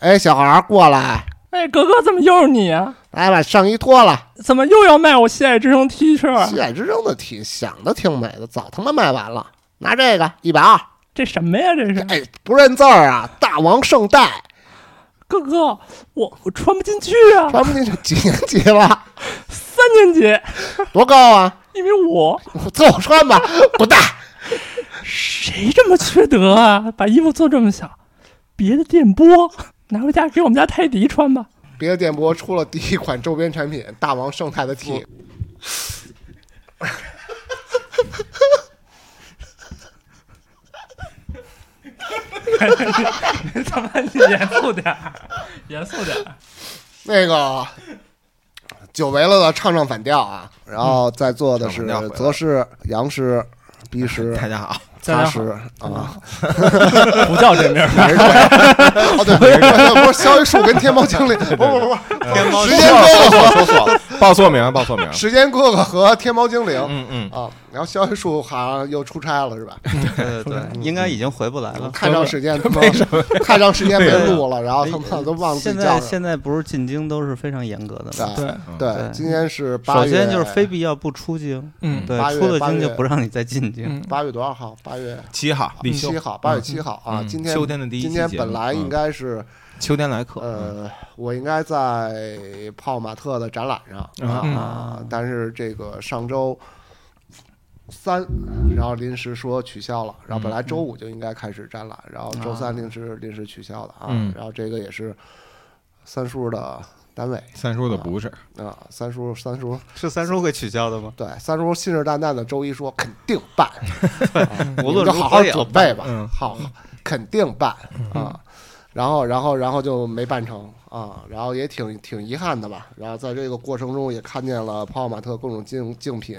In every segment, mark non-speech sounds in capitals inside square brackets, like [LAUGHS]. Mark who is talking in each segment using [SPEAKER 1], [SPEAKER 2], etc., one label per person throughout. [SPEAKER 1] 哎，小孩儿过来，
[SPEAKER 2] 哎，哥哥怎么又是你啊？
[SPEAKER 1] 来把上衣脱了。
[SPEAKER 2] 怎么又要卖我西海之声 T 恤？啊
[SPEAKER 1] 西海之声的体想的挺美的，早他妈卖完了。拿这个一百二，
[SPEAKER 2] 这什么呀？这是
[SPEAKER 1] 哎，不认字儿啊！大王圣代
[SPEAKER 2] 哥哥，我我穿不进去啊！
[SPEAKER 1] 穿不进去，几 [LAUGHS] 年级了？
[SPEAKER 2] 三年级，
[SPEAKER 1] 多高啊？
[SPEAKER 2] 一米五，
[SPEAKER 1] 我凑合穿吧，不大。
[SPEAKER 2] 谁这么缺德啊？把衣服做这么小，别的电波拿回家给我们家泰迪穿吧。
[SPEAKER 1] 别的电波出了第一款周边产品——大王圣代的 T，
[SPEAKER 3] 嗯
[SPEAKER 2] 他妈，你严肃点儿， [LAUGHS] 严肃点儿。
[SPEAKER 1] 那个久违了的唱唱反调啊。然后在座的是
[SPEAKER 3] 唱反调回来
[SPEAKER 1] 泽师、杨师、逼师、
[SPEAKER 3] 大家好，
[SPEAKER 1] 擦师啊，
[SPEAKER 2] 不叫这名儿，
[SPEAKER 1] 没人管。哦，对，不是肖一树跟天猫精灵，不不不不，
[SPEAKER 3] 天猫
[SPEAKER 1] 时间哥哥
[SPEAKER 3] 说错了，报错名，报错名。
[SPEAKER 1] 时间哥哥和天猫精灵。
[SPEAKER 3] 嗯嗯，
[SPEAKER 1] 啊，然后肖一树好像又出差了，是吧？
[SPEAKER 4] 对对对，应该已经回不来了。
[SPEAKER 1] 太长时间他妈太长时间没录了，然后嗯啊他妈都忘了自
[SPEAKER 4] 哎现
[SPEAKER 1] 己叫
[SPEAKER 4] 在
[SPEAKER 1] 什
[SPEAKER 4] 现在不是进京都是非常严格的吗？
[SPEAKER 1] 么。
[SPEAKER 2] 对，
[SPEAKER 1] 对对
[SPEAKER 4] 对，
[SPEAKER 1] 今天是八
[SPEAKER 4] 首
[SPEAKER 1] 月，嗯
[SPEAKER 4] 先就是非必要不出京，
[SPEAKER 2] 嗯
[SPEAKER 4] 对
[SPEAKER 1] 八，月
[SPEAKER 4] 出了
[SPEAKER 1] 八
[SPEAKER 4] 京就
[SPEAKER 1] 月
[SPEAKER 4] 不让你再进京。
[SPEAKER 2] 嗯，
[SPEAKER 1] 八月多少号？八月
[SPEAKER 3] 七号立秋
[SPEAKER 1] 七，号，八月七号啊。
[SPEAKER 3] 嗯
[SPEAKER 1] 今天
[SPEAKER 3] 秋天的第一期
[SPEAKER 1] 今天
[SPEAKER 3] 节目嗯
[SPEAKER 1] 本来应该是
[SPEAKER 3] 秋天来客。嗯
[SPEAKER 1] 呃，我应该在泡玛特的展览上
[SPEAKER 3] 嗯
[SPEAKER 1] 啊，但是这个上周三，然后临时说取消了，然后本来周五就应该开始展览，然后周三临时临时取消的啊
[SPEAKER 3] 嗯，
[SPEAKER 1] 然后这个也是三叔的单位。
[SPEAKER 3] 三叔的不是，
[SPEAKER 1] 啊，三叔，三叔，
[SPEAKER 4] 是三叔给取消的吗？
[SPEAKER 1] 对，三叔信誓旦旦的周一说肯定办，啊
[SPEAKER 4] 嗯无
[SPEAKER 1] 你们
[SPEAKER 4] 论
[SPEAKER 1] 就
[SPEAKER 4] 如
[SPEAKER 1] 好好
[SPEAKER 4] 何也
[SPEAKER 1] 准备吧，
[SPEAKER 3] 嗯
[SPEAKER 1] 好，肯定办
[SPEAKER 4] 嗯
[SPEAKER 1] 啊。然后，然后，然后就没办成啊，然后也挺挺遗憾的吧。然后在这个过程中，也看见了泡泡玛特各种竞竞品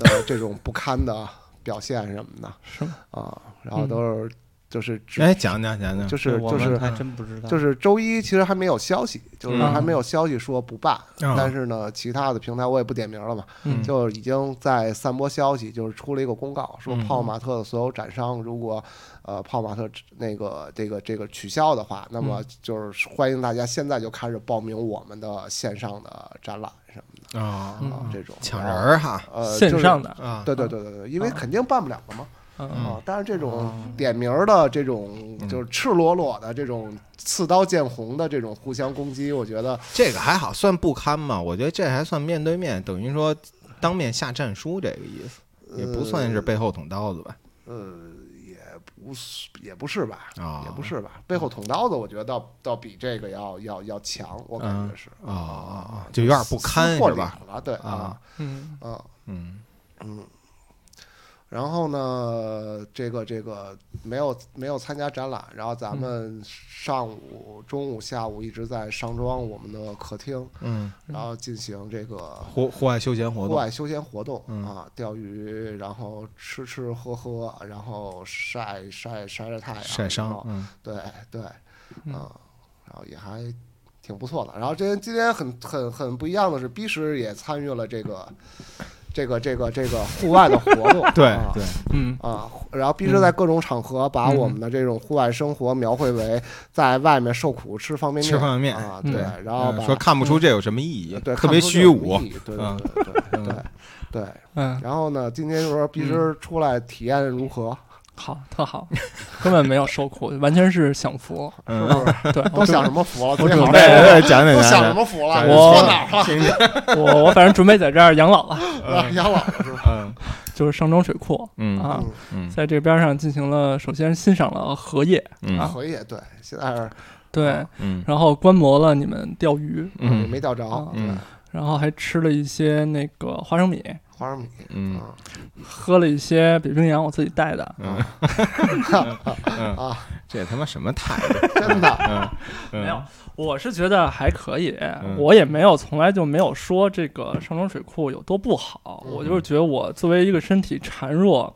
[SPEAKER 1] 的这种不堪的表现什么的，
[SPEAKER 2] 是吗
[SPEAKER 1] 啊，然后都是就是只
[SPEAKER 3] 哎，讲讲讲讲，
[SPEAKER 1] 就是
[SPEAKER 4] 我
[SPEAKER 1] 就
[SPEAKER 4] 们
[SPEAKER 1] 是
[SPEAKER 4] 还真不知道，
[SPEAKER 1] 就是是周一其实还没有消息，就是
[SPEAKER 3] 嗯
[SPEAKER 1] 还没有消息说不办，
[SPEAKER 3] 嗯
[SPEAKER 1] 但是呢，其他的平台我也不点名了嘛，
[SPEAKER 3] 嗯
[SPEAKER 1] 就已经在散播消息，就是出了一个公告，说
[SPEAKER 3] 嗯
[SPEAKER 1] 泡泡玛特的所有展商如果呃泡泡玛特那个这个这个取消的话，那
[SPEAKER 3] 嗯
[SPEAKER 1] 么就是欢迎大家现在就开始报名我们的线上的展览什么
[SPEAKER 3] 啊
[SPEAKER 1] 的啊这种
[SPEAKER 3] 抢人，儿哈
[SPEAKER 1] 然后呃，
[SPEAKER 2] 线上
[SPEAKER 1] 的。
[SPEAKER 2] 的，
[SPEAKER 3] 啊，
[SPEAKER 1] 对对对对对，因为肯定办不了了嘛，
[SPEAKER 2] 嗯，
[SPEAKER 1] 啊，但是这
[SPEAKER 3] 哦
[SPEAKER 1] 种点名儿的这种，
[SPEAKER 3] 嗯
[SPEAKER 1] 就是赤裸裸的这种刺刀见红的这种互相攻击，我觉得
[SPEAKER 3] 这个还好，算不堪嘛？我觉得这还算面对面，等于说当面下战书这个意思，
[SPEAKER 1] 呃
[SPEAKER 3] 也不算是背后捅刀子吧？
[SPEAKER 1] 不是也不是吧，
[SPEAKER 3] 啊，
[SPEAKER 1] 也不是吧，背后捅刀子，我觉得倒倒比这个要要要强，我感觉是
[SPEAKER 3] 啊啊啊，就有点不堪
[SPEAKER 1] 撕破
[SPEAKER 3] 是
[SPEAKER 1] 脸
[SPEAKER 3] 吧？
[SPEAKER 1] 了，对啊
[SPEAKER 3] 啊
[SPEAKER 2] 嗯，
[SPEAKER 1] 啊，
[SPEAKER 3] 嗯
[SPEAKER 1] 然后呢，这个这个没有没有参加展览，然后咱
[SPEAKER 3] 嗯
[SPEAKER 1] 们上午、中午、下午一直在上庄我们的客厅，
[SPEAKER 3] 嗯，
[SPEAKER 1] 然后进行这个
[SPEAKER 3] 户户外休闲活
[SPEAKER 1] 户
[SPEAKER 3] 动，
[SPEAKER 1] 外休闲活动
[SPEAKER 3] 嗯
[SPEAKER 1] 啊，钓鱼，然后吃吃喝喝，然后晒晒晒晒太阳，
[SPEAKER 3] 晒
[SPEAKER 1] 然
[SPEAKER 3] 伤
[SPEAKER 1] 后，
[SPEAKER 3] 嗯，
[SPEAKER 1] 对对，
[SPEAKER 2] 嗯
[SPEAKER 1] 啊，然后也还挺不错的。然后这今天很很很不一样的是，B 师也参与了这个这个这个这个户外的活动
[SPEAKER 3] 对
[SPEAKER 1] 啊
[SPEAKER 3] 对，嗯
[SPEAKER 2] 嗯，
[SPEAKER 1] 啊，然后毕师在各种场合把我们的这种户外生活描绘为在外面受苦吃方便面，
[SPEAKER 3] 吃方便面
[SPEAKER 1] 啊，
[SPEAKER 2] 嗯
[SPEAKER 1] 对，然后
[SPEAKER 3] 嗯
[SPEAKER 1] 把
[SPEAKER 3] 说看不出这有什么意义，
[SPEAKER 1] 对
[SPEAKER 3] 特别
[SPEAKER 1] 看不出
[SPEAKER 3] 虚
[SPEAKER 1] 有什么
[SPEAKER 3] 无
[SPEAKER 1] 意义，对对
[SPEAKER 3] 嗯
[SPEAKER 1] 对对对对。
[SPEAKER 2] 嗯，
[SPEAKER 1] 然后呢，今天就说毕师
[SPEAKER 3] 嗯
[SPEAKER 1] 出来体验如何，
[SPEAKER 2] 好，特好，根本没有受苦，完全是享福。
[SPEAKER 1] 是不是？
[SPEAKER 2] 对，
[SPEAKER 1] 都想什么福了？都
[SPEAKER 2] 准
[SPEAKER 1] 想
[SPEAKER 2] 备
[SPEAKER 1] 什么
[SPEAKER 3] 嗯 [LAUGHS] 对，讲
[SPEAKER 1] 都想什么福了？
[SPEAKER 3] 讲
[SPEAKER 1] 你错
[SPEAKER 2] 我
[SPEAKER 1] 哪儿
[SPEAKER 2] 我我反正准备在这儿养老了，
[SPEAKER 1] [LAUGHS] 了？养老是吧？
[SPEAKER 3] 嗯
[SPEAKER 2] 就是上庄水库
[SPEAKER 3] 嗯
[SPEAKER 2] 啊，
[SPEAKER 3] 嗯
[SPEAKER 2] 在这边上进行了，首先欣赏了荷叶，
[SPEAKER 3] 嗯
[SPEAKER 2] 啊
[SPEAKER 1] 回也对，现在是
[SPEAKER 2] 对，
[SPEAKER 3] 嗯
[SPEAKER 2] 然后观摩了你们钓鱼，
[SPEAKER 1] 也
[SPEAKER 3] 嗯
[SPEAKER 1] 没钓着，
[SPEAKER 2] 啊
[SPEAKER 1] 对
[SPEAKER 3] 嗯
[SPEAKER 2] 然后还吃了一些那个花生米，
[SPEAKER 1] 花生米，
[SPEAKER 3] 嗯
[SPEAKER 1] 啊
[SPEAKER 2] 喝了一些北冰洋我自己带的，
[SPEAKER 3] 嗯嗯，
[SPEAKER 1] 啊，
[SPEAKER 3] 这他妈什么态
[SPEAKER 1] [LAUGHS]
[SPEAKER 3] 度？
[SPEAKER 1] 真的，
[SPEAKER 3] 嗯，嗯
[SPEAKER 2] 没有，，我是觉得还可以，
[SPEAKER 3] 嗯
[SPEAKER 2] 我也没有从来就没有说这个上庄水库有多不好，
[SPEAKER 1] 嗯
[SPEAKER 2] 我就是觉得我作为一个身体孱弱，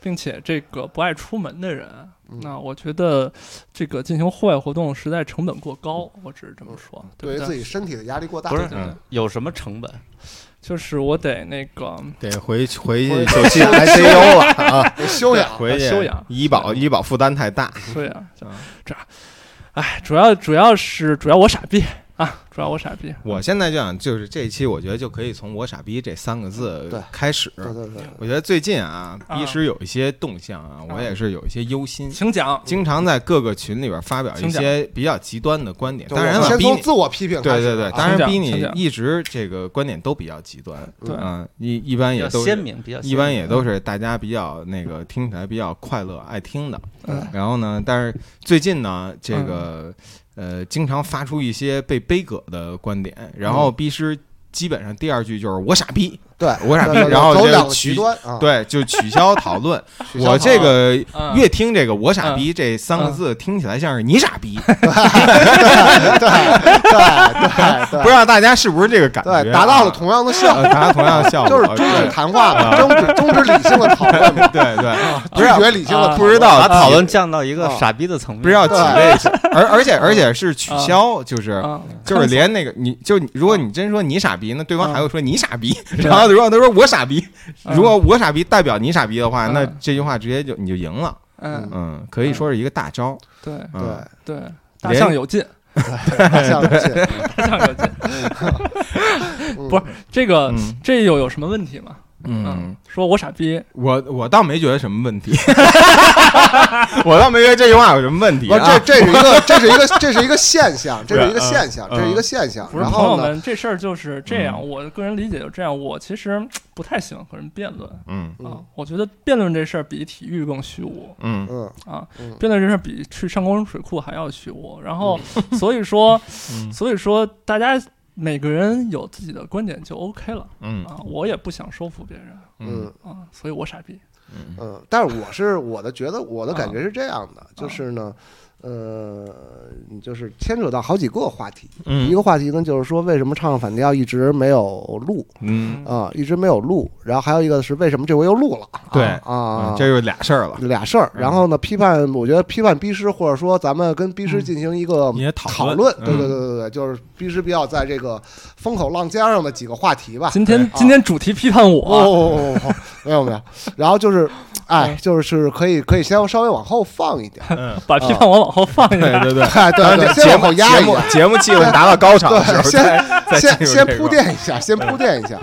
[SPEAKER 2] 并且这个不爱出门的人，
[SPEAKER 1] 嗯
[SPEAKER 2] 那我觉得这个进行户外活动实在成本过高，我只是这么说，
[SPEAKER 1] 对于
[SPEAKER 2] 对不
[SPEAKER 1] 自
[SPEAKER 2] 对？
[SPEAKER 1] 己身体的压力过大，
[SPEAKER 4] 不是
[SPEAKER 3] 嗯
[SPEAKER 4] 有什么成本？
[SPEAKER 2] 就是我得那个
[SPEAKER 3] [LAUGHS] 得回去回去就进 ICU 了啊，
[SPEAKER 1] [LAUGHS] 得休养，
[SPEAKER 3] 回去
[SPEAKER 2] 休养
[SPEAKER 3] 医保医保负担太大，
[SPEAKER 2] 对啊，这
[SPEAKER 3] 嗯
[SPEAKER 2] 这哎，主要主要是主要我傻逼啊，主要我傻逼。
[SPEAKER 3] 我现在就想，就是这一期，我觉得就可以从“我傻逼”这三个字
[SPEAKER 1] 对
[SPEAKER 3] 开始。
[SPEAKER 1] 对对对，
[SPEAKER 3] 我觉得最近啊，
[SPEAKER 2] 啊
[SPEAKER 3] 一时有一些动向啊，我
[SPEAKER 2] 啊
[SPEAKER 3] 也是有一些忧心，
[SPEAKER 2] 请讲，
[SPEAKER 3] 经常在各个群里边发表一
[SPEAKER 2] 请讲
[SPEAKER 3] 些比较极端的观点。
[SPEAKER 1] 就
[SPEAKER 3] 当然
[SPEAKER 1] 我
[SPEAKER 3] 了，
[SPEAKER 1] 先
[SPEAKER 3] 逼
[SPEAKER 1] 从
[SPEAKER 3] 你，
[SPEAKER 1] 自我批评开
[SPEAKER 3] 对
[SPEAKER 1] 始
[SPEAKER 3] 对对，
[SPEAKER 1] 啊
[SPEAKER 3] 当然
[SPEAKER 2] 请讲
[SPEAKER 3] 逼
[SPEAKER 2] 请
[SPEAKER 3] 你
[SPEAKER 2] 讲
[SPEAKER 3] 一直这个观点都比较极端。
[SPEAKER 2] 对
[SPEAKER 3] 嗯，一一般
[SPEAKER 4] 比
[SPEAKER 3] 也
[SPEAKER 4] 较
[SPEAKER 3] 都
[SPEAKER 4] 鲜
[SPEAKER 3] 是。
[SPEAKER 4] 明，比较鲜
[SPEAKER 3] 一般
[SPEAKER 4] 明
[SPEAKER 3] 也都是大家比较那个听起来比较快乐、爱听的。
[SPEAKER 2] 嗯
[SPEAKER 3] 然后呢，但是最近呢，这个、呃，经常发出一些被背葛的观点，然
[SPEAKER 2] 嗯
[SPEAKER 3] 后逼师基本上第二句就是“我傻逼
[SPEAKER 1] 对，
[SPEAKER 3] 我傻逼
[SPEAKER 1] 对对对
[SPEAKER 3] 然后
[SPEAKER 1] 走
[SPEAKER 3] 就
[SPEAKER 1] 两个
[SPEAKER 3] 取
[SPEAKER 1] 极端啊”，，
[SPEAKER 3] 对，就取消讨论。
[SPEAKER 1] [LAUGHS] 取消
[SPEAKER 3] 我
[SPEAKER 1] 讨
[SPEAKER 3] 这
[SPEAKER 1] 论
[SPEAKER 3] 个
[SPEAKER 2] 嗯
[SPEAKER 3] 越听这个“我傻逼”这三个字，听起来像是你傻逼，
[SPEAKER 1] 对对对对，
[SPEAKER 3] [LAUGHS] 不知道大家是不是这个感觉啊？
[SPEAKER 1] 对达到了同样的效
[SPEAKER 3] 呃
[SPEAKER 1] 果，
[SPEAKER 3] 达到同样的效果，
[SPEAKER 1] [LAUGHS] 就是终止
[SPEAKER 3] 对
[SPEAKER 1] 谈话嘛，终止终止理性的讨论嘛，
[SPEAKER 3] 对
[SPEAKER 1] [LAUGHS]
[SPEAKER 3] 对，
[SPEAKER 1] 拒绝理性的讨论
[SPEAKER 3] [LAUGHS] 不知道
[SPEAKER 4] 把讨
[SPEAKER 3] 几
[SPEAKER 4] 论降到一个
[SPEAKER 1] 啊
[SPEAKER 4] 傻逼的层面，
[SPEAKER 3] 不知道几位， [LAUGHS] 而而且而且是取消，就是
[SPEAKER 2] 啊，
[SPEAKER 3] 就是连那个你就如果你真说你傻逼，那对方
[SPEAKER 2] 嗯
[SPEAKER 3] 还会说你傻
[SPEAKER 1] 啊
[SPEAKER 3] 逼。
[SPEAKER 2] 对
[SPEAKER 3] [LAUGHS] 然后如果他说我傻逼，
[SPEAKER 2] 嗯
[SPEAKER 3] 如果我傻逼代表你傻逼的话，
[SPEAKER 2] 嗯
[SPEAKER 3] 那这句话直接就你就赢了。
[SPEAKER 2] 嗯，
[SPEAKER 3] 嗯，可以说是一个大招。
[SPEAKER 2] 对
[SPEAKER 3] 嗯，
[SPEAKER 1] 对
[SPEAKER 2] 对，大
[SPEAKER 3] 连
[SPEAKER 2] 象有劲，
[SPEAKER 1] 大象
[SPEAKER 3] [LAUGHS]
[SPEAKER 1] 有劲，
[SPEAKER 2] 大象有劲。
[SPEAKER 1] 嗯
[SPEAKER 2] 不是这个
[SPEAKER 3] 嗯
[SPEAKER 2] 这又有什么问题吗？
[SPEAKER 3] 嗯，，
[SPEAKER 2] 说我傻逼，
[SPEAKER 3] 我我倒没觉得什么
[SPEAKER 1] [LAUGHS]
[SPEAKER 3] 问题， [LAUGHS] 我倒没觉得这句话有什么问题
[SPEAKER 1] 不是这
[SPEAKER 3] 啊。
[SPEAKER 1] 这是一
[SPEAKER 3] [LAUGHS]
[SPEAKER 1] 个这是一个这是一个现象，这是一个
[SPEAKER 3] 嗯
[SPEAKER 1] 现象，这是一个现象。
[SPEAKER 2] 不是
[SPEAKER 1] 然
[SPEAKER 2] 朋友
[SPEAKER 1] 后呢，
[SPEAKER 2] 们，这事儿就是这样。我个人理解就这样。我其实不太喜欢和人辩论
[SPEAKER 3] 嗯
[SPEAKER 2] 啊
[SPEAKER 1] 嗯，
[SPEAKER 2] 我觉得辩论这事儿比体育更虚无。
[SPEAKER 3] 嗯
[SPEAKER 1] 嗯
[SPEAKER 2] 啊
[SPEAKER 1] 嗯，
[SPEAKER 2] 辩论这事儿比去上工水库还要虚无。然后， [LAUGHS] 所以说，
[SPEAKER 3] 嗯
[SPEAKER 2] 所以说大家每个人有自己的观点就 OK 了
[SPEAKER 3] 嗯
[SPEAKER 2] 啊。我也不想说服别人
[SPEAKER 3] 嗯
[SPEAKER 1] 嗯
[SPEAKER 2] 啊，所以我傻逼。
[SPEAKER 1] 嗯，但是我是我的觉得我的感觉是这样的，
[SPEAKER 2] 啊
[SPEAKER 1] 就是呢，呃，你就是牵扯到好几个话题，一
[SPEAKER 3] 嗯
[SPEAKER 1] 个话题呢就是说为什么唱唱反调一直没有录
[SPEAKER 3] 嗯，
[SPEAKER 1] 啊，一直没有录，然后还有一个是为什么这回又录了，啊
[SPEAKER 3] 对嗯
[SPEAKER 1] 啊，
[SPEAKER 3] 这就俩事儿了。
[SPEAKER 1] 俩事儿。然后呢，批判，我觉得批判逼师，或者说咱们跟逼师进行一个
[SPEAKER 3] 嗯也
[SPEAKER 1] 讨
[SPEAKER 3] 论嗯
[SPEAKER 1] 论，，对对对对对，就是逼师必要在这个风口浪尖上的几个话题吧。
[SPEAKER 3] [LAUGHS]
[SPEAKER 2] 今天
[SPEAKER 1] 啊
[SPEAKER 2] 今天主题批判
[SPEAKER 1] 哦哦
[SPEAKER 2] 我，
[SPEAKER 1] 哦哦，哦没有没有。然后就是，哎，就是可以可以先稍微往后放一
[SPEAKER 3] [LAUGHS]
[SPEAKER 1] 点，
[SPEAKER 3] 嗯，
[SPEAKER 2] 把批判我往后放一
[SPEAKER 3] 对
[SPEAKER 2] 下。
[SPEAKER 3] 对对。
[SPEAKER 1] 哎， [LAUGHS] 对对，先
[SPEAKER 3] 节
[SPEAKER 1] 往
[SPEAKER 3] 目
[SPEAKER 1] 后压
[SPEAKER 3] 节
[SPEAKER 1] 一
[SPEAKER 3] 目
[SPEAKER 1] 下。
[SPEAKER 3] 节目气氛达到高潮的时候，
[SPEAKER 1] 对先
[SPEAKER 3] 再再
[SPEAKER 1] 先
[SPEAKER 3] 进入
[SPEAKER 1] 先
[SPEAKER 3] 这个
[SPEAKER 1] 铺垫一下，先铺垫
[SPEAKER 3] [LAUGHS]
[SPEAKER 1] 一下。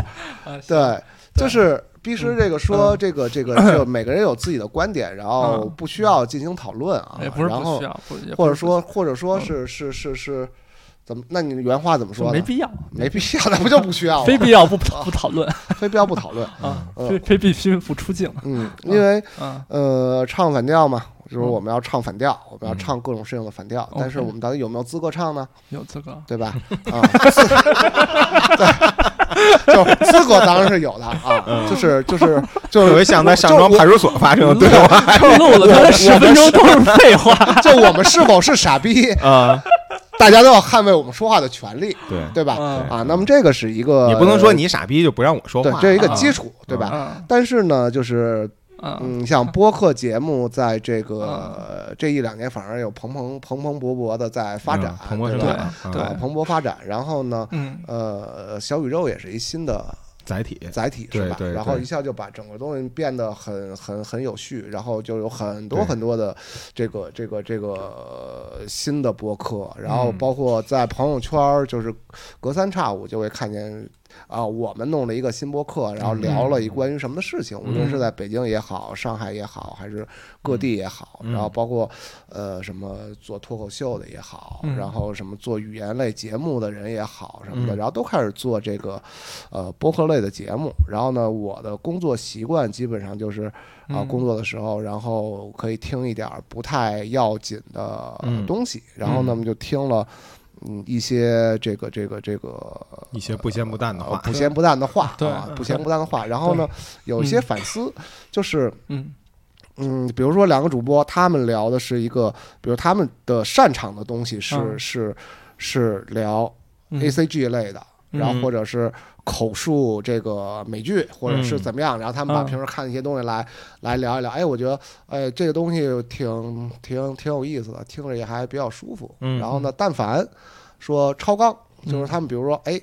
[SPEAKER 2] 啊，行
[SPEAKER 1] 对，
[SPEAKER 2] 对
[SPEAKER 1] 就是逼师这个
[SPEAKER 3] 嗯
[SPEAKER 1] 说这个这个，
[SPEAKER 3] [LAUGHS]
[SPEAKER 1] 就每个人有自己的观点，然后
[SPEAKER 2] 嗯
[SPEAKER 1] 不需要进行讨论啊。
[SPEAKER 3] 哎
[SPEAKER 2] 也不是
[SPEAKER 1] 然后
[SPEAKER 2] 不需要，不是也不
[SPEAKER 1] 或者
[SPEAKER 2] 是不
[SPEAKER 1] 说或者说
[SPEAKER 2] 嗯
[SPEAKER 1] 是是是是，怎么？那你原话怎么
[SPEAKER 2] 需要
[SPEAKER 1] 说
[SPEAKER 2] 就没
[SPEAKER 1] 呢？
[SPEAKER 2] 必要，
[SPEAKER 1] 没必要，那不就不需要
[SPEAKER 2] 非
[SPEAKER 1] 了？
[SPEAKER 2] 必要不不讨论
[SPEAKER 1] 非必要不讨论。
[SPEAKER 2] 啊，
[SPEAKER 1] 嗯
[SPEAKER 2] 非非必须不出镜
[SPEAKER 1] 嗯，因为
[SPEAKER 2] 啊。
[SPEAKER 1] 呃，唱反调嘛，就是
[SPEAKER 2] 嗯
[SPEAKER 1] 我们要唱反调，我们要
[SPEAKER 3] 嗯
[SPEAKER 1] 唱各种事情的反调。
[SPEAKER 2] OK
[SPEAKER 1] 但是我们到底有没有资格唱呢？
[SPEAKER 2] 有资格，
[SPEAKER 1] 对吧？啊，对，就是资格当然是有的啊，就是就是就
[SPEAKER 3] 特
[SPEAKER 1] 是
[SPEAKER 3] 别像在上
[SPEAKER 1] 就
[SPEAKER 3] 庄
[SPEAKER 1] 我
[SPEAKER 3] 派出所发生的对话
[SPEAKER 2] 录了他妈十分钟都是废话。
[SPEAKER 1] [LAUGHS] 就我们是否是傻逼，
[SPEAKER 3] 啊，
[SPEAKER 1] 大家都要捍卫我们说话的权利，
[SPEAKER 3] 对。
[SPEAKER 1] 对吧？
[SPEAKER 2] 嗯
[SPEAKER 1] 啊，那么这个是一个，
[SPEAKER 3] 你不能说你傻逼就不让我说
[SPEAKER 1] 对
[SPEAKER 3] 话，，
[SPEAKER 1] 这是一个
[SPEAKER 2] 啊
[SPEAKER 1] 基础，对吧？
[SPEAKER 2] 嗯
[SPEAKER 1] 但是呢，就是
[SPEAKER 2] 嗯
[SPEAKER 1] 嗯，像播客节目，在这个、
[SPEAKER 3] 啊
[SPEAKER 1] 这一两年，反而有蓬蓬蓬蓬勃勃的在发展，
[SPEAKER 3] 嗯蓬勃生
[SPEAKER 1] 对吧
[SPEAKER 3] 长，嗯
[SPEAKER 2] 对
[SPEAKER 1] 啊蓬勃发展。然后呢，
[SPEAKER 2] 嗯，
[SPEAKER 1] 呃，小宇宙也是一新的
[SPEAKER 3] 载体，
[SPEAKER 1] 载体，
[SPEAKER 3] 对
[SPEAKER 1] 是吧？
[SPEAKER 3] 对
[SPEAKER 1] 然后
[SPEAKER 3] 对
[SPEAKER 1] 一下就把整个东西变得很很很有序，然后就有很多
[SPEAKER 3] 对
[SPEAKER 1] 很多的这个这个这个呃新的播客，然后
[SPEAKER 3] 嗯
[SPEAKER 1] 包括在朋友圈儿，就是隔三差五就会看见。啊，我们弄了一个新播客，然后
[SPEAKER 3] 嗯
[SPEAKER 1] 聊了一关于什么的事情，无论是在北京也好，上海也好，还是各地也好，
[SPEAKER 3] 嗯
[SPEAKER 1] 然后包括呃什么做脱口秀的也好，
[SPEAKER 2] 嗯
[SPEAKER 1] 然后什么做语言类节目的人也好什么的，
[SPEAKER 3] 嗯
[SPEAKER 1] 然后都开始做这个呃播客类的节目。然后呢，我的工作习惯基本上就是啊、
[SPEAKER 2] 嗯
[SPEAKER 1] 工作的时候，然后可以听一点儿不太要紧的呃
[SPEAKER 3] 嗯
[SPEAKER 1] 东西，然后呢，
[SPEAKER 3] 嗯
[SPEAKER 1] 我们就听了。嗯，一些这个这个这个
[SPEAKER 3] 一些不咸不淡的
[SPEAKER 1] 呃
[SPEAKER 3] 话，
[SPEAKER 1] 不咸不淡的
[SPEAKER 3] [LAUGHS]
[SPEAKER 1] 话，
[SPEAKER 2] 对
[SPEAKER 1] 啊
[SPEAKER 2] 嗯
[SPEAKER 1] 不咸不淡的话。然后呢，有一
[SPEAKER 3] 嗯
[SPEAKER 1] 些反思，就是
[SPEAKER 2] 嗯
[SPEAKER 1] 嗯，比如说两个主播，他们聊的是一个，比如他们的擅长的东西是、
[SPEAKER 2] 嗯
[SPEAKER 1] 是是聊
[SPEAKER 2] 嗯
[SPEAKER 1] A C G 类的，
[SPEAKER 2] 嗯
[SPEAKER 1] 然后或者是口述这个美剧，或者是怎么样，然后他们把
[SPEAKER 2] 嗯
[SPEAKER 1] 平时看的一些东西来、来聊一聊。哎，我觉得哎这个东西挺挺挺有意思的，听着也还比较舒服。
[SPEAKER 3] 嗯
[SPEAKER 1] 然后呢，但凡说超纲，就是他们比如说哎。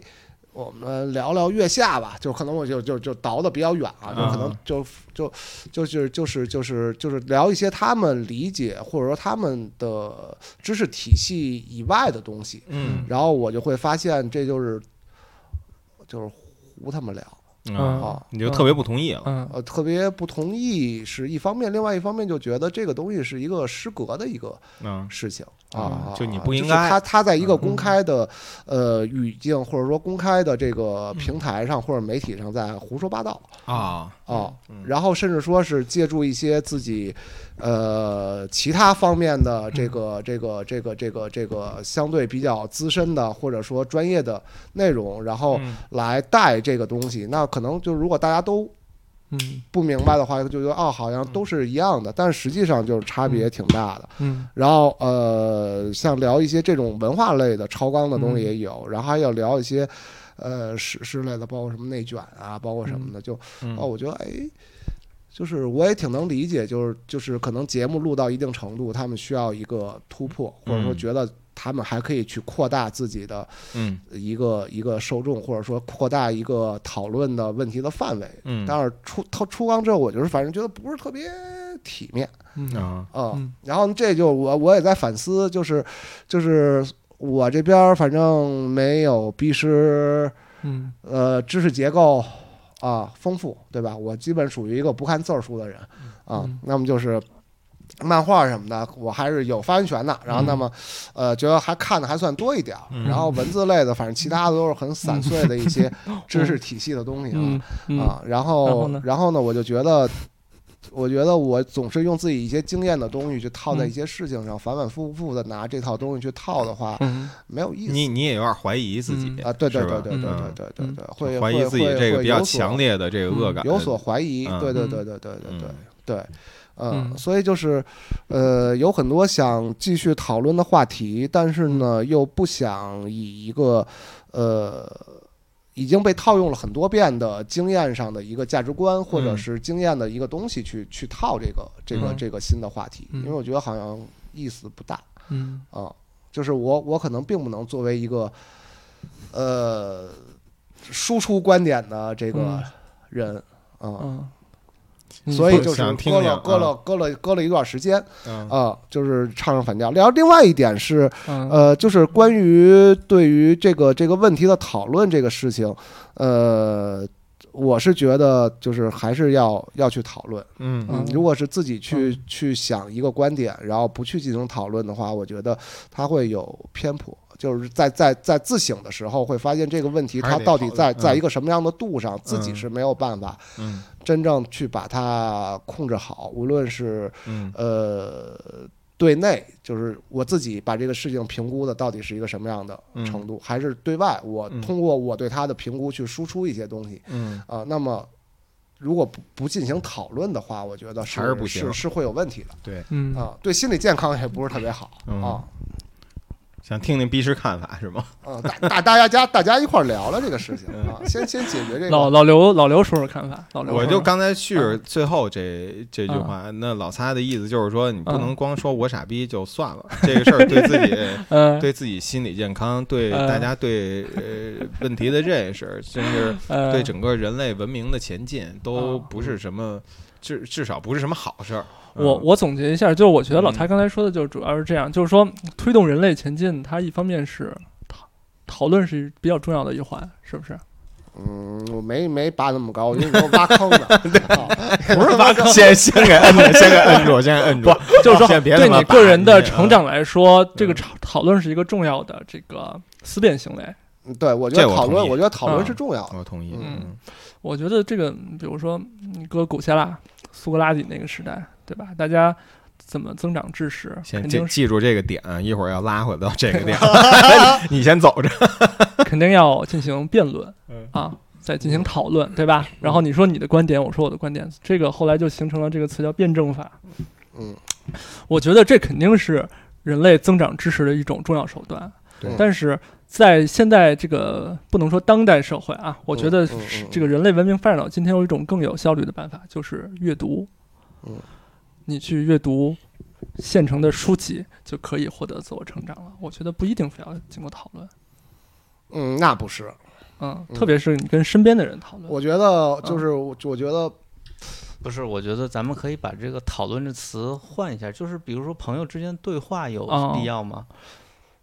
[SPEAKER 1] 我们聊聊月下吧，就可能我就就就倒的比较远啊，就可能
[SPEAKER 3] 嗯
[SPEAKER 1] 就就就是就是就是就是聊一些他们理解或者说他们的知识体系以外的东西，
[SPEAKER 3] 嗯
[SPEAKER 1] 然后我就会发现这就是就是胡他们聊
[SPEAKER 3] 啊，
[SPEAKER 1] 啊，
[SPEAKER 3] 你就特别不同意了，
[SPEAKER 2] 嗯
[SPEAKER 1] 呃，特别不同意是一方面，另外一方面就觉得这个东西是一个失格的一个
[SPEAKER 3] 嗯
[SPEAKER 1] 事情
[SPEAKER 3] 嗯
[SPEAKER 1] 啊，
[SPEAKER 3] 就你
[SPEAKER 1] 啊
[SPEAKER 3] 不应
[SPEAKER 1] 是
[SPEAKER 3] 该
[SPEAKER 1] 他他在一个
[SPEAKER 3] 嗯
[SPEAKER 1] 公开的呃语境或者说公开的这个
[SPEAKER 3] 嗯
[SPEAKER 1] 平台上或者媒体上在胡说八道
[SPEAKER 3] 啊，
[SPEAKER 1] 啊，
[SPEAKER 3] 嗯
[SPEAKER 1] 然后甚至说是借助一些自己呃其他方面
[SPEAKER 3] 嗯
[SPEAKER 1] 的这个这个这个这个这个相对比较资深的或者说专业的内容，然后
[SPEAKER 3] 嗯
[SPEAKER 1] 来带这个东西，那可能就如果大家都
[SPEAKER 2] 嗯
[SPEAKER 1] 不明白的话，就觉得哦，好像都是一样的，但实际上就是差别挺大的。
[SPEAKER 2] 嗯
[SPEAKER 1] 然后呃，像聊一些这种文化类的超纲的
[SPEAKER 3] 嗯
[SPEAKER 1] 东西也有，然后还要聊一些呃史诗类的，包括什么内卷啊，包括什么的，就
[SPEAKER 3] 嗯
[SPEAKER 1] 哦，我觉得哎。就是我也挺能理解，就是就是可能节目录到一定程度，他们需要一个突破，或者说
[SPEAKER 3] 嗯
[SPEAKER 1] 觉得他们还可以去扩大自己的
[SPEAKER 3] 嗯
[SPEAKER 1] 一个一个受众，或者说扩大一个讨论的问题的范围。
[SPEAKER 3] 嗯，
[SPEAKER 1] 但是出他出缸之后，我就是反正觉得不是特别体面
[SPEAKER 2] 嗯
[SPEAKER 3] 啊，
[SPEAKER 1] 啊。
[SPEAKER 2] 嗯
[SPEAKER 1] 然后这就我我也在反思，就是就是我这边反正没有逼师
[SPEAKER 2] 嗯
[SPEAKER 1] 呃知识结构啊丰富，对吧？我基本属于一个不看字儿书的人啊。
[SPEAKER 2] 嗯
[SPEAKER 1] 那么就是。漫画什么的，我还是有发言权的。然后，
[SPEAKER 2] 嗯
[SPEAKER 1] 那么，呃，觉得还看的还算多一点儿。
[SPEAKER 3] 嗯
[SPEAKER 1] 然后文字类的，反正其他的都是很散碎的一些知识体系的东西啊。
[SPEAKER 2] 嗯嗯
[SPEAKER 1] 啊，然
[SPEAKER 2] 然
[SPEAKER 1] 后
[SPEAKER 2] 后呢
[SPEAKER 1] 然后呢，我就觉得，我觉得我总是用自己一些经验的东西去套
[SPEAKER 3] 嗯
[SPEAKER 1] 在一些事情上，反反复复的拿这套东西去套的
[SPEAKER 3] 啊
[SPEAKER 1] 话，
[SPEAKER 2] 嗯
[SPEAKER 1] 没有意
[SPEAKER 3] 你
[SPEAKER 1] 思。
[SPEAKER 3] 你也有点怀疑自己
[SPEAKER 1] 啊，对对
[SPEAKER 3] 是吧
[SPEAKER 1] 对对对对
[SPEAKER 3] 嗯
[SPEAKER 1] 对对对，会
[SPEAKER 3] 就怀疑
[SPEAKER 1] 会
[SPEAKER 3] 自己
[SPEAKER 1] 会
[SPEAKER 3] 这个
[SPEAKER 1] 会
[SPEAKER 3] 比较
[SPEAKER 1] 有所
[SPEAKER 3] 强烈的这个恶感，
[SPEAKER 1] 有所怀疑，
[SPEAKER 3] 嗯
[SPEAKER 1] 对对
[SPEAKER 2] 嗯
[SPEAKER 1] 对对对对对
[SPEAKER 3] 嗯
[SPEAKER 1] 对，嗯，
[SPEAKER 2] 嗯
[SPEAKER 1] 所以就是，呃，有很多想继续讨论的话题，但是呢，又不想以一个，呃。已经被套用了很多遍的经验上的一个价值观，或者
[SPEAKER 3] 嗯
[SPEAKER 1] 是经验的一个东西去去套这个这个
[SPEAKER 2] 嗯
[SPEAKER 1] 这个新的话题，
[SPEAKER 2] 嗯
[SPEAKER 1] 因为我觉得好像意思不大
[SPEAKER 2] 嗯
[SPEAKER 1] 啊。就是我我可能并不能作为一个，呃，输出观点的这个
[SPEAKER 2] 嗯
[SPEAKER 1] 人啊，
[SPEAKER 2] 嗯，
[SPEAKER 1] 所以
[SPEAKER 3] 不
[SPEAKER 1] 就是
[SPEAKER 3] 想听
[SPEAKER 1] 搁
[SPEAKER 3] 听
[SPEAKER 1] 了
[SPEAKER 3] 啊
[SPEAKER 1] 搁了搁了搁了一段时间
[SPEAKER 3] 嗯
[SPEAKER 1] 啊，就是唱上反调。然后另外一点是，
[SPEAKER 2] 呃
[SPEAKER 1] 呃，就是关于对于这个这个问题的讨论这个事情，呃，我是觉得就是还是要要去讨论。
[SPEAKER 3] 嗯
[SPEAKER 2] 嗯
[SPEAKER 1] 如果是自己去去想一个观点，然后不去进行讨论的话，我觉得它会有偏颇。就是在在在自省的时候，会发现这个问题
[SPEAKER 3] 还是
[SPEAKER 1] 它
[SPEAKER 3] 得
[SPEAKER 1] 到底
[SPEAKER 3] 讨论
[SPEAKER 1] 在在
[SPEAKER 3] 嗯
[SPEAKER 1] 一个什么样的度上，自己
[SPEAKER 3] 嗯
[SPEAKER 1] 是没有办法
[SPEAKER 3] 嗯
[SPEAKER 1] 真正去把它控制好，无论是
[SPEAKER 3] 嗯
[SPEAKER 1] 呃对内，就是我自己把这个事情评估的到底是一个什么样的
[SPEAKER 3] 嗯
[SPEAKER 1] 程度，还是对外，我
[SPEAKER 3] 嗯
[SPEAKER 1] 通过我对它的评估去输出一些东西
[SPEAKER 3] 嗯
[SPEAKER 1] 啊、那么，如果不不进行讨论的话，我觉得是
[SPEAKER 3] 还是不行
[SPEAKER 1] 是是会有问题的
[SPEAKER 2] 嗯
[SPEAKER 1] 啊、对心理健康也不是特别好
[SPEAKER 3] 嗯
[SPEAKER 1] 啊。
[SPEAKER 3] 想听听逼师看法是吗？
[SPEAKER 1] 啊，大大大家家大家一块儿聊聊这个事情
[SPEAKER 3] 嗯
[SPEAKER 1] 啊，先先解决这
[SPEAKER 2] 老
[SPEAKER 1] 个。
[SPEAKER 2] 老刘老刘说说看法，老刘
[SPEAKER 3] 我
[SPEAKER 2] 说
[SPEAKER 3] 就
[SPEAKER 2] 说
[SPEAKER 3] 刚才续
[SPEAKER 2] 嗯
[SPEAKER 3] 最后这这句话，那老擦的意思就是说，你不能光说我傻逼就算了， [LAUGHS] 这个事儿对自己。
[SPEAKER 2] 嗯
[SPEAKER 3] 对自己心理健康，对
[SPEAKER 2] 嗯
[SPEAKER 3] 大家对呃问题的认识，甚至
[SPEAKER 2] 呃
[SPEAKER 3] 对整个人类文明的前进，都不是什么至至少不是什么好事儿。嗯
[SPEAKER 2] 嗯我我总结一下，就是我觉得老蔡刚才说的，就是主要是这样，就是说推动人类前进，它一方面是讨讨论是比较重要的一环，是不是？
[SPEAKER 1] 嗯，我没没拔那么高，因为你给我挖坑呢。
[SPEAKER 3] [LAUGHS]
[SPEAKER 1] 啊
[SPEAKER 2] 不是挖坑，
[SPEAKER 3] 嗯先先给
[SPEAKER 2] [LAUGHS]
[SPEAKER 3] 摁着，先给摁住，先给摁住。
[SPEAKER 2] 就是说
[SPEAKER 3] 先别
[SPEAKER 2] 对
[SPEAKER 3] 他妈
[SPEAKER 2] 你
[SPEAKER 3] 拔
[SPEAKER 2] 个人的
[SPEAKER 3] 你啊嗯
[SPEAKER 2] 成长来说，这个讨讨论是一个重要的这个思辨行为。
[SPEAKER 1] 嗯对，我觉得
[SPEAKER 3] 这我
[SPEAKER 1] 讨论，
[SPEAKER 3] 同意
[SPEAKER 1] 我觉得讨论
[SPEAKER 2] 嗯
[SPEAKER 1] 是重要的。
[SPEAKER 3] 我同意，
[SPEAKER 2] 嗯我觉得这个，嗯比如说你搁古希腊、苏格拉底那个时代，对吧？大家怎么增长知识，
[SPEAKER 3] 先
[SPEAKER 2] 肯
[SPEAKER 3] 记
[SPEAKER 2] 定是
[SPEAKER 3] 记住这个点，一会儿要拉回到这个
[SPEAKER 2] [LAUGHS]
[SPEAKER 3] 点， [LAUGHS] 你先走着。
[SPEAKER 2] 肯定要进行辩论
[SPEAKER 3] 嗯
[SPEAKER 2] 啊，再进行讨论，对吧？然后你说你的观点，我说我的观点，这个后来就形成了这个词叫辩证法。
[SPEAKER 1] 嗯，
[SPEAKER 2] 我觉得这肯定是人类增长知识的一种重要手段
[SPEAKER 1] 对。
[SPEAKER 2] 但是在现在这个不能说当代社会啊，我觉得
[SPEAKER 1] 嗯嗯嗯嗯
[SPEAKER 2] 这个人类文明发展到今天，有一种更有效率的办法，就是阅读。
[SPEAKER 1] 嗯，
[SPEAKER 2] 你去阅读现成的书籍就可以获得自我成长了。我觉得不一定非要经过讨论。
[SPEAKER 1] 嗯，那不是，
[SPEAKER 2] 嗯，
[SPEAKER 1] 嗯
[SPEAKER 2] 特别是你跟身边的人讨论，
[SPEAKER 1] 我觉
[SPEAKER 3] 嗯
[SPEAKER 1] 得就是我我觉得
[SPEAKER 4] 不是，我觉得咱们可以把这个“讨论”这词换一下，就是比如说朋友之间对话有
[SPEAKER 2] 哦
[SPEAKER 4] 必要吗？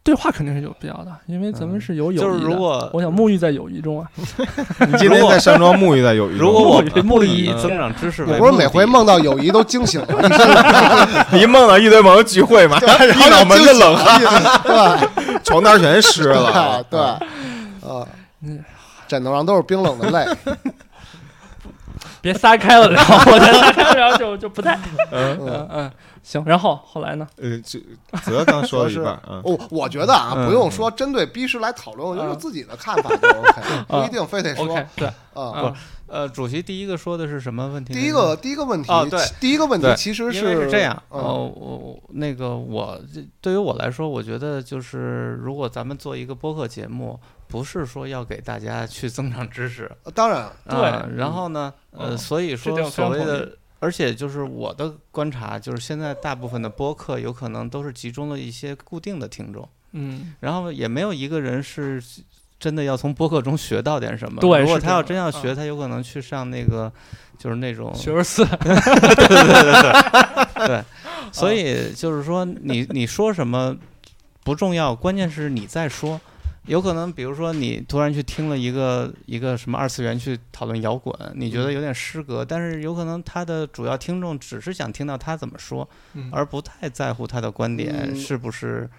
[SPEAKER 2] 对话肯定是有必要的，因为咱们是有友谊的。
[SPEAKER 4] 就是如果
[SPEAKER 2] 我想沐浴在友谊中啊，
[SPEAKER 3] 你 [LAUGHS] 今天在山庄沐浴在友谊中，
[SPEAKER 4] 如果我们
[SPEAKER 2] 沐
[SPEAKER 4] 不
[SPEAKER 2] 浴
[SPEAKER 4] 以
[SPEAKER 2] 嗯
[SPEAKER 4] 增长知识为
[SPEAKER 1] 我
[SPEAKER 4] 目
[SPEAKER 1] 不
[SPEAKER 4] 的，
[SPEAKER 1] 是每回梦到友谊都惊醒了，
[SPEAKER 3] [LAUGHS]
[SPEAKER 1] 一身
[SPEAKER 4] [LAUGHS]
[SPEAKER 3] 一梦到一堆朋友聚会嘛，啊 [LAUGHS] 然后脑门子冷啊汗，
[SPEAKER 1] 对吧？
[SPEAKER 3] 床单全湿
[SPEAKER 1] [LAUGHS]
[SPEAKER 3] 了
[SPEAKER 1] 对，，对，呃
[SPEAKER 2] 嗯，
[SPEAKER 1] 枕头上都是冰冷的泪。
[SPEAKER 2] 别撒开了聊，我再撒开了聊就就不太，
[SPEAKER 3] 嗯
[SPEAKER 2] 嗯嗯，行。然后后来呢？
[SPEAKER 3] 呃，这泽刚说了
[SPEAKER 1] [LAUGHS]
[SPEAKER 3] 一半
[SPEAKER 1] 说
[SPEAKER 3] 啊，
[SPEAKER 1] 我我觉得啊，
[SPEAKER 3] 嗯
[SPEAKER 1] 不用说针对逼师来讨论，我觉得
[SPEAKER 2] 嗯
[SPEAKER 1] 自己的看
[SPEAKER 4] [LAUGHS]
[SPEAKER 1] 法就
[SPEAKER 4] 嗯
[SPEAKER 1] OK，不一定非得说
[SPEAKER 2] OK，对，
[SPEAKER 1] 啊。
[SPEAKER 2] 嗯
[SPEAKER 4] 呃，主席第一个说的是什么问题呢？
[SPEAKER 1] 第一个第一个问题
[SPEAKER 4] 哦对，
[SPEAKER 1] 第一个问题
[SPEAKER 4] 对
[SPEAKER 1] 其实
[SPEAKER 4] 因为是这样，
[SPEAKER 1] 嗯
[SPEAKER 4] 呃，我那个我这对于我来说，我觉得就是如果咱们做一个播客节目，不是说要给大家去增长
[SPEAKER 2] [LAUGHS]
[SPEAKER 4] 知识，
[SPEAKER 1] 当然，
[SPEAKER 2] 对
[SPEAKER 4] 啊然后呢，
[SPEAKER 2] 嗯
[SPEAKER 4] 呃，所以
[SPEAKER 2] 这点我非
[SPEAKER 4] 说
[SPEAKER 2] 常
[SPEAKER 4] 所谓
[SPEAKER 2] 同
[SPEAKER 4] 的。而且就是我的观察，就是现在大部分的播客有可能都是集中了一些固定的听众，
[SPEAKER 2] 嗯，
[SPEAKER 4] 然后也没有一个人是真的要从播客中学到点什么。
[SPEAKER 2] 对
[SPEAKER 4] 如果
[SPEAKER 2] 是这
[SPEAKER 4] 他要
[SPEAKER 2] 样的
[SPEAKER 4] 真要
[SPEAKER 2] 嗯
[SPEAKER 4] 学，他有可能去上那个，就是那种
[SPEAKER 2] 学而思，
[SPEAKER 4] 所以就是说你， [LAUGHS] 你说什么不重要，关键是你在说。有可能，比如说你突然去听了一个一个什么二次元去讨论摇滚，你觉得
[SPEAKER 1] 嗯
[SPEAKER 4] 有点失格，但是有可能他的主要听众只是想听到他怎么说，
[SPEAKER 2] 嗯
[SPEAKER 4] 而不太在乎他的观点
[SPEAKER 1] 嗯
[SPEAKER 4] 是不是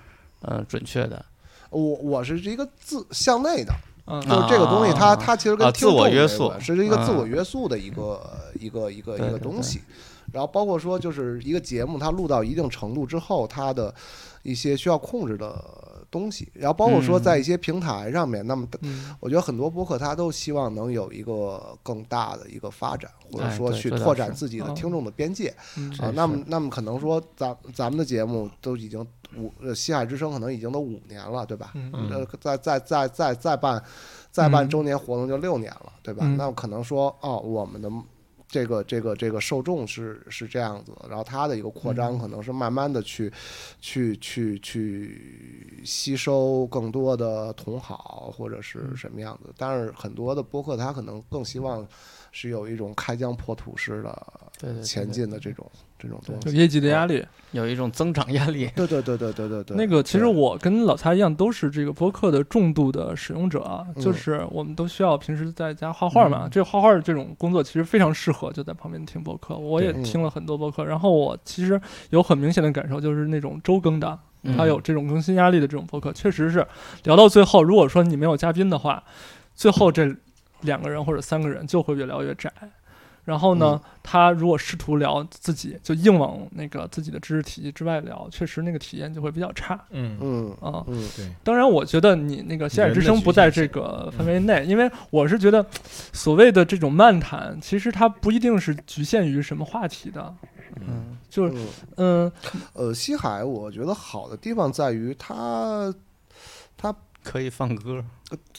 [SPEAKER 4] 呃准确的
[SPEAKER 1] 我我是一个自向内的，
[SPEAKER 2] 嗯
[SPEAKER 1] 就是这个东西
[SPEAKER 4] 啊
[SPEAKER 1] 它，它其实跟
[SPEAKER 4] 啊
[SPEAKER 1] 听众
[SPEAKER 4] 自我约
[SPEAKER 1] 没
[SPEAKER 4] 束
[SPEAKER 1] 关是一个自我
[SPEAKER 4] 嗯
[SPEAKER 1] 约束的一个一个一个一
[SPEAKER 4] 对
[SPEAKER 1] 个
[SPEAKER 4] 对
[SPEAKER 1] 东
[SPEAKER 4] 对
[SPEAKER 1] 西。然后包括说，就是一个节目，它录到一定程度之后，它的一些需要控制的东西。然后包括说，
[SPEAKER 4] 嗯
[SPEAKER 1] 在一些平台上面，那么
[SPEAKER 2] 嗯
[SPEAKER 1] 我觉得很多播客它都希望能有一个更大的一个发展，或者
[SPEAKER 4] 哎
[SPEAKER 1] 说
[SPEAKER 4] 对
[SPEAKER 1] 去
[SPEAKER 4] 这倒
[SPEAKER 1] 拓展
[SPEAKER 4] 是
[SPEAKER 1] 自己的
[SPEAKER 2] 嗯
[SPEAKER 1] 听众的边界。
[SPEAKER 2] 嗯
[SPEAKER 4] 这
[SPEAKER 1] 啊，
[SPEAKER 4] 是
[SPEAKER 1] 那么那么可能说咱咱们的节目都已经五呃西海之声可能已经都五年了，对吧？
[SPEAKER 2] 嗯
[SPEAKER 1] 呃，再再再再再办再办
[SPEAKER 2] 嗯
[SPEAKER 1] 周年活动就六年了，对吧？
[SPEAKER 2] 嗯
[SPEAKER 1] 那可能说哦，我们的这个这个这个受众是是这样子，然后它的一个扩
[SPEAKER 2] 嗯
[SPEAKER 1] 张可能是慢慢的去、去去去吸收更多的同好或者
[SPEAKER 2] 嗯
[SPEAKER 1] 是什么样子，但是很多的播客它可能更希望是有一种开疆破土式的
[SPEAKER 4] 对对对
[SPEAKER 1] 前进的这种这种东
[SPEAKER 2] 就
[SPEAKER 1] 西。
[SPEAKER 2] 业绩的压力。
[SPEAKER 4] 有一种增长压力。
[SPEAKER 1] 对对对对对对对，
[SPEAKER 2] 那个，其实
[SPEAKER 1] 对
[SPEAKER 2] 我跟老蔡一样，都是这个播客的重度的使用者啊，
[SPEAKER 1] 嗯
[SPEAKER 2] 就是我们都需要平时在家画画嘛。
[SPEAKER 4] 嗯
[SPEAKER 2] 这画画这种工作其实非常适合就在旁边听播客，我也
[SPEAKER 1] 对嗯
[SPEAKER 2] 听了很多播客。然后我其实有很明显的感受，就是那种周更的，
[SPEAKER 4] 嗯
[SPEAKER 2] 它有这种更新压力的这种播客，确实是聊到最后，如果说你没有嘉宾的话，最后这两个人或者三个人就会越聊越窄。然后呢，他如果试图聊自己，就硬往那个自己的知识体系之外聊，确实那个体验就会比较差
[SPEAKER 3] 嗯，
[SPEAKER 1] 嗯
[SPEAKER 2] 啊。
[SPEAKER 1] 嗯
[SPEAKER 2] 当然，我觉得你那个《西海之
[SPEAKER 3] 人
[SPEAKER 2] 声
[SPEAKER 3] 的》
[SPEAKER 2] 不
[SPEAKER 3] 局
[SPEAKER 2] 在
[SPEAKER 3] 限
[SPEAKER 2] 这
[SPEAKER 3] 性
[SPEAKER 2] 个范围内，因为我是觉得，所谓的这种漫谈，其实它不一定是局限于什么话题的，
[SPEAKER 4] 嗯，
[SPEAKER 2] 就是
[SPEAKER 1] 嗯。
[SPEAKER 2] 嗯，
[SPEAKER 1] 呃，西海我觉得好的地方在于它，
[SPEAKER 4] 可以放歌，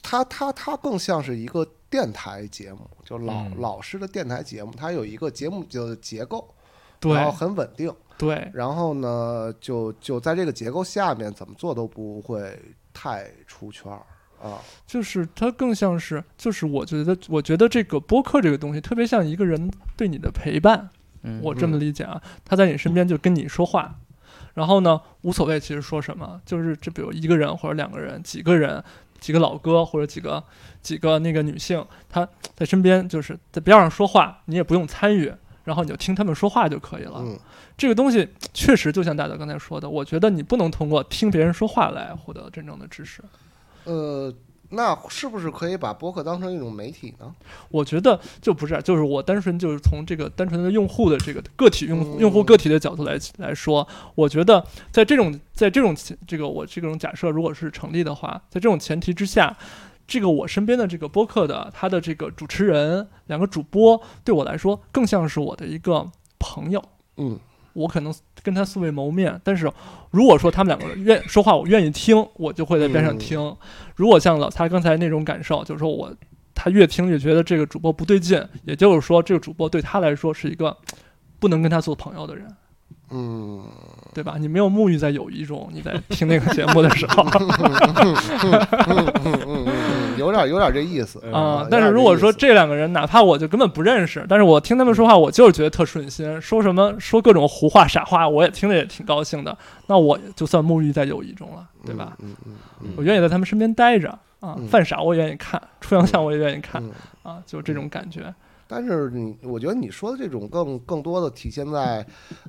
[SPEAKER 1] 它它它更像是一个电台节目，就老、
[SPEAKER 3] 嗯
[SPEAKER 1] 老式的电台节目，它有一个节目的结构，
[SPEAKER 2] 对
[SPEAKER 1] 然后很稳定，
[SPEAKER 2] 对，
[SPEAKER 1] 然后呢，就就在这个结构下面怎么做都不会太出圈儿啊，
[SPEAKER 2] 就是它更像是，就是我觉得，我觉得这个播客这个东西，特别像一个人对你的陪伴，
[SPEAKER 4] 嗯，
[SPEAKER 2] 我这么理解啊，他在你身边就跟你说话，然后呢，无所谓其实说什么，就是这比如一个人或者两个人、几个人、几个老哥或者几个几个那个女性，她在身边就是在边上说话，你也不用参与，然后你就听他们说话就可以了。
[SPEAKER 1] 嗯
[SPEAKER 2] 这个东西确实就像大家刚才说的，我觉得你不能通过听别人说话来获得真正的知识。
[SPEAKER 1] 呃，那是不是可以把播客当成一种媒体呢？
[SPEAKER 2] 我觉得就不是，就是我单纯就是从这个单纯的用户的这个个体用户
[SPEAKER 1] 嗯
[SPEAKER 2] 用户个体的角度来来说，我觉得在这种在这种这个我这种假设如果是成立的话，在这种前提之下，这个我身边的这个播客的他的这个主持人两个主播对我来说更像是我的一个朋友，
[SPEAKER 1] 嗯
[SPEAKER 2] 我可能跟他素未谋面，但是如果说他们两个人愿说话，我愿意听，我就会在边上听。如果像老蔡刚才那种感受，就是说我他越听越觉得这个主播不对劲，也就是说这个主播对他来说是一个不能跟他做朋友的人，
[SPEAKER 1] 嗯，
[SPEAKER 2] 对吧？你没有沐浴在友谊中，你在听那个节目的时候，
[SPEAKER 1] 嗯嗯嗯嗯嗯有点有点这意思
[SPEAKER 2] 啊、
[SPEAKER 1] 有点
[SPEAKER 2] 但是如果说
[SPEAKER 1] 意思
[SPEAKER 2] 这两个人，哪怕我就根本不认识，但是我听他们说话，我就是觉得特顺心，说什么说各种胡话傻话，我也听着也挺高兴的。那我就算沐浴在友谊中了，对吧？？
[SPEAKER 1] 嗯嗯嗯
[SPEAKER 2] 我
[SPEAKER 1] 嗯
[SPEAKER 2] 愿意在他们身边待着啊
[SPEAKER 1] 嗯，
[SPEAKER 2] 犯傻我也愿意看，出洋相我也愿意看、
[SPEAKER 1] 嗯。
[SPEAKER 2] 啊，就这种感觉。
[SPEAKER 1] 但是你，我觉得你说的这种更更多的体现在，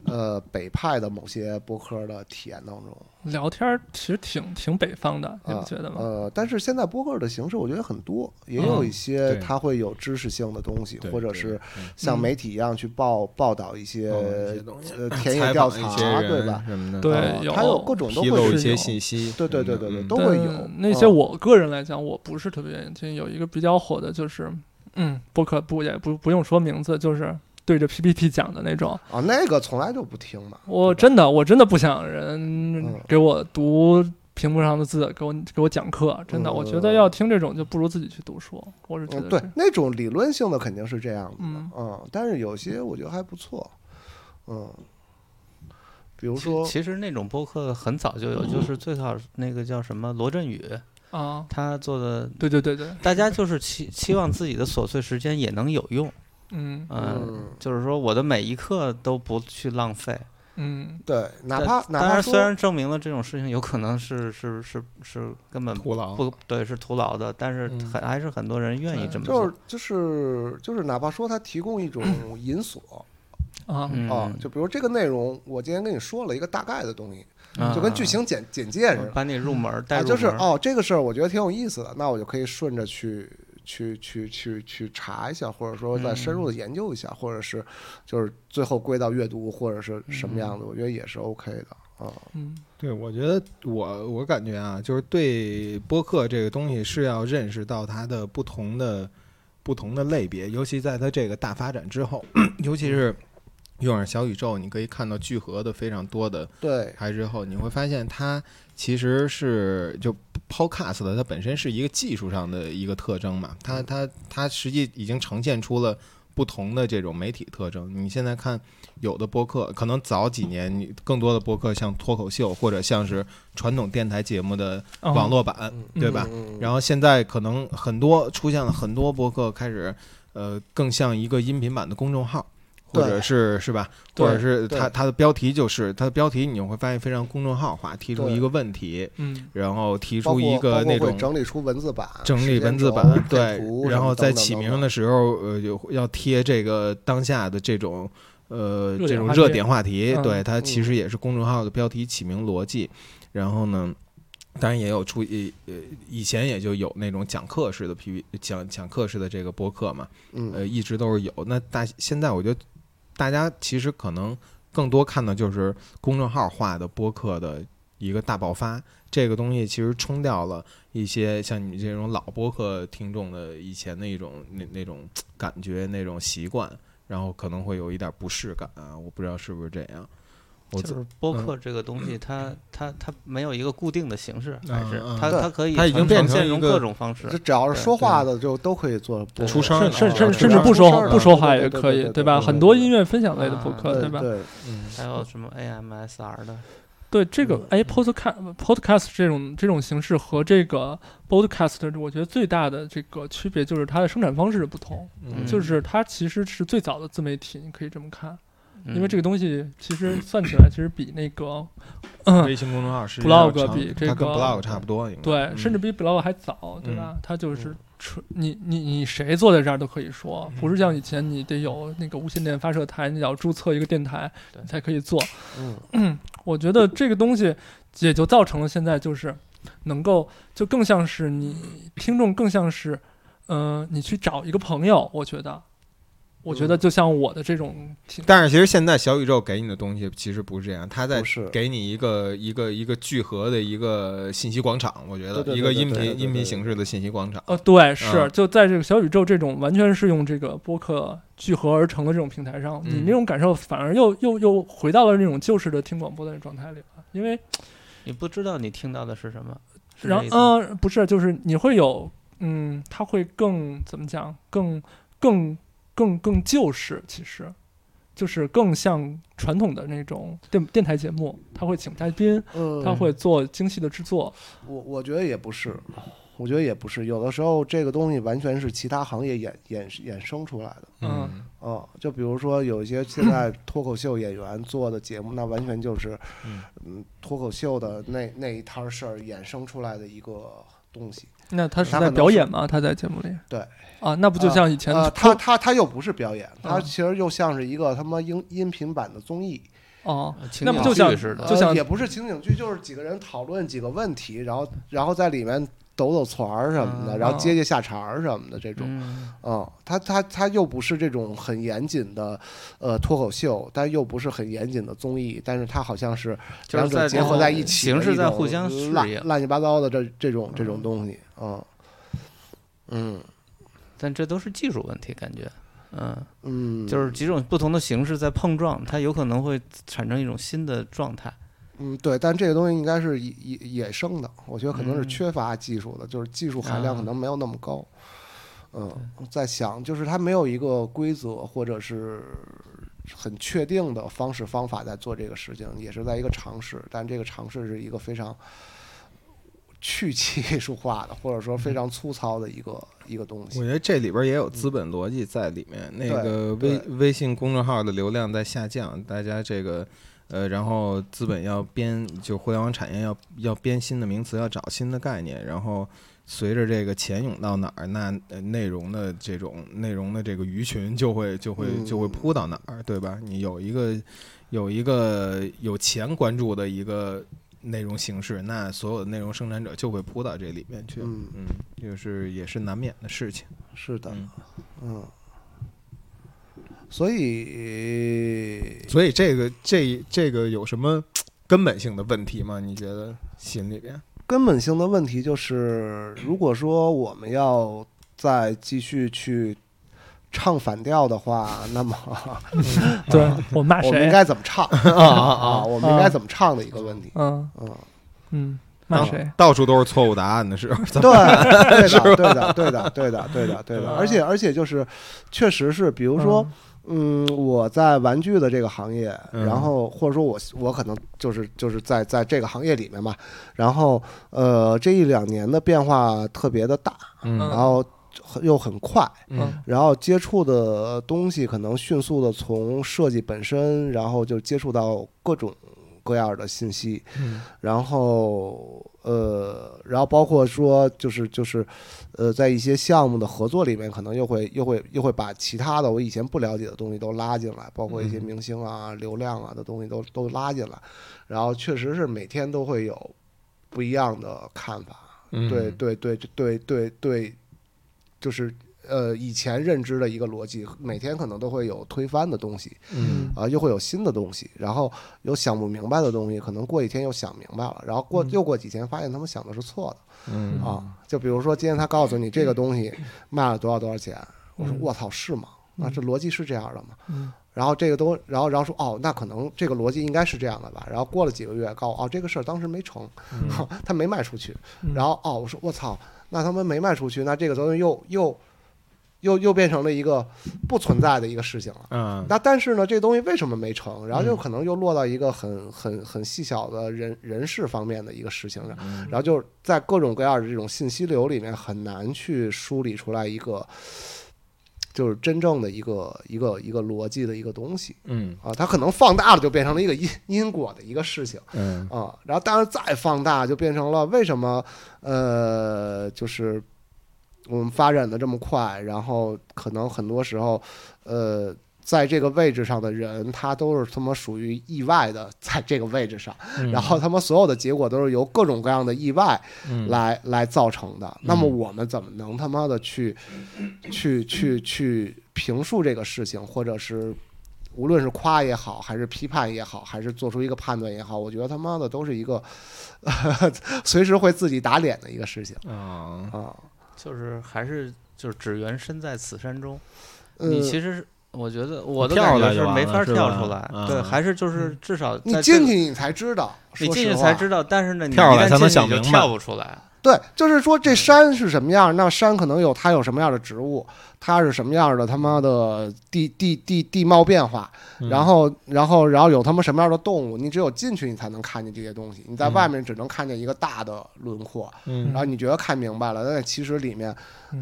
[SPEAKER 1] 呃，北派的某些播客的体验当中。
[SPEAKER 2] 聊天儿其实挺挺北方的，你不觉
[SPEAKER 3] 嗯
[SPEAKER 2] 得吗？
[SPEAKER 1] 呃，但是现在播客的形式我觉得很多，也有
[SPEAKER 2] 嗯
[SPEAKER 1] 一些
[SPEAKER 3] 对
[SPEAKER 1] 它会有知识性的东西，
[SPEAKER 3] 对
[SPEAKER 1] 或者
[SPEAKER 3] 对
[SPEAKER 1] 是
[SPEAKER 3] 嗯
[SPEAKER 1] 像
[SPEAKER 2] 嗯
[SPEAKER 1] 媒体一样去报报道一些
[SPEAKER 3] 报道一些东西
[SPEAKER 1] 呃田野调
[SPEAKER 3] 采访
[SPEAKER 1] 查
[SPEAKER 3] 一些，人
[SPEAKER 1] 对吧？
[SPEAKER 3] 什么的，
[SPEAKER 2] 对
[SPEAKER 1] 呃
[SPEAKER 2] 有
[SPEAKER 1] 它有各种都
[SPEAKER 3] 披
[SPEAKER 1] 会
[SPEAKER 3] 露
[SPEAKER 1] 是
[SPEAKER 3] 一
[SPEAKER 2] 是
[SPEAKER 3] 些
[SPEAKER 2] 有
[SPEAKER 3] 信息什么
[SPEAKER 1] 对
[SPEAKER 3] 的，
[SPEAKER 1] 对对对对，
[SPEAKER 3] 嗯
[SPEAKER 1] 都会有
[SPEAKER 2] 但那些。
[SPEAKER 1] 嗯
[SPEAKER 2] 我个人来讲，我不是特别愿意听。有一个比较火的就是，嗯，播客不也不不用说名字，就是对着 PPT 讲的那种。
[SPEAKER 1] 啊，那个从来就不听嘛。
[SPEAKER 2] 我真的我真的不想人
[SPEAKER 1] 嗯
[SPEAKER 2] 给我读屏幕上的字，给我给我讲课。真的，
[SPEAKER 1] 嗯
[SPEAKER 2] 我觉得要听这种就不如自己去读书。我是觉
[SPEAKER 1] 嗯，
[SPEAKER 2] 得
[SPEAKER 1] 对
[SPEAKER 2] 这，
[SPEAKER 1] 那种理论性的肯定是这样的，
[SPEAKER 2] 嗯
[SPEAKER 1] 嗯，但是有些我觉得还不错，嗯，比如
[SPEAKER 4] 其
[SPEAKER 1] 说，
[SPEAKER 4] 其实那种播客很早就有，就是最早那个叫什么罗振宇，
[SPEAKER 2] 啊，
[SPEAKER 4] 他做的，
[SPEAKER 2] 对对对对，
[SPEAKER 4] 大家就是期期望自己的琐碎时间也能有
[SPEAKER 1] [LAUGHS]
[SPEAKER 4] 用，
[SPEAKER 2] 嗯
[SPEAKER 3] 呃
[SPEAKER 4] 嗯，
[SPEAKER 1] 嗯，
[SPEAKER 4] 就是说我的每一刻都不去浪费。
[SPEAKER 2] 嗯，
[SPEAKER 1] 对，哪怕
[SPEAKER 4] 但
[SPEAKER 1] 哪
[SPEAKER 4] 当
[SPEAKER 1] 怕
[SPEAKER 4] 然，虽
[SPEAKER 1] 说，
[SPEAKER 4] 然证明了这种事情有可能是 [LAUGHS] 是是是根本
[SPEAKER 3] 徒劳，
[SPEAKER 1] 哦
[SPEAKER 4] 不对，是徒劳的，但是
[SPEAKER 3] 嗯
[SPEAKER 4] 很还是很多人愿意这么
[SPEAKER 1] 就
[SPEAKER 4] 做
[SPEAKER 1] 是。就是就是，哪怕说它提供一种引索
[SPEAKER 2] 啊，
[SPEAKER 4] 嗯
[SPEAKER 1] 啊，就比如这个内容，我今天跟你说了一个大概的东西，
[SPEAKER 4] 嗯
[SPEAKER 1] 就跟剧情简简介似
[SPEAKER 4] 嗯
[SPEAKER 1] 的，
[SPEAKER 4] 把你入门儿带
[SPEAKER 1] 啊，
[SPEAKER 4] 入
[SPEAKER 1] 就是
[SPEAKER 4] 门儿，
[SPEAKER 1] 哦，这个事儿我觉得挺有意思的，那我就可以顺着去去去去去查一下，或者说再深入的
[SPEAKER 4] 嗯
[SPEAKER 1] 研究一下，或者是就是最后归到阅读或者是什么样的，我觉得也是 OK 的啊。
[SPEAKER 2] 嗯
[SPEAKER 3] 对，我觉得我我感觉啊，就是对播客这个东西是要认识到它的不同的不同的类别，尤其在它这个大发展之后， [CLEARS THROAT] 尤其是用上小宇宙，你可以看到聚合的非常多的
[SPEAKER 1] 对，
[SPEAKER 3] 开之后，你会发现它其实是就 Podcast 的，它本身是一个技术上的一个特征嘛，它它它实际已经呈现出了不同的这种媒体特征。你现在看有的播客，可能早几年你更多的播客像脱口秀或者像是传统电台节目的
[SPEAKER 2] 嗯
[SPEAKER 3] 网络版，
[SPEAKER 1] 嗯
[SPEAKER 3] 呃对吧？
[SPEAKER 1] 嗯
[SPEAKER 3] 然后现在可能很多出现了很多博客开始，呃，更像一个音频版的公众号，或者
[SPEAKER 1] 对
[SPEAKER 3] 是是吧？
[SPEAKER 1] 对
[SPEAKER 3] 或者是它
[SPEAKER 1] 对
[SPEAKER 3] 它的标题就是它的标题，你会发现非常公众号化，提出
[SPEAKER 1] 对
[SPEAKER 3] 一个问题，
[SPEAKER 2] 嗯
[SPEAKER 3] 然后提
[SPEAKER 1] 包
[SPEAKER 3] 出一
[SPEAKER 1] 括包
[SPEAKER 3] 个
[SPEAKER 1] 括
[SPEAKER 3] 那
[SPEAKER 1] 会
[SPEAKER 3] 种
[SPEAKER 1] 整理出文字版、
[SPEAKER 3] 整
[SPEAKER 1] 时
[SPEAKER 3] 理
[SPEAKER 1] 间
[SPEAKER 3] 文字
[SPEAKER 1] 轴
[SPEAKER 3] 版，
[SPEAKER 1] 配
[SPEAKER 3] 对
[SPEAKER 1] 图，什
[SPEAKER 3] 然
[SPEAKER 1] 么
[SPEAKER 3] 后在
[SPEAKER 1] 等等
[SPEAKER 3] 起
[SPEAKER 1] 等
[SPEAKER 3] 名
[SPEAKER 1] 等
[SPEAKER 3] 的时候，呃，有要贴这个当下的这种呃
[SPEAKER 2] 热点
[SPEAKER 3] 这种
[SPEAKER 2] 话
[SPEAKER 3] 热
[SPEAKER 2] 题
[SPEAKER 3] 点话题，
[SPEAKER 2] 嗯
[SPEAKER 3] 对它其
[SPEAKER 1] 嗯
[SPEAKER 3] 实也是公众号的标题起名逻辑。然后呢，当然也有出一呃以前也就有那种讲课式的 P P 讲讲课式的这个播客嘛，
[SPEAKER 1] 嗯，
[SPEAKER 3] 呃，一直都是有。那大现在我觉得大家其实可能更多看到就是公众号化的播客的一个大爆发，这个东西其实冲掉了一些像你这种老播客听众的以前的一种那那种感觉、那种习惯，然后可能会有一点不适感啊，我不知道是不是这样。我
[SPEAKER 4] 就
[SPEAKER 3] 自
[SPEAKER 4] 是播
[SPEAKER 3] 嗯
[SPEAKER 4] 客这个东西，它它它没有一个固定的形式，还是
[SPEAKER 3] 嗯嗯
[SPEAKER 4] 它
[SPEAKER 1] 嗯啊对
[SPEAKER 4] 它可以
[SPEAKER 3] 它已
[SPEAKER 4] 呈
[SPEAKER 3] 经变
[SPEAKER 4] 呈
[SPEAKER 3] 成
[SPEAKER 4] 现
[SPEAKER 3] 一
[SPEAKER 4] 成
[SPEAKER 3] 个
[SPEAKER 4] 各种方式
[SPEAKER 1] 这。只要是
[SPEAKER 4] 对
[SPEAKER 1] 说话的就都可以做播客，
[SPEAKER 3] 出声儿
[SPEAKER 2] 甚
[SPEAKER 3] 啊
[SPEAKER 2] 甚
[SPEAKER 3] 是
[SPEAKER 2] 甚至
[SPEAKER 3] 吧
[SPEAKER 2] 不说话
[SPEAKER 3] 嗯
[SPEAKER 2] 不说话
[SPEAKER 1] 对
[SPEAKER 2] 也
[SPEAKER 1] 对
[SPEAKER 2] 可
[SPEAKER 1] 对
[SPEAKER 2] 以，
[SPEAKER 1] 对
[SPEAKER 2] 对吧？
[SPEAKER 1] 对
[SPEAKER 2] 很
[SPEAKER 1] 对
[SPEAKER 2] 多
[SPEAKER 1] 对
[SPEAKER 2] 音乐分享类的播
[SPEAKER 4] 啊
[SPEAKER 2] 客，
[SPEAKER 1] 对
[SPEAKER 2] 吧？
[SPEAKER 1] 对
[SPEAKER 3] 嗯
[SPEAKER 4] 还有什么 AMSR 的？
[SPEAKER 2] 对这个，哎，podcast podcast 这种这种形式和这个 podcast，我觉得最大的这个区别就是它的生产方式的不同，
[SPEAKER 4] 嗯
[SPEAKER 2] 就是它其实是最早的自媒体，你可以这么看，因为
[SPEAKER 4] 嗯
[SPEAKER 2] 这个东西其实算起来，其实比那个，嗯
[SPEAKER 3] 微信公众号是
[SPEAKER 2] blog
[SPEAKER 3] 要长
[SPEAKER 2] 比这
[SPEAKER 3] 它跟
[SPEAKER 2] 个
[SPEAKER 3] blog 差不多，应该
[SPEAKER 2] 对，
[SPEAKER 3] 嗯
[SPEAKER 2] 甚至比 blog 还早，对
[SPEAKER 3] 嗯嗯
[SPEAKER 2] 吧？它就是纯你你你谁坐在这儿都可以说，不是像以前你得有那个无线电发射台，你要注册一个电台
[SPEAKER 4] 对
[SPEAKER 2] 你才可以做，
[SPEAKER 1] 嗯
[SPEAKER 2] 我觉得这个东西也就造成了现在就是能够就更像是你听众更像是，呃，你去找一个朋友，我觉得，我觉
[SPEAKER 3] 嗯
[SPEAKER 2] 得就像我的这种听，
[SPEAKER 3] 但是其实现在小宇宙给你的东西其实不是这样，它在
[SPEAKER 1] 不是
[SPEAKER 3] 给你一个一个一个聚合的一个信息广场，我觉
[SPEAKER 1] 对对
[SPEAKER 3] 得
[SPEAKER 1] 对
[SPEAKER 3] 一个
[SPEAKER 1] 对
[SPEAKER 3] 音
[SPEAKER 1] 对对
[SPEAKER 3] 频
[SPEAKER 1] 对对
[SPEAKER 3] 音频形式的信息广场。
[SPEAKER 2] 呃，对，是
[SPEAKER 3] 嗯
[SPEAKER 2] 就在这个小宇宙这种完全是用这个播客聚合而成的这种平台上，你
[SPEAKER 3] 嗯
[SPEAKER 2] 那种感受反而又又又回到了那种旧式的听广播的那种状态里了，因为
[SPEAKER 4] 你不知道你听到的是什么，是
[SPEAKER 2] 然
[SPEAKER 4] 这意思吗
[SPEAKER 2] 后，嗯、不是，就是你会有，嗯，它会更怎么讲，更更更更旧式，其实就是更像传统的那种电电台节目，他会请嘉宾，
[SPEAKER 1] 嗯，
[SPEAKER 2] 他会做精细的制作，
[SPEAKER 1] 我我觉得也不是，我觉得也不是，有的时候这个东西完全是其他行业衍衍衍生出来的。
[SPEAKER 2] 嗯
[SPEAKER 1] 嗯，就比如说有一些现
[SPEAKER 2] [CLEARS THROAT]
[SPEAKER 1] 在脱口秀演员做的节目，那完全就是
[SPEAKER 3] 嗯，
[SPEAKER 1] 嗯，脱口秀的那那一摊事儿衍生出来的一个东西。
[SPEAKER 2] 那他是
[SPEAKER 1] 他
[SPEAKER 2] 在
[SPEAKER 1] 可能
[SPEAKER 2] 表
[SPEAKER 1] 是
[SPEAKER 2] 演吗？他在节目里？
[SPEAKER 1] 对
[SPEAKER 2] 啊，那不就像以前
[SPEAKER 1] 呃，
[SPEAKER 2] 脱
[SPEAKER 1] 他他他又不是表演，他
[SPEAKER 2] 嗯
[SPEAKER 1] 其实又像是一个他妈音音频版的综艺，
[SPEAKER 2] 哦，
[SPEAKER 4] 呃情
[SPEAKER 2] 那不
[SPEAKER 4] 景
[SPEAKER 2] 就
[SPEAKER 4] 剧
[SPEAKER 2] 像
[SPEAKER 4] 似的，
[SPEAKER 2] 就
[SPEAKER 1] 呃
[SPEAKER 2] 像
[SPEAKER 1] 也不是情景剧，就是几个人讨论几个问题，然后然后在里面抖抖词儿什么的，
[SPEAKER 4] 嗯
[SPEAKER 1] 然后接接下茬儿什么的这种。
[SPEAKER 4] 嗯
[SPEAKER 1] 嗯，他他他又不是这种很严谨的，呃，脱口秀，但又不是很严谨的综艺，但是他好像是
[SPEAKER 4] 就
[SPEAKER 1] 两
[SPEAKER 4] 是
[SPEAKER 1] 者
[SPEAKER 4] 在
[SPEAKER 1] 结合在一起的一种乱，
[SPEAKER 4] 形式在互相试验，
[SPEAKER 1] 乱七八糟的这这种这种东西，嗯，嗯
[SPEAKER 4] 但这都是技术问题，感觉，嗯，
[SPEAKER 1] 嗯，
[SPEAKER 4] 就是几种不同的形式在碰撞，它有可能会产生一种新的状态。
[SPEAKER 1] 嗯对，但这个东西应该是野野野生的，我觉得可能是
[SPEAKER 4] 嗯
[SPEAKER 1] 缺乏技术的，就是技术含量
[SPEAKER 4] 啊
[SPEAKER 1] 可能没有那么高。嗯，在想就是他没有一个规则或者是很确定的方式方法在做这个事情，也是在一个尝试，但这个尝试是一个非常去技术化的，或者说非常粗糙的一个一个东
[SPEAKER 3] 嗯我
[SPEAKER 1] 西。
[SPEAKER 3] 觉得这里边也有资本逻辑在里面。那个
[SPEAKER 1] 对
[SPEAKER 3] 微微信公众号的流量在下降，大家这个呃，然后资本要编，就互联网产业要要编新的名词，要找新的概念，然后随着这个钱涌到哪儿，那、呃、内容的这种内容的这个鱼群就会就会
[SPEAKER 1] 嗯
[SPEAKER 3] 就会扑到哪儿，对吧？你有一个有一个有钱关注的一个。内容形式，那所有的内容生产者就会扑到这里面去，
[SPEAKER 1] 嗯
[SPEAKER 3] 嗯，就是也是难免的事情。
[SPEAKER 1] 是的，
[SPEAKER 3] 嗯
[SPEAKER 1] 嗯，所以
[SPEAKER 3] 所以这个这这个有什么根本性的问题吗？你觉得心里边？
[SPEAKER 1] 根本性的问题就是，如果说我们要再继续去唱反调的 [LAUGHS] 话，那么
[SPEAKER 2] 对我骂
[SPEAKER 1] 我们应
[SPEAKER 2] 谁？
[SPEAKER 1] 该怎么唱 [LAUGHS] 啊？我们应该怎么唱的一个问题。
[SPEAKER 2] 嗯
[SPEAKER 1] 嗯，
[SPEAKER 2] 嗯，骂谁？
[SPEAKER 3] 到处都是错误答案的时候，
[SPEAKER 1] 对，对的，对的，对的，对的，对的，对的。而且，而且就是，确实是，比
[SPEAKER 2] 比
[SPEAKER 1] 如说，嗯，我在玩具的这个行业，
[SPEAKER 3] 嗯
[SPEAKER 1] 然后或者说我我可能就是就是在在这个行业里面嘛，然后呃，这一两年的变化特别的大，然
[SPEAKER 3] 啊
[SPEAKER 2] 嗯
[SPEAKER 1] 后很又很快，
[SPEAKER 2] 嗯
[SPEAKER 1] 然后接触的东西可能迅速的从设计本身，然后就接触到各种各样的信息，
[SPEAKER 3] 嗯
[SPEAKER 1] 然后呃，然后包括说就是就是呃，在一些项目的合作里面，可能又会又会又会把其他的我以前不了解的东西都拉进来，包括一些
[SPEAKER 3] 嗯
[SPEAKER 1] 明星啊、流量啊的东西都都拉进来，然后确实是每天都会有不一样的看法。
[SPEAKER 3] 嗯
[SPEAKER 1] 对，对对对对对，就是呃以前认知的一个逻辑，每天可能都会有推翻的东西
[SPEAKER 3] 嗯
[SPEAKER 1] 啊、又会有新的东西，然后有想不明白的东西，可能过几天又想明白了，然后过
[SPEAKER 2] 嗯
[SPEAKER 1] 又过几天发现他们想的是错的
[SPEAKER 3] 嗯
[SPEAKER 1] 啊。就比如说今天他告诉你这个东西卖了多少多少钱，我说
[SPEAKER 2] 嗯
[SPEAKER 1] 我操是吗？啊，
[SPEAKER 2] 嗯
[SPEAKER 1] 这逻辑是这样的吗？
[SPEAKER 2] 嗯
[SPEAKER 1] 然后这个都，然后然后说哦，那可能这个逻辑应该是这样的吧。然后过了几个月，告诉我哦，这个事儿当时没成，
[SPEAKER 3] 嗯
[SPEAKER 1] [LAUGHS] 他没卖出去。
[SPEAKER 2] 嗯
[SPEAKER 1] 然后哦，我说我操，那他们没卖出去，那这个东西又又又又变成了一个不存在的一个事情了。
[SPEAKER 3] 嗯
[SPEAKER 1] 那但是呢，这东西为什么没成？然后就
[SPEAKER 3] 嗯
[SPEAKER 1] 可能又落到一个很很很细小的人人事方面的一个事情上，
[SPEAKER 3] 嗯
[SPEAKER 1] 然后就是在各种各样的这种信息流里面，很难去梳理出来一个就是真正的一个一个一个逻辑的一个东西
[SPEAKER 3] 嗯
[SPEAKER 1] 啊。它可能放大了，就变成了一个因因果的一个事情。
[SPEAKER 3] 嗯
[SPEAKER 1] 啊、然后当然再放大就变成了为什么呃，就是我们发展的这么快，然后可能很多时候呃，在这个位置上的人，他都是他妈属于意外的在这个位置上，
[SPEAKER 3] 嗯
[SPEAKER 1] 然后他们所有的结果都是由各种各样的意外
[SPEAKER 3] 嗯
[SPEAKER 1] 来来造成的。那
[SPEAKER 4] 嗯
[SPEAKER 1] 么我们怎么能他妈的去去去去评述这个事情，或者是无论是夸也好，还是批判也好，还是做出一个判断也好，我觉得他妈的都是一个 [LAUGHS] 随时会自己打脸的一个事情
[SPEAKER 3] 啊
[SPEAKER 4] 嗯
[SPEAKER 1] 啊。
[SPEAKER 4] 就是还是就是只缘身在此山中，
[SPEAKER 1] 嗯
[SPEAKER 4] 你其实是我觉得我的
[SPEAKER 3] 跳
[SPEAKER 4] 感
[SPEAKER 3] 出来
[SPEAKER 4] 觉
[SPEAKER 3] 就是完
[SPEAKER 4] 没
[SPEAKER 3] 了
[SPEAKER 4] 法
[SPEAKER 3] 是吧
[SPEAKER 4] 跳出来，
[SPEAKER 3] 嗯
[SPEAKER 4] 对，还是就是
[SPEAKER 2] 嗯
[SPEAKER 4] 至少
[SPEAKER 1] 你
[SPEAKER 4] 在
[SPEAKER 1] 进
[SPEAKER 4] 这
[SPEAKER 1] 去你才知道，
[SPEAKER 4] 你
[SPEAKER 1] 说
[SPEAKER 4] 进
[SPEAKER 1] 实
[SPEAKER 4] 去
[SPEAKER 1] 话
[SPEAKER 4] 才知道，但是呢，你
[SPEAKER 3] 跳出
[SPEAKER 4] 一
[SPEAKER 3] 来
[SPEAKER 4] 旦
[SPEAKER 3] 才能
[SPEAKER 4] 进去
[SPEAKER 3] 想
[SPEAKER 4] 你就
[SPEAKER 3] 明白
[SPEAKER 4] 跳不出来，
[SPEAKER 1] 对，就是说这山是什么样，那山可能有它有什么样的植物，它是什么样的他妈的地地地地貌变化，
[SPEAKER 3] 嗯
[SPEAKER 1] 然后然后然后有他妈什么样的动物，你只有进去你才能看见这些东西，你在
[SPEAKER 3] 嗯
[SPEAKER 1] 外面只能看见一个大的轮廓，
[SPEAKER 3] 嗯
[SPEAKER 1] 然后你觉得看明白了，但其实里面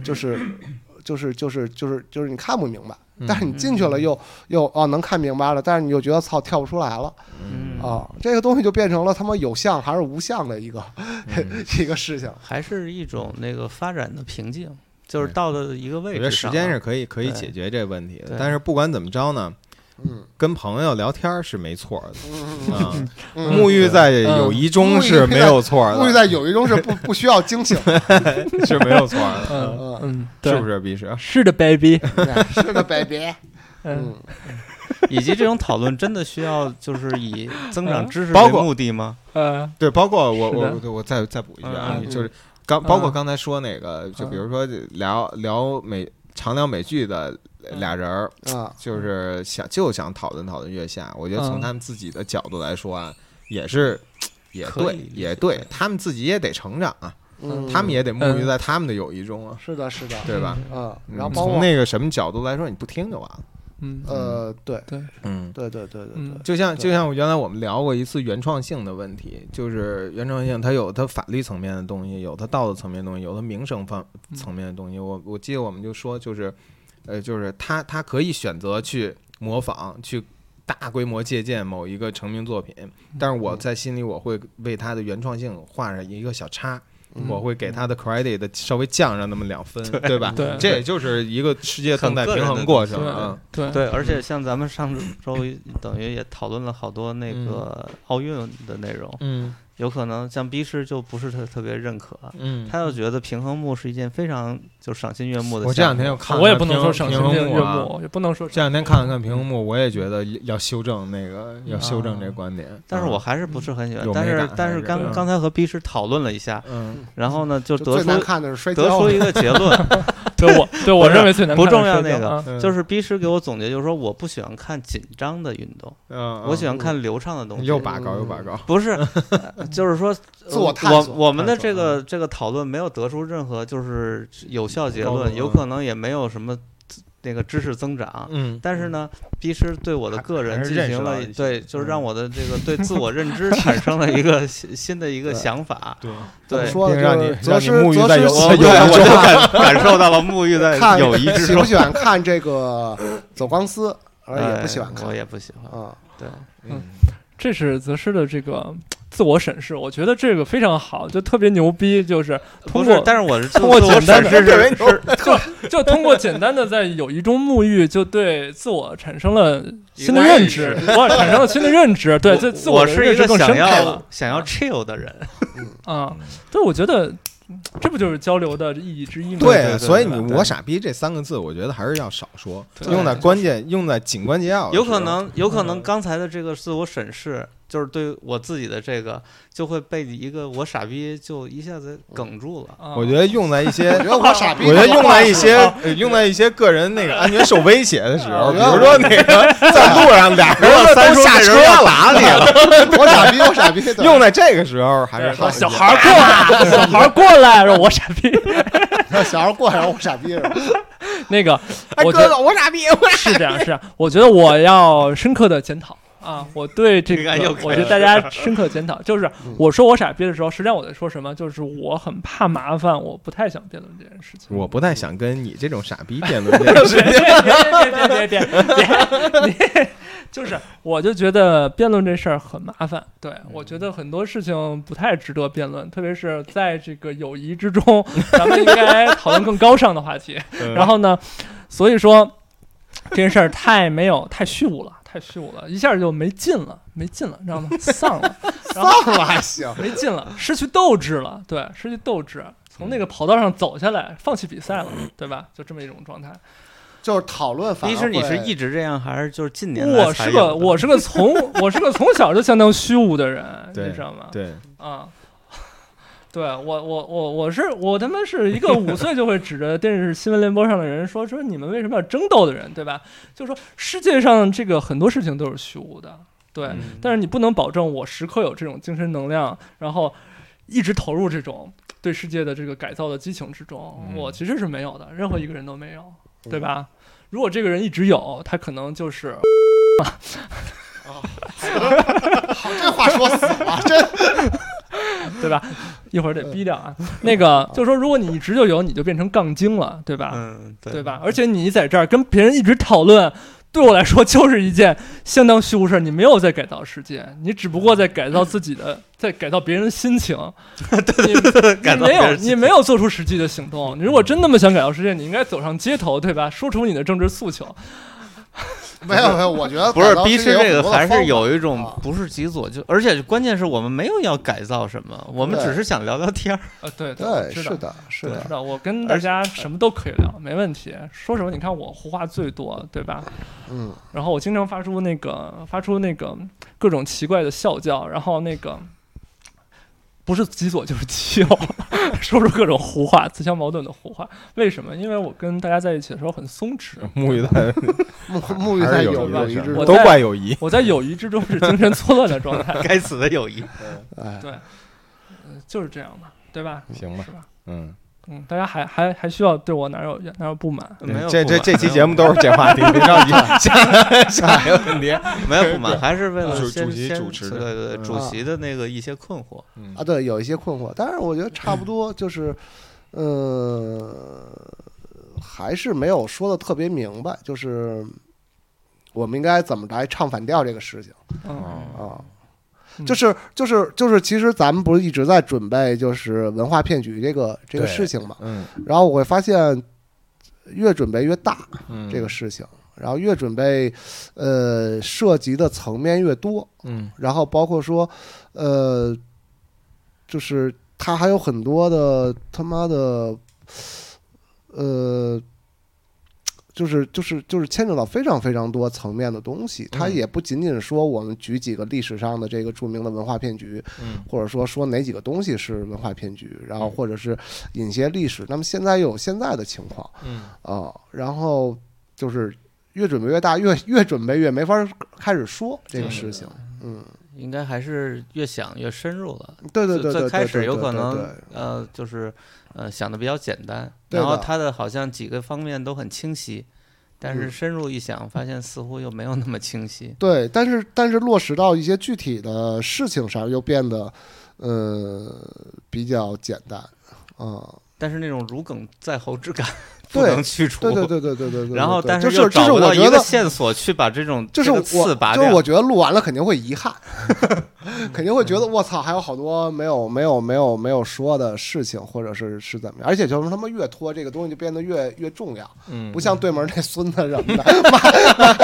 [SPEAKER 1] 就是。就是就是就是就是你看不明白，
[SPEAKER 3] 嗯
[SPEAKER 1] 但是你进去了又又哦能看明白了，但是你又觉得操跳不出来了，
[SPEAKER 4] 嗯
[SPEAKER 1] 啊，这个东西就变成了他妈有相还是无相的一个、 [LAUGHS]
[SPEAKER 3] 嗯
[SPEAKER 1] 一个事情。
[SPEAKER 4] 还是一种那个发展的瓶颈，就是
[SPEAKER 3] 对
[SPEAKER 4] 到了一个
[SPEAKER 3] 我
[SPEAKER 4] 位
[SPEAKER 3] 觉
[SPEAKER 4] 置
[SPEAKER 3] 得
[SPEAKER 4] 上
[SPEAKER 3] 时
[SPEAKER 4] 了
[SPEAKER 3] 间是啊可以可以
[SPEAKER 4] 对
[SPEAKER 3] 解决这个问题的
[SPEAKER 4] 对，
[SPEAKER 3] 但是不管怎么着呢，
[SPEAKER 1] 嗯，
[SPEAKER 3] 跟朋友聊天儿是没错儿的
[SPEAKER 1] 嗯
[SPEAKER 3] 啊，
[SPEAKER 1] 嗯
[SPEAKER 3] 沐浴在友谊中是没有错儿
[SPEAKER 1] 沐浴
[SPEAKER 3] 的，
[SPEAKER 1] 在友谊中是不 [LAUGHS] 不需要惊醒，
[SPEAKER 3] [LAUGHS] 是没有错儿
[SPEAKER 2] [LAUGHS]
[SPEAKER 3] 的，
[SPEAKER 1] 呃
[SPEAKER 2] 嗯嗯，
[SPEAKER 3] 是不
[SPEAKER 2] 是？
[SPEAKER 3] 是？毕石，
[SPEAKER 2] 是的，baby。
[SPEAKER 1] [LAUGHS] 是个 baby。
[SPEAKER 2] 嗯
[SPEAKER 1] 嗯，
[SPEAKER 4] 以及这种讨论真的需要就是以增长知识
[SPEAKER 3] 包
[SPEAKER 4] 为
[SPEAKER 3] 括
[SPEAKER 4] 目的吗？
[SPEAKER 2] 呃，
[SPEAKER 3] 对，包括我
[SPEAKER 2] 是的
[SPEAKER 3] 我我我再再补一句啊，
[SPEAKER 4] 嗯
[SPEAKER 3] 就是刚包括
[SPEAKER 2] 嗯
[SPEAKER 3] 刚才说那个，就
[SPEAKER 2] 嗯
[SPEAKER 3] 比如说聊聊美常聊美剧的俩人儿，
[SPEAKER 1] 啊，
[SPEAKER 3] 就是想就想讨论讨论月下，我觉得从
[SPEAKER 2] 嗯
[SPEAKER 3] 他们自己的角度来说啊，也是。也
[SPEAKER 4] 可以
[SPEAKER 3] 对
[SPEAKER 4] 理，解
[SPEAKER 3] 也对，他们自己也得成长啊，
[SPEAKER 1] 嗯，
[SPEAKER 3] 他们也得沐浴
[SPEAKER 2] 嗯
[SPEAKER 3] 在他们的友谊中啊，
[SPEAKER 1] 是的，是的，
[SPEAKER 3] 对吧？
[SPEAKER 1] 嗯，
[SPEAKER 3] 嗯
[SPEAKER 1] 然后包
[SPEAKER 3] 从
[SPEAKER 1] 括
[SPEAKER 3] 那个什么角度来说，你不听就完了。
[SPEAKER 2] 嗯
[SPEAKER 1] 呃，对，
[SPEAKER 3] 嗯，
[SPEAKER 1] 对对对对对
[SPEAKER 2] 嗯，
[SPEAKER 3] 就像
[SPEAKER 1] 对
[SPEAKER 3] 就像原来我们聊过一次原创性的问题，就是原创性它有它法律层面的东西，有它道德层面的东西，有它名声方
[SPEAKER 2] 嗯
[SPEAKER 3] 层面的东西。我我记得我们就说就是，呃，就是他他可以选择去模仿去。大规模借鉴某一个成名作品，但是我在心里我会为他的原创性画上一个小叉，
[SPEAKER 1] 嗯
[SPEAKER 3] 我会给他的 credit 稍微降上那么两分，对吧？
[SPEAKER 2] 对
[SPEAKER 3] 这也就是一个世界
[SPEAKER 4] 很
[SPEAKER 3] 动态
[SPEAKER 4] 个人
[SPEAKER 3] 平
[SPEAKER 4] 的
[SPEAKER 3] 衡
[SPEAKER 4] 东
[SPEAKER 3] 过
[SPEAKER 4] 西
[SPEAKER 3] 程啊。
[SPEAKER 2] 对
[SPEAKER 4] 对，而且像咱们上周等于也讨论了好多那个奥运的内容，
[SPEAKER 3] 嗯
[SPEAKER 4] 有可能像 B 师就不是特特别认可，
[SPEAKER 3] 嗯
[SPEAKER 4] 他又觉得平衡木是一件非常就赏心悦目的项目。
[SPEAKER 3] 我这两天又看了
[SPEAKER 2] 我也不能
[SPEAKER 3] 平
[SPEAKER 2] 说赏心
[SPEAKER 3] 平衡
[SPEAKER 2] 悦
[SPEAKER 3] 木啊
[SPEAKER 2] 目，也不能说
[SPEAKER 3] 这两天看了看屏幕，我也觉得要修正那个，要修正这观点。
[SPEAKER 4] 但是我还是不是很喜欢
[SPEAKER 3] 有，
[SPEAKER 4] 但
[SPEAKER 3] 美
[SPEAKER 4] 是
[SPEAKER 3] 感
[SPEAKER 4] 但
[SPEAKER 3] 还
[SPEAKER 4] 是
[SPEAKER 3] 是
[SPEAKER 4] 刚
[SPEAKER 3] 嗯
[SPEAKER 4] 刚才和 B 师讨论了一下，
[SPEAKER 3] 嗯，
[SPEAKER 4] 然后呢就
[SPEAKER 1] 就
[SPEAKER 4] 得
[SPEAKER 1] 最难
[SPEAKER 4] 出
[SPEAKER 1] 看的是摔
[SPEAKER 4] 得
[SPEAKER 1] 跤
[SPEAKER 4] 出一
[SPEAKER 1] 了，
[SPEAKER 4] 个结论，
[SPEAKER 2] 对我对我
[SPEAKER 4] 不是
[SPEAKER 2] 认为最难
[SPEAKER 4] 不
[SPEAKER 2] 看的
[SPEAKER 4] 重要
[SPEAKER 2] 是这
[SPEAKER 4] 那个
[SPEAKER 2] 啊
[SPEAKER 3] 嗯
[SPEAKER 4] 就是 B 师给我总结就是说我不喜欢看紧张的运动，
[SPEAKER 3] 嗯，
[SPEAKER 4] 我喜欢看流畅的东西。
[SPEAKER 3] 又拔高又拔高，[LAUGHS]
[SPEAKER 4] 不是，呃就是说，
[SPEAKER 1] 自我
[SPEAKER 4] 呃
[SPEAKER 1] 探索
[SPEAKER 4] 我我们的
[SPEAKER 3] 探索嗯
[SPEAKER 4] 这个这个讨论没有得出任何就是有效结
[SPEAKER 3] 高度
[SPEAKER 4] 论，有
[SPEAKER 3] 嗯
[SPEAKER 4] 可能也没有什么那个知识增长。
[SPEAKER 3] 嗯，
[SPEAKER 4] 但是呢，逼师对我的
[SPEAKER 3] 还
[SPEAKER 4] 个人
[SPEAKER 3] 还是
[SPEAKER 4] 进
[SPEAKER 3] 认识
[SPEAKER 4] 行
[SPEAKER 3] 到
[SPEAKER 4] 了
[SPEAKER 3] 一些
[SPEAKER 4] 对，就是让
[SPEAKER 3] 嗯
[SPEAKER 4] 我的这个对自我认
[SPEAKER 3] [LAUGHS]
[SPEAKER 4] 知产生了一个新新的一个
[SPEAKER 1] 对
[SPEAKER 4] 想法。
[SPEAKER 3] 对，
[SPEAKER 1] 怎么
[SPEAKER 4] 对，
[SPEAKER 1] 说
[SPEAKER 3] 并让你
[SPEAKER 1] 呢？就
[SPEAKER 3] 让
[SPEAKER 1] 是择
[SPEAKER 3] 你沐
[SPEAKER 1] 师
[SPEAKER 3] 浴在
[SPEAKER 1] 择
[SPEAKER 3] [LAUGHS] 有
[SPEAKER 1] 师
[SPEAKER 4] 我
[SPEAKER 3] 在
[SPEAKER 4] 对
[SPEAKER 3] 友谊
[SPEAKER 4] 我就
[SPEAKER 3] 中。
[SPEAKER 4] 感感受到了沐浴在
[SPEAKER 1] 看
[SPEAKER 4] 友谊之
[SPEAKER 1] 喜不
[SPEAKER 3] [LAUGHS]
[SPEAKER 4] 中。
[SPEAKER 1] 喜欢看这个走钢丝，而也不
[SPEAKER 4] 对
[SPEAKER 1] 喜
[SPEAKER 3] 哎
[SPEAKER 1] 欢看
[SPEAKER 4] 我也不喜
[SPEAKER 3] 嗯
[SPEAKER 4] 欢。
[SPEAKER 1] 啊，
[SPEAKER 4] 对，
[SPEAKER 2] 这是泽师的这个自我审视，我觉得这个非常好，就特别牛逼，就是
[SPEAKER 4] 不
[SPEAKER 2] 通
[SPEAKER 4] 是
[SPEAKER 2] 过，
[SPEAKER 4] 但是我是
[SPEAKER 2] 通过
[SPEAKER 4] 自我
[SPEAKER 2] 简单
[SPEAKER 4] 审
[SPEAKER 2] 的
[SPEAKER 4] 视是
[SPEAKER 3] 认
[SPEAKER 4] 是
[SPEAKER 2] 就通过简单的在友谊中沐浴，就对自我产生了新的
[SPEAKER 4] 一个
[SPEAKER 2] 认知，我产生了新的认知，对，
[SPEAKER 4] 我
[SPEAKER 2] 这自
[SPEAKER 4] 我
[SPEAKER 2] 的
[SPEAKER 4] 是
[SPEAKER 2] 认
[SPEAKER 4] 一
[SPEAKER 2] 识
[SPEAKER 4] 个
[SPEAKER 2] 更深
[SPEAKER 4] 想
[SPEAKER 2] 刻
[SPEAKER 4] 要
[SPEAKER 2] 了
[SPEAKER 4] 想要 chill 的人。
[SPEAKER 2] 啊。对，我觉得嗯这不就是交流的意义之一吗？
[SPEAKER 3] 对，所以你
[SPEAKER 2] 对
[SPEAKER 3] “我傻逼”这三个字，我觉得还是要少说，
[SPEAKER 2] 对
[SPEAKER 3] 用在关键，用在紧关节
[SPEAKER 1] 哦
[SPEAKER 3] 要。
[SPEAKER 4] 有可，能，有可能
[SPEAKER 2] 嗯
[SPEAKER 4] 刚才的这个自我审视，就是对我自己的这个，就会被一个我傻逼就一下子
[SPEAKER 1] 嗯
[SPEAKER 4] 哽住了。
[SPEAKER 2] 啊
[SPEAKER 3] 我觉得用在一
[SPEAKER 1] [LAUGHS]
[SPEAKER 3] 些，
[SPEAKER 1] 我觉得我傻逼，
[SPEAKER 3] 我觉得用在一些，呃用在一些个人那个安全受威胁的时候，
[SPEAKER 1] 我
[SPEAKER 3] 比
[SPEAKER 1] 觉得
[SPEAKER 3] 如说那个在路上俩人
[SPEAKER 4] 我三
[SPEAKER 3] 都
[SPEAKER 4] 叔
[SPEAKER 3] 下
[SPEAKER 4] 这
[SPEAKER 3] 车
[SPEAKER 4] 人要
[SPEAKER 3] 打你了，
[SPEAKER 1] 我傻逼，我傻逼，对
[SPEAKER 3] [LAUGHS] 用在这个时候还是
[SPEAKER 2] 对说
[SPEAKER 3] 好一些
[SPEAKER 2] 小孩儿过
[SPEAKER 3] [LAUGHS]
[SPEAKER 2] 来，小孩儿过来，说我傻逼。
[SPEAKER 1] 小孩过来让我傻逼是吧？
[SPEAKER 2] 那个，
[SPEAKER 1] [LAUGHS]
[SPEAKER 3] 哎，
[SPEAKER 2] 我觉
[SPEAKER 3] 哥
[SPEAKER 2] 得
[SPEAKER 3] 哥，我傻逼，
[SPEAKER 2] 是这样，是这样。我觉得我要深刻的检讨啊，我对这
[SPEAKER 4] 你
[SPEAKER 2] 个
[SPEAKER 4] 看又开，始
[SPEAKER 2] 我觉得大家深刻地检讨，就是
[SPEAKER 1] 嗯
[SPEAKER 2] 我说我傻逼的时候，实际上我在说什么，就是我很怕麻烦，我不太想辩论这件事情。
[SPEAKER 3] 我不太想跟你这种傻逼辩论这个事
[SPEAKER 2] 别 [LAUGHS] 别别别别别别别！就是，我就觉得辩论这事儿很麻烦。对我觉得很多事情不太值得辩论，特别是在这个友谊之中，咱们应该讨论更高尚的话题。
[SPEAKER 3] 情。
[SPEAKER 2] 然后呢，所以说这件事儿太没有太虚无了，太虚无了，一下就没劲了，没劲了，你知道吗？丧了，然后
[SPEAKER 1] 放了还 [LAUGHS] 行，
[SPEAKER 2] 没劲了，失去斗志了，对，失去斗志，从那个跑道上走下来，放弃比赛了，对吧？就这么一种状态。
[SPEAKER 1] 就是讨论反而
[SPEAKER 4] 一
[SPEAKER 1] 会。
[SPEAKER 4] 是你是一直这样，还是就是近年来
[SPEAKER 2] 我
[SPEAKER 4] 才
[SPEAKER 2] 是
[SPEAKER 4] 有
[SPEAKER 2] 个
[SPEAKER 4] 的
[SPEAKER 2] 我是个从我是个从小就相当虚无的人，
[SPEAKER 3] 对
[SPEAKER 2] 你知道吗？
[SPEAKER 3] 对，
[SPEAKER 2] 啊。对我，我我我是我他妈是一个五岁就会指着电视新闻联播上的人说说你们为什么要争斗的人，对吧？就说世界上这个很多事情都是虚无的，对。
[SPEAKER 3] 嗯
[SPEAKER 2] 但是你不能保证我时刻有这种精神能量，然后一直投入这种对世界的这个改造的激情之中，
[SPEAKER 3] 嗯
[SPEAKER 2] 我其实是没有的，任何一个人都没有，对吧？如果这个人一直有，他可能就是
[SPEAKER 1] 好，这话说死了，真
[SPEAKER 2] 对吧？一会儿得
[SPEAKER 1] 嗯
[SPEAKER 2] 逼掉啊。那个就是说，如果你一直就有，你就变成杠精了，对吧？
[SPEAKER 4] 嗯，对
[SPEAKER 2] 对吧？而且你在这儿跟别人一直讨论，对我来说就是一件相当虚无事儿。你没有在改造世界，你只不过在改造自己的，在改造别人的心
[SPEAKER 4] [LAUGHS]
[SPEAKER 2] 情。对
[SPEAKER 4] 改
[SPEAKER 2] 你
[SPEAKER 4] 造
[SPEAKER 2] 没
[SPEAKER 4] 别
[SPEAKER 2] 有，
[SPEAKER 4] 人心嗯
[SPEAKER 2] 你没有做出实际的行动。你如果真那么想改造世界，你应该走上街头，对吧？说出你的政治诉求。
[SPEAKER 1] 没有没有，我觉得
[SPEAKER 4] 不是
[SPEAKER 1] 改造
[SPEAKER 4] 逼
[SPEAKER 1] 世界
[SPEAKER 4] 吃这
[SPEAKER 1] 有很
[SPEAKER 4] 个，
[SPEAKER 1] 多的
[SPEAKER 4] 还
[SPEAKER 1] 方
[SPEAKER 4] 是有一种
[SPEAKER 1] 啊
[SPEAKER 4] 不是极左就，而且关键是我们没有要改造什么，我们
[SPEAKER 1] 对
[SPEAKER 4] 只是想聊聊天儿。
[SPEAKER 2] 啊，对
[SPEAKER 1] 法
[SPEAKER 2] 我
[SPEAKER 1] 对，
[SPEAKER 2] 知道
[SPEAKER 1] 是。的，是
[SPEAKER 2] 我
[SPEAKER 1] 的
[SPEAKER 2] 知，道，我跟大家什么都可以聊，没问题。说什么？你看我胡话最多，对吧？
[SPEAKER 1] 嗯，
[SPEAKER 2] 然后我经常发出那个发出那个各种奇怪的笑叫，然后那个不是极左就是极右， [LAUGHS] 说出各种胡话，自相矛盾的胡话。为什么？因为我跟大家在一起的时候很松弛，
[SPEAKER 3] 沐浴在
[SPEAKER 1] 沐沐浴
[SPEAKER 3] 还
[SPEAKER 1] 在
[SPEAKER 3] 是
[SPEAKER 1] 有
[SPEAKER 3] 一
[SPEAKER 1] 有
[SPEAKER 3] 个
[SPEAKER 1] 一
[SPEAKER 3] 事儿
[SPEAKER 1] 只
[SPEAKER 2] 我
[SPEAKER 3] 都
[SPEAKER 2] 在
[SPEAKER 3] 怪友谊。
[SPEAKER 2] 我在友谊之中是精神错乱的状态， [LAUGHS]
[SPEAKER 4] 该死的友谊，
[SPEAKER 1] 哎，
[SPEAKER 2] 呃就是这样嘛，对吧？
[SPEAKER 3] 行吧
[SPEAKER 2] 是，吧？
[SPEAKER 3] 嗯，
[SPEAKER 2] 嗯，大家还还还需要对我哪有哪有不满？
[SPEAKER 4] 没有
[SPEAKER 3] 这
[SPEAKER 4] 不
[SPEAKER 3] 这
[SPEAKER 4] 满
[SPEAKER 3] 这期节目都是这话题，别着急， [LAUGHS] 下下一个问题。
[SPEAKER 4] [LAUGHS] 没有不满，还是为了
[SPEAKER 3] 主
[SPEAKER 4] 先
[SPEAKER 3] 主席
[SPEAKER 4] 先
[SPEAKER 3] 主持的
[SPEAKER 4] 对对对，主
[SPEAKER 1] 啊
[SPEAKER 4] 席的那个一些困惑。
[SPEAKER 3] [LAUGHS] 嗯
[SPEAKER 1] 啊，对，有一些困惑，但是我觉得差不多就是，呃，还是没有说的特别明白，就是我们应该怎么来唱反调这个事情
[SPEAKER 2] 嗯，
[SPEAKER 1] 啊。
[SPEAKER 2] 嗯
[SPEAKER 1] 就是就是就是，其实咱们不是一直在准备就是文化骗局这个这个
[SPEAKER 3] 对
[SPEAKER 1] 事情嘛，
[SPEAKER 3] 嗯
[SPEAKER 1] 然后我会发现越准备越大
[SPEAKER 3] 嗯，
[SPEAKER 1] 这个事情，然后越准备呃涉及的层面越多，
[SPEAKER 3] 嗯
[SPEAKER 1] 然后包括说，呃，就是他还有很多的他妈的，呃，就是就是就是牵扯到非常非常多层面的东西。他
[SPEAKER 3] 嗯
[SPEAKER 1] 也不仅仅说我们举几个历史上的这个著名的文化骗局，
[SPEAKER 3] 嗯
[SPEAKER 1] 或者说说哪几个东西是文化骗局，然后或者是引些历史。那么现在又有现在的情况
[SPEAKER 3] 嗯
[SPEAKER 1] 啊、然后就是。越准备越大，越越准备越没法开始说这个
[SPEAKER 3] 嗯
[SPEAKER 1] 事情，嗯。
[SPEAKER 4] 应该还是越想越深入了。
[SPEAKER 1] 对对对
[SPEAKER 4] 最最
[SPEAKER 1] 对，
[SPEAKER 4] 开
[SPEAKER 1] 对
[SPEAKER 4] 始
[SPEAKER 1] 对
[SPEAKER 4] 有
[SPEAKER 1] 对
[SPEAKER 4] 可
[SPEAKER 1] 对
[SPEAKER 4] 能
[SPEAKER 1] 对
[SPEAKER 4] 呃，就是呃想的比较简单，
[SPEAKER 1] 对
[SPEAKER 4] 然后
[SPEAKER 1] 的
[SPEAKER 4] 他的好像几个方面都很清晰，但是
[SPEAKER 1] 嗯
[SPEAKER 4] 深入一想，发现似乎又没有那么清晰。
[SPEAKER 1] 对，但是但是落实到一些具体的事情上，又变得呃比较简单
[SPEAKER 4] [LAUGHS]
[SPEAKER 1] 啊、
[SPEAKER 4] 但是那种如鲠在喉之感不
[SPEAKER 1] 对
[SPEAKER 4] 能去除。
[SPEAKER 1] 对对对对对对对。
[SPEAKER 4] 然后，
[SPEAKER 1] 对
[SPEAKER 4] 但
[SPEAKER 1] 就是
[SPEAKER 4] 又
[SPEAKER 1] 就
[SPEAKER 4] 找
[SPEAKER 1] 是
[SPEAKER 4] 不
[SPEAKER 1] 我
[SPEAKER 4] 到一
[SPEAKER 1] 觉
[SPEAKER 4] 个
[SPEAKER 1] 得，
[SPEAKER 4] 线索去把这种
[SPEAKER 1] 就是
[SPEAKER 4] 这个
[SPEAKER 1] 我
[SPEAKER 4] 刺拔
[SPEAKER 1] 就是
[SPEAKER 4] 掉。
[SPEAKER 1] 我觉得录完了肯定会遗
[SPEAKER 4] [LAUGHS]
[SPEAKER 1] 憾，肯定会觉得我操，还有好多没有没有没有没有说的事情，或者是是怎么样。而且就是他妈越拖这个东西就变得越越重要，
[SPEAKER 3] 嗯，
[SPEAKER 1] 不像对门那孙子什么的， [LAUGHS]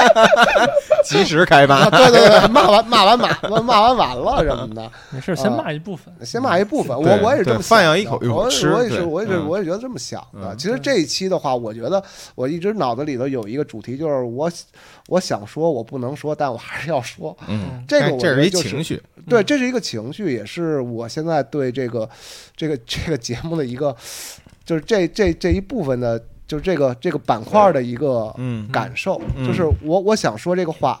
[SPEAKER 3] 及时开
[SPEAKER 1] 啊
[SPEAKER 3] 吧。
[SPEAKER 1] 对对对，骂完骂完骂骂完完了什么的。
[SPEAKER 2] 没事，先骂一部分。
[SPEAKER 1] 先骂一部分，我
[SPEAKER 3] 对
[SPEAKER 1] 我也是这么
[SPEAKER 3] 对饭
[SPEAKER 1] 想
[SPEAKER 3] 要
[SPEAKER 1] 的
[SPEAKER 3] 一口一口
[SPEAKER 1] 我
[SPEAKER 3] 吃
[SPEAKER 1] 我也是，
[SPEAKER 3] 对
[SPEAKER 1] 我也是，
[SPEAKER 3] 嗯
[SPEAKER 1] 我也觉得这么想的。
[SPEAKER 3] 嗯
[SPEAKER 1] 其实这一期的话，我觉得我一直脑子里头有一个主题，就是我我想说，我不能说，但我还是要说。
[SPEAKER 3] 嗯，
[SPEAKER 1] 这个
[SPEAKER 3] 哎
[SPEAKER 1] 我
[SPEAKER 3] 这
[SPEAKER 1] 觉得
[SPEAKER 3] 是一
[SPEAKER 1] 就是
[SPEAKER 3] 情绪，嗯
[SPEAKER 1] 对，这是一个情绪，也是我现在对这个这个这个节目的一个，就是这这这一部分的，就是这个这个板块的一个
[SPEAKER 3] 嗯，
[SPEAKER 1] 感受，
[SPEAKER 3] 嗯
[SPEAKER 1] 就是我我想说这个话，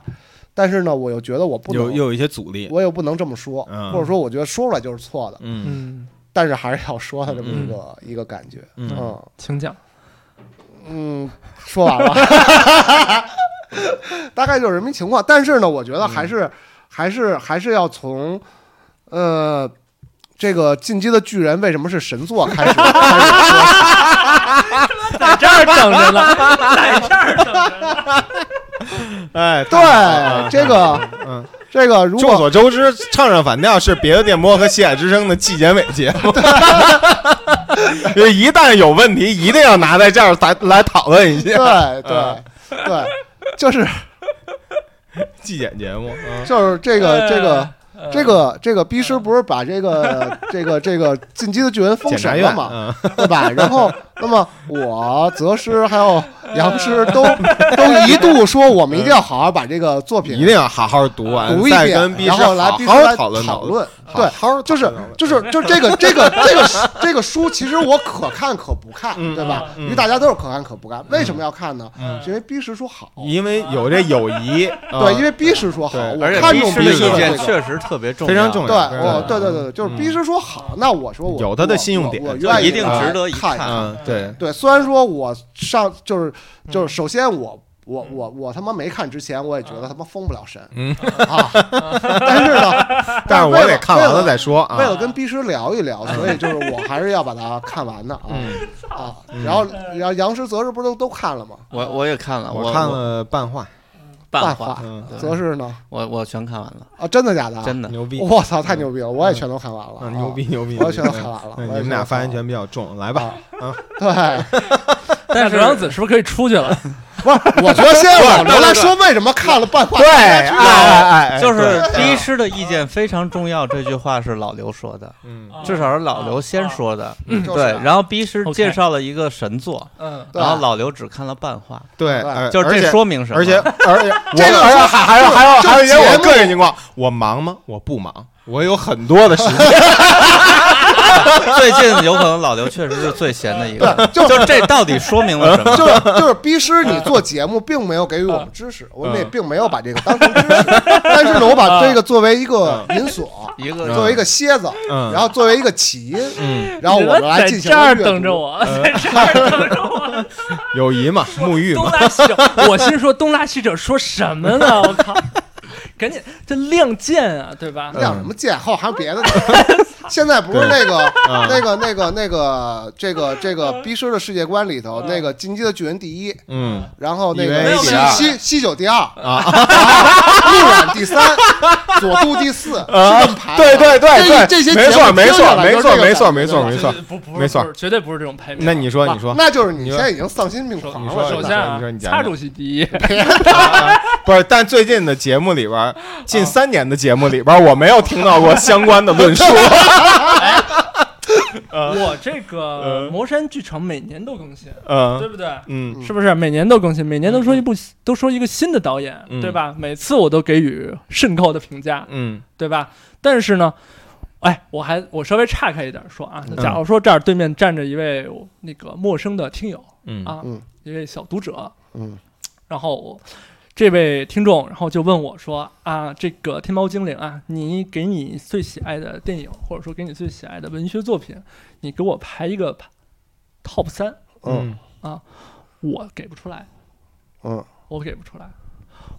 [SPEAKER 1] 但是呢，我又觉得我不
[SPEAKER 3] 有
[SPEAKER 1] 能，
[SPEAKER 3] 又有一些阻力，
[SPEAKER 1] 我又不能这么说，
[SPEAKER 3] 嗯
[SPEAKER 1] 或者说我觉得说出来就是错的。
[SPEAKER 3] 嗯
[SPEAKER 2] 嗯，
[SPEAKER 1] 但是还是要说的这么一个、一个感觉。
[SPEAKER 3] 嗯
[SPEAKER 1] 嗯
[SPEAKER 2] 请讲。
[SPEAKER 1] 嗯，说完了， [LAUGHS] 大概就是什么情况。但是呢，我觉得还
[SPEAKER 3] 嗯
[SPEAKER 1] 是、还是还是要从呃这个进击的巨人为什么是神作开始开始
[SPEAKER 3] [LAUGHS]
[SPEAKER 1] 说。
[SPEAKER 2] [LAUGHS] 在这儿等着呢，在这儿等着呢。
[SPEAKER 3] 哎，
[SPEAKER 1] 对，这个
[SPEAKER 3] 嗯，
[SPEAKER 1] 这个如
[SPEAKER 3] 众
[SPEAKER 1] 果
[SPEAKER 3] 所周知，唱唱反调是别的电波和西海之声的纪检委节目。一旦有问题，一定要拿在这儿来来讨论一
[SPEAKER 1] 对
[SPEAKER 3] 下
[SPEAKER 1] 对
[SPEAKER 3] 嗯
[SPEAKER 1] 对，就是
[SPEAKER 3] 纪检节目。嗯
[SPEAKER 1] 就是这个这个。
[SPEAKER 2] 呃
[SPEAKER 1] 这个这个逼师不是把这个这个这个进击的巨人封
[SPEAKER 3] 检察
[SPEAKER 1] 神
[SPEAKER 3] 院嗯
[SPEAKER 1] 了吗？对吧？然后，那么我泽师还有杨师都都一度说，我们一定要好好把这个作
[SPEAKER 3] 一
[SPEAKER 1] 品
[SPEAKER 3] 定要好好读完，
[SPEAKER 1] 读一
[SPEAKER 3] 再
[SPEAKER 1] 遍
[SPEAKER 3] 跟，毕师
[SPEAKER 1] 然后来
[SPEAKER 3] 好
[SPEAKER 1] 逼
[SPEAKER 3] 好
[SPEAKER 1] 来
[SPEAKER 3] 讨论
[SPEAKER 1] 讨
[SPEAKER 3] 论。
[SPEAKER 1] 论。
[SPEAKER 3] 好
[SPEAKER 1] 对，
[SPEAKER 3] 好
[SPEAKER 1] 就是
[SPEAKER 3] 讨论
[SPEAKER 1] 就是就是这个这个这个这个书，其实我可看可不看，
[SPEAKER 3] 嗯
[SPEAKER 1] 对吧？
[SPEAKER 3] 嗯
[SPEAKER 1] 因为大家都是可看可不看，为什么要看呢？
[SPEAKER 3] 嗯
[SPEAKER 1] 是因为逼师说好，
[SPEAKER 3] 因为有这友谊，
[SPEAKER 1] [LAUGHS]
[SPEAKER 3] 嗯
[SPEAKER 1] 对，因
[SPEAKER 3] 为
[SPEAKER 1] 为逼师说好，
[SPEAKER 3] 对
[SPEAKER 1] 我
[SPEAKER 4] 而且
[SPEAKER 1] 看
[SPEAKER 4] 律
[SPEAKER 1] 中
[SPEAKER 4] 师
[SPEAKER 1] 逼
[SPEAKER 4] 的
[SPEAKER 1] 师
[SPEAKER 4] 意
[SPEAKER 1] 这
[SPEAKER 4] 见
[SPEAKER 1] 个
[SPEAKER 4] 确实特别重要，
[SPEAKER 3] 非常重
[SPEAKER 1] 对，
[SPEAKER 3] 要。
[SPEAKER 1] 我对对对对，就是
[SPEAKER 3] 嗯
[SPEAKER 1] 逼师说好，那我说我
[SPEAKER 3] 有他的信用点
[SPEAKER 1] 我我
[SPEAKER 3] 就
[SPEAKER 1] 愿意
[SPEAKER 4] 一定值得一
[SPEAKER 1] 看
[SPEAKER 4] 看
[SPEAKER 3] 嗯，对，
[SPEAKER 1] 啊对，虽然说我上就是就是，首先我我我我他妈没看之前，我也觉得他妈封不了神，
[SPEAKER 3] 嗯
[SPEAKER 1] 啊，但是呢，
[SPEAKER 3] [LAUGHS] 但是我
[SPEAKER 1] 为
[SPEAKER 3] 得
[SPEAKER 1] 了
[SPEAKER 3] 看完了再说
[SPEAKER 1] 为了为
[SPEAKER 3] 啊。
[SPEAKER 1] 了跟逼师聊一聊，所以就是我还是要把它看完的啊
[SPEAKER 3] 嗯，
[SPEAKER 1] 啊。然后然后杨师泽是不是都都看了吗？
[SPEAKER 4] 我我也看
[SPEAKER 1] 啊
[SPEAKER 4] 了，
[SPEAKER 3] 我
[SPEAKER 4] 我
[SPEAKER 3] 看了半话，
[SPEAKER 1] 半
[SPEAKER 4] 半
[SPEAKER 1] 话
[SPEAKER 4] 话，
[SPEAKER 3] 嗯，
[SPEAKER 1] 泽是呢？
[SPEAKER 4] 我我全看完了，
[SPEAKER 1] 啊，真的假的？
[SPEAKER 4] 真的。
[SPEAKER 3] 牛逼，
[SPEAKER 1] 我操，太牛逼了！我也全都看完了，
[SPEAKER 3] 啊，
[SPEAKER 1] 啊
[SPEAKER 3] 牛逼牛逼，
[SPEAKER 1] 我也全都
[SPEAKER 3] 牛逼
[SPEAKER 1] 看完了。我也
[SPEAKER 3] 嗯你们
[SPEAKER 1] 全
[SPEAKER 3] 俩
[SPEAKER 1] 都
[SPEAKER 3] 发
[SPEAKER 1] 看完了啊
[SPEAKER 3] 言权比较重，来吧，嗯
[SPEAKER 1] 对，
[SPEAKER 2] 那
[SPEAKER 4] 但是
[SPEAKER 2] 刘洋子是不是可以出去了？
[SPEAKER 1] 不是，我觉得先让我刘来说为什么看了半话，
[SPEAKER 3] 哎
[SPEAKER 1] 啊
[SPEAKER 3] 哎哎
[SPEAKER 4] 就是医师的意见非常重要，这句话是老刘说的，
[SPEAKER 3] 嗯
[SPEAKER 4] [LAUGHS]
[SPEAKER 2] 啊
[SPEAKER 4] 至少是老刘先说的。
[SPEAKER 1] 啊就是
[SPEAKER 4] 对，然后医师
[SPEAKER 2] OK
[SPEAKER 4] 介绍了一个神作，
[SPEAKER 2] 嗯，
[SPEAKER 1] 对
[SPEAKER 4] 然后老刘只看了半话，
[SPEAKER 3] 对，而
[SPEAKER 4] 就是
[SPEAKER 3] 而且
[SPEAKER 4] 这说明什么？
[SPEAKER 3] 而且而 [LAUGHS] 且，
[SPEAKER 1] 这
[SPEAKER 3] 我
[SPEAKER 1] 个
[SPEAKER 3] 而且
[SPEAKER 1] 说
[SPEAKER 3] 还还有还有
[SPEAKER 1] 这
[SPEAKER 3] 还有一些
[SPEAKER 1] 节
[SPEAKER 3] 我
[SPEAKER 1] 目
[SPEAKER 3] 个人情况，我忙吗？我不忙，我有很多的时间。
[SPEAKER 4] [LAUGHS] 最近有可能老刘确实是最闲的一个，
[SPEAKER 1] 就
[SPEAKER 4] 就这到底说明了什么？
[SPEAKER 1] 就是 [LAUGHS] 就是逼师你做节目，并没有给予我们知识，我们也并没有把这个当成知识，但是呢，我把这个作为一个引锁，
[SPEAKER 4] 一个
[SPEAKER 1] 作为一个蝎子，
[SPEAKER 3] 嗯 [LAUGHS]
[SPEAKER 1] 然后作为一个起因，
[SPEAKER 3] 嗯，
[SPEAKER 1] 然后我们来
[SPEAKER 2] 在
[SPEAKER 1] 进行
[SPEAKER 2] 这儿
[SPEAKER 1] 了阅
[SPEAKER 2] 等着
[SPEAKER 1] 读。
[SPEAKER 2] 我，
[SPEAKER 3] [LAUGHS]
[SPEAKER 2] 在这儿等着我。
[SPEAKER 3] 友谊嘛，沐浴
[SPEAKER 2] 东
[SPEAKER 3] 嘛，
[SPEAKER 2] 拉西扯，我心说东拉西扯说什么呢？我靠，赶紧这亮剑啊，对吧？
[SPEAKER 1] 亮什么剑？后还有别
[SPEAKER 2] [LAUGHS]
[SPEAKER 1] 的呢？现在不是那个
[SPEAKER 3] 嗯
[SPEAKER 1] 那个那个那个这个这个逼师的世界观里
[SPEAKER 2] 嗯
[SPEAKER 1] 头，那个进击的巨人第一，
[SPEAKER 3] 嗯
[SPEAKER 1] 然后那
[SPEAKER 3] 以为
[SPEAKER 1] 个
[SPEAKER 3] 第
[SPEAKER 1] 西
[SPEAKER 3] 二
[SPEAKER 1] 西西九第二，
[SPEAKER 3] 啊，
[SPEAKER 1] 木染第
[SPEAKER 3] [LAUGHS]
[SPEAKER 1] 三，佐渡第四，是这么排的。
[SPEAKER 3] 呃对对对
[SPEAKER 1] 这
[SPEAKER 3] 对，
[SPEAKER 1] 这些
[SPEAKER 3] 没
[SPEAKER 1] 节
[SPEAKER 3] 错
[SPEAKER 1] 目
[SPEAKER 3] 没
[SPEAKER 1] 听
[SPEAKER 3] 错
[SPEAKER 1] 下来
[SPEAKER 3] 没
[SPEAKER 1] 就是
[SPEAKER 3] 错
[SPEAKER 1] 这个
[SPEAKER 3] 没错
[SPEAKER 1] 感觉
[SPEAKER 3] 没错嗯没错
[SPEAKER 2] 这。不不是
[SPEAKER 3] 没错
[SPEAKER 2] 不是绝对不是这种排名。
[SPEAKER 3] 那你说你说
[SPEAKER 1] 啊，那就是你
[SPEAKER 3] 你
[SPEAKER 1] 现
[SPEAKER 3] 说
[SPEAKER 1] 在已经丧心病狂
[SPEAKER 3] 你
[SPEAKER 1] 了。
[SPEAKER 3] 说
[SPEAKER 1] 是
[SPEAKER 2] 首
[SPEAKER 1] 吧
[SPEAKER 2] 先
[SPEAKER 3] 你
[SPEAKER 2] 啊
[SPEAKER 3] 说你，讲讲
[SPEAKER 2] 擦主席第一，
[SPEAKER 3] 啊不是？但最近的节目里边，近三年的节目里边，我没有听到过相关的 [LAUGHS] 论述。嗯
[SPEAKER 2] 我这个魔山剧场每年都更新，对
[SPEAKER 3] 嗯
[SPEAKER 2] 不对？
[SPEAKER 3] 嗯
[SPEAKER 2] 是不是每年都更新？每年都说一部，都说一个新的导演，
[SPEAKER 3] 嗯
[SPEAKER 2] 对吧？每次我都给予甚高的评价，
[SPEAKER 3] 嗯
[SPEAKER 2] 对吧？但是呢，哎，我还我稍微岔开一点说啊，假如说这儿对面站着一位那个陌生的听友
[SPEAKER 3] 嗯
[SPEAKER 2] 啊，
[SPEAKER 1] 嗯
[SPEAKER 2] 一位小读者，
[SPEAKER 1] 嗯，
[SPEAKER 2] 然后我这位听众，然后就问我说啊，这个《天猫精灵》啊，你给你最喜爱的电影，或者说给你最喜爱的文学作品，你给我排一个 top 三，
[SPEAKER 1] 嗯
[SPEAKER 2] 我给不出来。
[SPEAKER 1] 嗯
[SPEAKER 2] 我给不出来。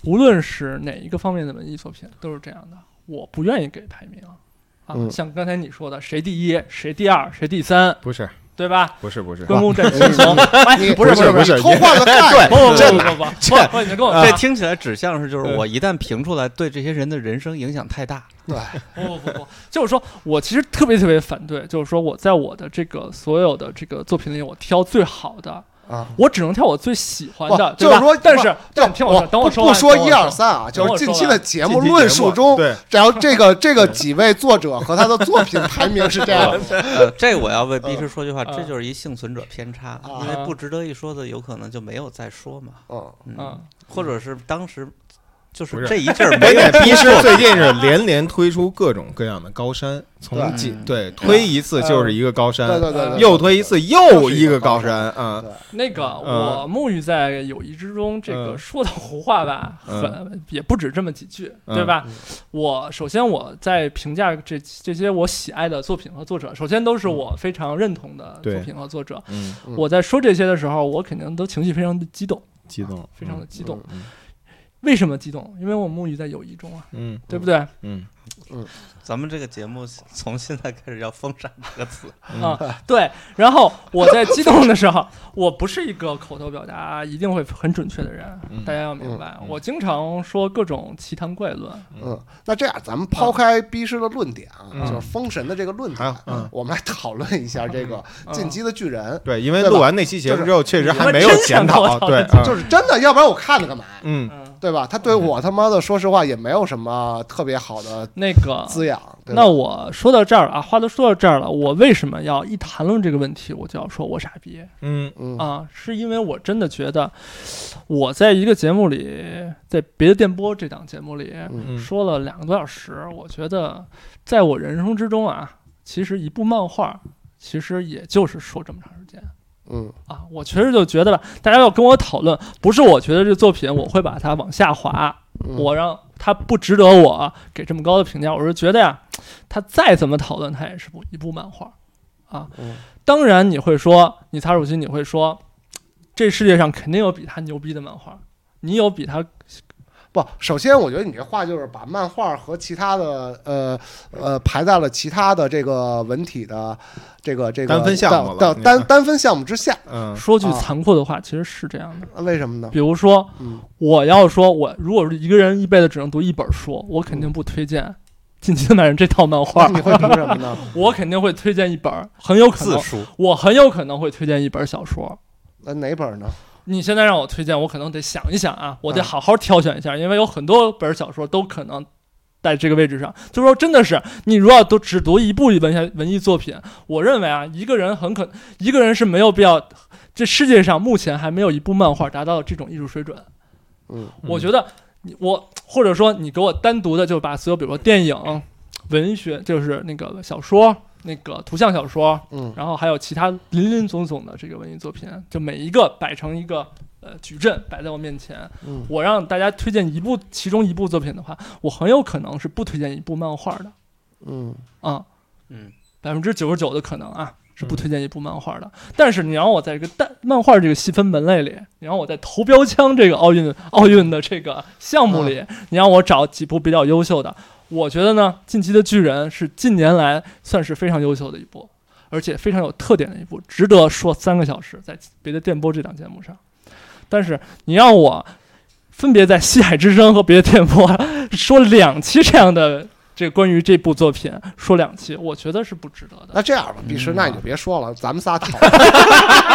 [SPEAKER 2] 无论是哪一个方面的文艺作品，都是这样的。我不愿意给排名啊，
[SPEAKER 1] 嗯
[SPEAKER 2] 像刚才你说的，谁第一，谁第二，谁第三，
[SPEAKER 3] 不是
[SPEAKER 2] 对吧？
[SPEAKER 3] 不是不是，
[SPEAKER 2] 关公战秦
[SPEAKER 1] 嗯
[SPEAKER 2] 琼，哎
[SPEAKER 1] 你
[SPEAKER 2] 不是不
[SPEAKER 3] 不是
[SPEAKER 2] 是
[SPEAKER 3] 不
[SPEAKER 2] 不
[SPEAKER 3] 是
[SPEAKER 2] 是，
[SPEAKER 1] 偷换了概念。
[SPEAKER 2] 不不
[SPEAKER 3] 这
[SPEAKER 2] 不不不
[SPEAKER 3] 这
[SPEAKER 2] 不不，你跟我
[SPEAKER 4] 啊这
[SPEAKER 2] 说
[SPEAKER 4] 听起来指向是，就是
[SPEAKER 3] 嗯
[SPEAKER 4] 我一旦评出来，对这些人的人生影响太大。
[SPEAKER 2] 不不不不，就是说我其实特别特别反对，就是说我在我的这个所有的这个作品里，我挑最好的，
[SPEAKER 1] 啊，
[SPEAKER 2] 我只能挑我最喜欢
[SPEAKER 1] 不
[SPEAKER 2] 的，对
[SPEAKER 1] 就是
[SPEAKER 2] 吧
[SPEAKER 1] 说，
[SPEAKER 2] 但是
[SPEAKER 1] 对
[SPEAKER 2] 但听我说，等我
[SPEAKER 1] 哦不
[SPEAKER 2] 说
[SPEAKER 1] 不
[SPEAKER 2] 完，
[SPEAKER 1] 说
[SPEAKER 2] 等我
[SPEAKER 1] 一二三啊，就
[SPEAKER 2] 等我
[SPEAKER 1] 是近
[SPEAKER 2] 说
[SPEAKER 1] 期的
[SPEAKER 2] 完
[SPEAKER 1] 节目论述中，
[SPEAKER 3] 对，
[SPEAKER 1] 然后这
[SPEAKER 2] [LAUGHS]
[SPEAKER 1] 个这个几位作者和他的作品排名是这样的。
[SPEAKER 2] [LAUGHS]
[SPEAKER 4] 呃，这我要为毕师说句话，
[SPEAKER 2] 嗯
[SPEAKER 4] 这就是一幸存者偏差，因为不值得一说的，有可能就没有再说嘛。
[SPEAKER 1] 嗯，
[SPEAKER 2] 嗯，
[SPEAKER 4] 或者是当时就
[SPEAKER 3] 不
[SPEAKER 4] 是
[SPEAKER 3] 是
[SPEAKER 4] 这一阵儿 [LAUGHS]
[SPEAKER 3] 北
[SPEAKER 4] 没有
[SPEAKER 3] 美逼师
[SPEAKER 4] 做
[SPEAKER 3] 最近是连连推出各种各样的高山，从
[SPEAKER 1] 对
[SPEAKER 3] 几
[SPEAKER 4] 嗯
[SPEAKER 3] 对推一次就是一个高
[SPEAKER 1] 对对
[SPEAKER 3] 山，
[SPEAKER 1] 对对，
[SPEAKER 3] 又推一次又一个高山啊
[SPEAKER 1] 对。
[SPEAKER 2] 那个，
[SPEAKER 3] 嗯
[SPEAKER 2] 我沐浴在友谊之中，这
[SPEAKER 3] 嗯
[SPEAKER 2] 个说的胡话吧，
[SPEAKER 3] 嗯
[SPEAKER 2] 很也不止这么几句，
[SPEAKER 3] 嗯
[SPEAKER 2] 对吧？我首先我在评价这这些我喜爱的作品和作者，首先都是我非常认同的
[SPEAKER 3] 嗯对
[SPEAKER 2] 作品和作者。
[SPEAKER 3] 嗯，
[SPEAKER 1] 嗯
[SPEAKER 2] 我在说这些的时候，我肯定都情绪非常的激动，
[SPEAKER 3] 激动，
[SPEAKER 2] 非常的激动。
[SPEAKER 3] 嗯嗯
[SPEAKER 2] 为什么激动？因为我沐浴在友谊中啊，
[SPEAKER 3] 嗯
[SPEAKER 2] 对不对？
[SPEAKER 3] 嗯
[SPEAKER 4] 咱们这个节目从现在开始要封杀这个词，
[SPEAKER 2] 啊、对。然后我在激动的时候，我不是一个口头表达一定会很准确的人，
[SPEAKER 3] 嗯
[SPEAKER 2] 大家要明白。
[SPEAKER 3] 嗯
[SPEAKER 2] 我经常说各种奇谈怪论，
[SPEAKER 1] 嗯，那这样咱们抛开逼师的论点啊，
[SPEAKER 3] 嗯
[SPEAKER 1] 就是封神的这个论
[SPEAKER 3] 还有
[SPEAKER 1] 点，
[SPEAKER 3] 嗯
[SPEAKER 1] 我们来讨论一下这个
[SPEAKER 2] 嗯
[SPEAKER 1] 进击的巨人，
[SPEAKER 3] 对，因为
[SPEAKER 1] 对吧
[SPEAKER 3] 录完那期节目之后，确实还没有
[SPEAKER 2] 你们真
[SPEAKER 3] 检
[SPEAKER 2] 想
[SPEAKER 3] 讨
[SPEAKER 2] 跟我，讨
[SPEAKER 3] 对
[SPEAKER 2] 论，
[SPEAKER 3] 啊
[SPEAKER 1] 就是真的，要不然我看了干嘛？
[SPEAKER 3] 嗯
[SPEAKER 2] 嗯，
[SPEAKER 1] 对吧？他对我他妈的，说实话也没有什么特别好的
[SPEAKER 2] 那个，
[SPEAKER 1] 滋养。对吧
[SPEAKER 2] 那我说到这儿了啊，话都说到这儿了，我为什么要一谈论这个问题，我就要说我傻逼
[SPEAKER 3] 嗯
[SPEAKER 1] 嗯
[SPEAKER 2] 啊？是因为我真的觉得，我在一个节目里，在别的电波这档节目里
[SPEAKER 3] 嗯，
[SPEAKER 2] 说了两个多小时，我觉得在我人生之中啊，其实一部漫画，其实也就是说这么长时间。
[SPEAKER 1] 嗯
[SPEAKER 2] 啊，我确实就觉得吧，大家要跟我讨论，不是我觉得这作品我会把它往下滑，
[SPEAKER 1] 嗯
[SPEAKER 2] 我让它不值得我给这么高的评价。我是觉得呀，它再怎么讨论，它也是部一部漫画啊。
[SPEAKER 1] 嗯
[SPEAKER 2] 当然你会说，你擦手机你会说，这世界上肯定有比它牛逼的漫画，你有比它
[SPEAKER 1] 不，首先我觉得你这话就是把漫画和其他的呃呃排在了其他的这个文体的这个这个
[SPEAKER 3] 单分项目了
[SPEAKER 1] 的的单单分项目之下，
[SPEAKER 3] 嗯
[SPEAKER 2] 说句
[SPEAKER 1] 啊
[SPEAKER 2] 残酷的话，其实是这样的。
[SPEAKER 1] 为什么呢
[SPEAKER 2] 比？如说，
[SPEAKER 1] 嗯
[SPEAKER 2] 我要说我如果是一个人一辈子只能读一本书，我肯定不推荐《进击的男人》这套漫画
[SPEAKER 1] 那。你会读什么呢？
[SPEAKER 2] 我肯定会推荐一本儿，很有可
[SPEAKER 4] 字
[SPEAKER 2] 能，
[SPEAKER 4] 数，
[SPEAKER 2] 我很有可能会推荐一本小说。
[SPEAKER 1] 那哪本呢？
[SPEAKER 2] 你现在让我推荐，我可能得想一想啊，我得
[SPEAKER 1] 嗯
[SPEAKER 2] 好好挑选一下，因为有很多本小说都可能在这个位置上。就是说，真的是你如果要都只读一部文学文艺作品，我认为啊，一个人很可一个人是没有必要。这世界上目前还没有一部漫画达到这种艺术水准。
[SPEAKER 1] 嗯，
[SPEAKER 2] 我觉得你我或者说你给我单独的就把所有，比如说电影、文学，就是那个小说、那个图像小说，
[SPEAKER 1] 嗯
[SPEAKER 2] 然后还有其他林林总总的这个文艺作品，就每一个摆成一个呃矩阵摆在我面前，
[SPEAKER 1] 嗯
[SPEAKER 2] 我让大家推荐一部其中一部作品的话，我很有可能是不推荐一部漫画的
[SPEAKER 1] 嗯
[SPEAKER 2] 啊，
[SPEAKER 4] 嗯，
[SPEAKER 2] 百分之九十九的可能啊。是不推荐一部漫画的，但是你让我在这个单漫画这个细分门类里，你让我在投标枪这个奥运奥运的这个项目里，你让我找几部比较优秀的，我觉得呢，《进击的巨人》是近年来算是非常优秀的一部，而且非常有特点的一部，值得说三个小时在别的电波这档节目上。但是你让我分别在《西海之声》和别的电波说两期这样的这关于这部作品说两期，我觉得是不值得的。
[SPEAKER 1] 那这样吧，毕师，
[SPEAKER 4] 嗯
[SPEAKER 1] 那你就别说了，咱们仨讨
[SPEAKER 3] [LAUGHS]
[SPEAKER 1] 论。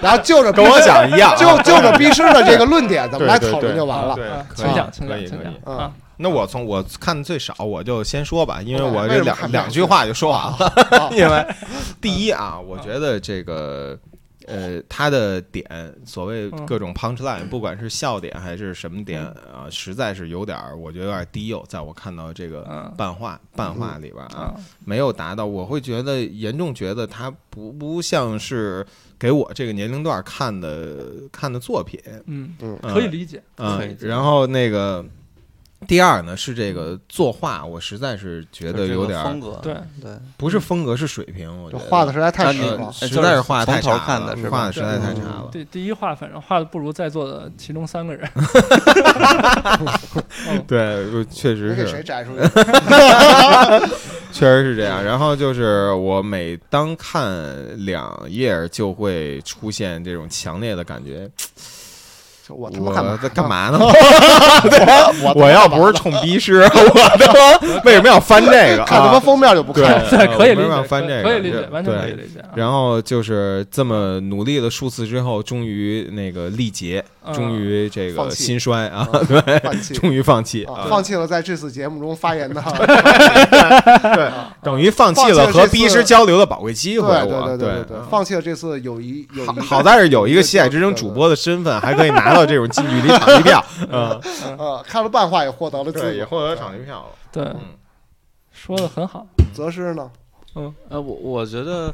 [SPEAKER 1] 然后就着
[SPEAKER 3] 跟我想一样啊，
[SPEAKER 1] 就就着毕师的这个论
[SPEAKER 3] [LAUGHS]
[SPEAKER 1] 点，咱们来
[SPEAKER 3] 对对
[SPEAKER 1] 讨论
[SPEAKER 3] 对
[SPEAKER 1] 就完了。
[SPEAKER 3] 对
[SPEAKER 2] 啊，
[SPEAKER 3] 可
[SPEAKER 2] 请
[SPEAKER 3] 以
[SPEAKER 2] 讲，
[SPEAKER 3] 可
[SPEAKER 2] 请讲，
[SPEAKER 3] 以
[SPEAKER 2] 请
[SPEAKER 3] 可以
[SPEAKER 2] 讲啊！
[SPEAKER 3] 那我从我看的最少，我就先说吧，因为
[SPEAKER 1] 对
[SPEAKER 3] 我
[SPEAKER 1] 为
[SPEAKER 3] 这
[SPEAKER 1] 什么
[SPEAKER 3] 两
[SPEAKER 1] 看不了
[SPEAKER 3] 两句话就说完了。 [LAUGHS]
[SPEAKER 1] 啊
[SPEAKER 3] 因为第一啊，
[SPEAKER 1] 嗯
[SPEAKER 3] 我觉得这个呃，他的点，所谓
[SPEAKER 2] 嗯
[SPEAKER 3] 各种 punch line，不管是笑点还是什么点
[SPEAKER 1] 嗯
[SPEAKER 3] 啊，实在是有点儿，我觉得有点低幼，在我看到这个
[SPEAKER 2] 嗯
[SPEAKER 3] 漫画漫
[SPEAKER 1] 嗯
[SPEAKER 3] 画里边
[SPEAKER 4] 嗯
[SPEAKER 3] 啊
[SPEAKER 2] 啊，
[SPEAKER 3] 没有达到，我会觉得严重觉得他不不像是给我这个年龄段看的看的作品，
[SPEAKER 2] 嗯，
[SPEAKER 3] 嗯
[SPEAKER 2] 可以理解。
[SPEAKER 4] 可以
[SPEAKER 3] 嗯，
[SPEAKER 4] 这样
[SPEAKER 3] 然后那个第二呢是这个作画，我实在是觉
[SPEAKER 4] 就
[SPEAKER 3] 得
[SPEAKER 4] 这
[SPEAKER 3] 有
[SPEAKER 4] 个
[SPEAKER 3] 点儿
[SPEAKER 4] 风格，
[SPEAKER 2] 对
[SPEAKER 4] 对，
[SPEAKER 3] 不是风格是水平，我觉
[SPEAKER 1] 这
[SPEAKER 3] 得
[SPEAKER 1] 画的实在太
[SPEAKER 4] 那
[SPEAKER 1] 屎
[SPEAKER 4] 你
[SPEAKER 1] 了
[SPEAKER 3] 呃，
[SPEAKER 4] 哎
[SPEAKER 3] 实
[SPEAKER 4] 就是
[SPEAKER 3] 在是画得太
[SPEAKER 4] 从头
[SPEAKER 3] 差
[SPEAKER 4] 看
[SPEAKER 3] 了
[SPEAKER 4] 的是吧
[SPEAKER 3] 画的实在太差了。
[SPEAKER 2] 对，第一话反正画的不如在座的其中三个
[SPEAKER 3] [LAUGHS]
[SPEAKER 2] 人。嗯
[SPEAKER 3] 对，我确
[SPEAKER 1] 你
[SPEAKER 3] 实
[SPEAKER 1] 给谁嗯
[SPEAKER 3] 是，
[SPEAKER 1] 摘出去？
[SPEAKER 3] 确实是这样。然后就是我每当看两页，就会出现这种强烈的感觉，
[SPEAKER 1] 就我他妈干嘛
[SPEAKER 3] 我
[SPEAKER 1] 呢？
[SPEAKER 3] 在干
[SPEAKER 1] [LAUGHS]
[SPEAKER 3] 嘛呢？ [LAUGHS]
[SPEAKER 1] 我
[SPEAKER 3] 我要不是 [LAUGHS] 冲逼师，我他妈为什么要翻这个啊？
[SPEAKER 1] 看他妈封面就不
[SPEAKER 3] 对
[SPEAKER 1] 看，
[SPEAKER 2] 对，可以
[SPEAKER 3] 我没
[SPEAKER 2] 理
[SPEAKER 3] 办法
[SPEAKER 2] 解，
[SPEAKER 3] 翻这个
[SPEAKER 2] 可以理解，
[SPEAKER 3] 对
[SPEAKER 2] 完全可以理解啊。
[SPEAKER 3] 然后就是这么努力了数次之后，终于那个力竭，
[SPEAKER 2] 嗯
[SPEAKER 3] 终于这个
[SPEAKER 1] 放弃
[SPEAKER 3] 心衰啊， [LAUGHS]
[SPEAKER 1] 对，放弃
[SPEAKER 3] 终于放弃
[SPEAKER 4] 嗯
[SPEAKER 1] 啊，
[SPEAKER 3] 啊，
[SPEAKER 1] 放弃了在这次节目中发言
[SPEAKER 4] [LAUGHS]
[SPEAKER 1] 的，
[SPEAKER 3] 等于放弃了和逼师交流的宝贵机
[SPEAKER 1] 对
[SPEAKER 3] 会。
[SPEAKER 1] 对
[SPEAKER 3] 我
[SPEAKER 1] 对对对，
[SPEAKER 4] 嗯
[SPEAKER 3] 啊
[SPEAKER 1] 放弃了这次友谊友谊
[SPEAKER 3] 好，好在是有一个西海之声主播的身份，还可以拿到这种近距离场地票，嗯，
[SPEAKER 1] 呃，看了半话也获得了自
[SPEAKER 3] 对，也
[SPEAKER 1] 由。
[SPEAKER 3] 获得场地票了。
[SPEAKER 2] 对
[SPEAKER 3] 嗯，
[SPEAKER 2] 说的很好。
[SPEAKER 1] 泽师呢？
[SPEAKER 4] 呃，我我觉得，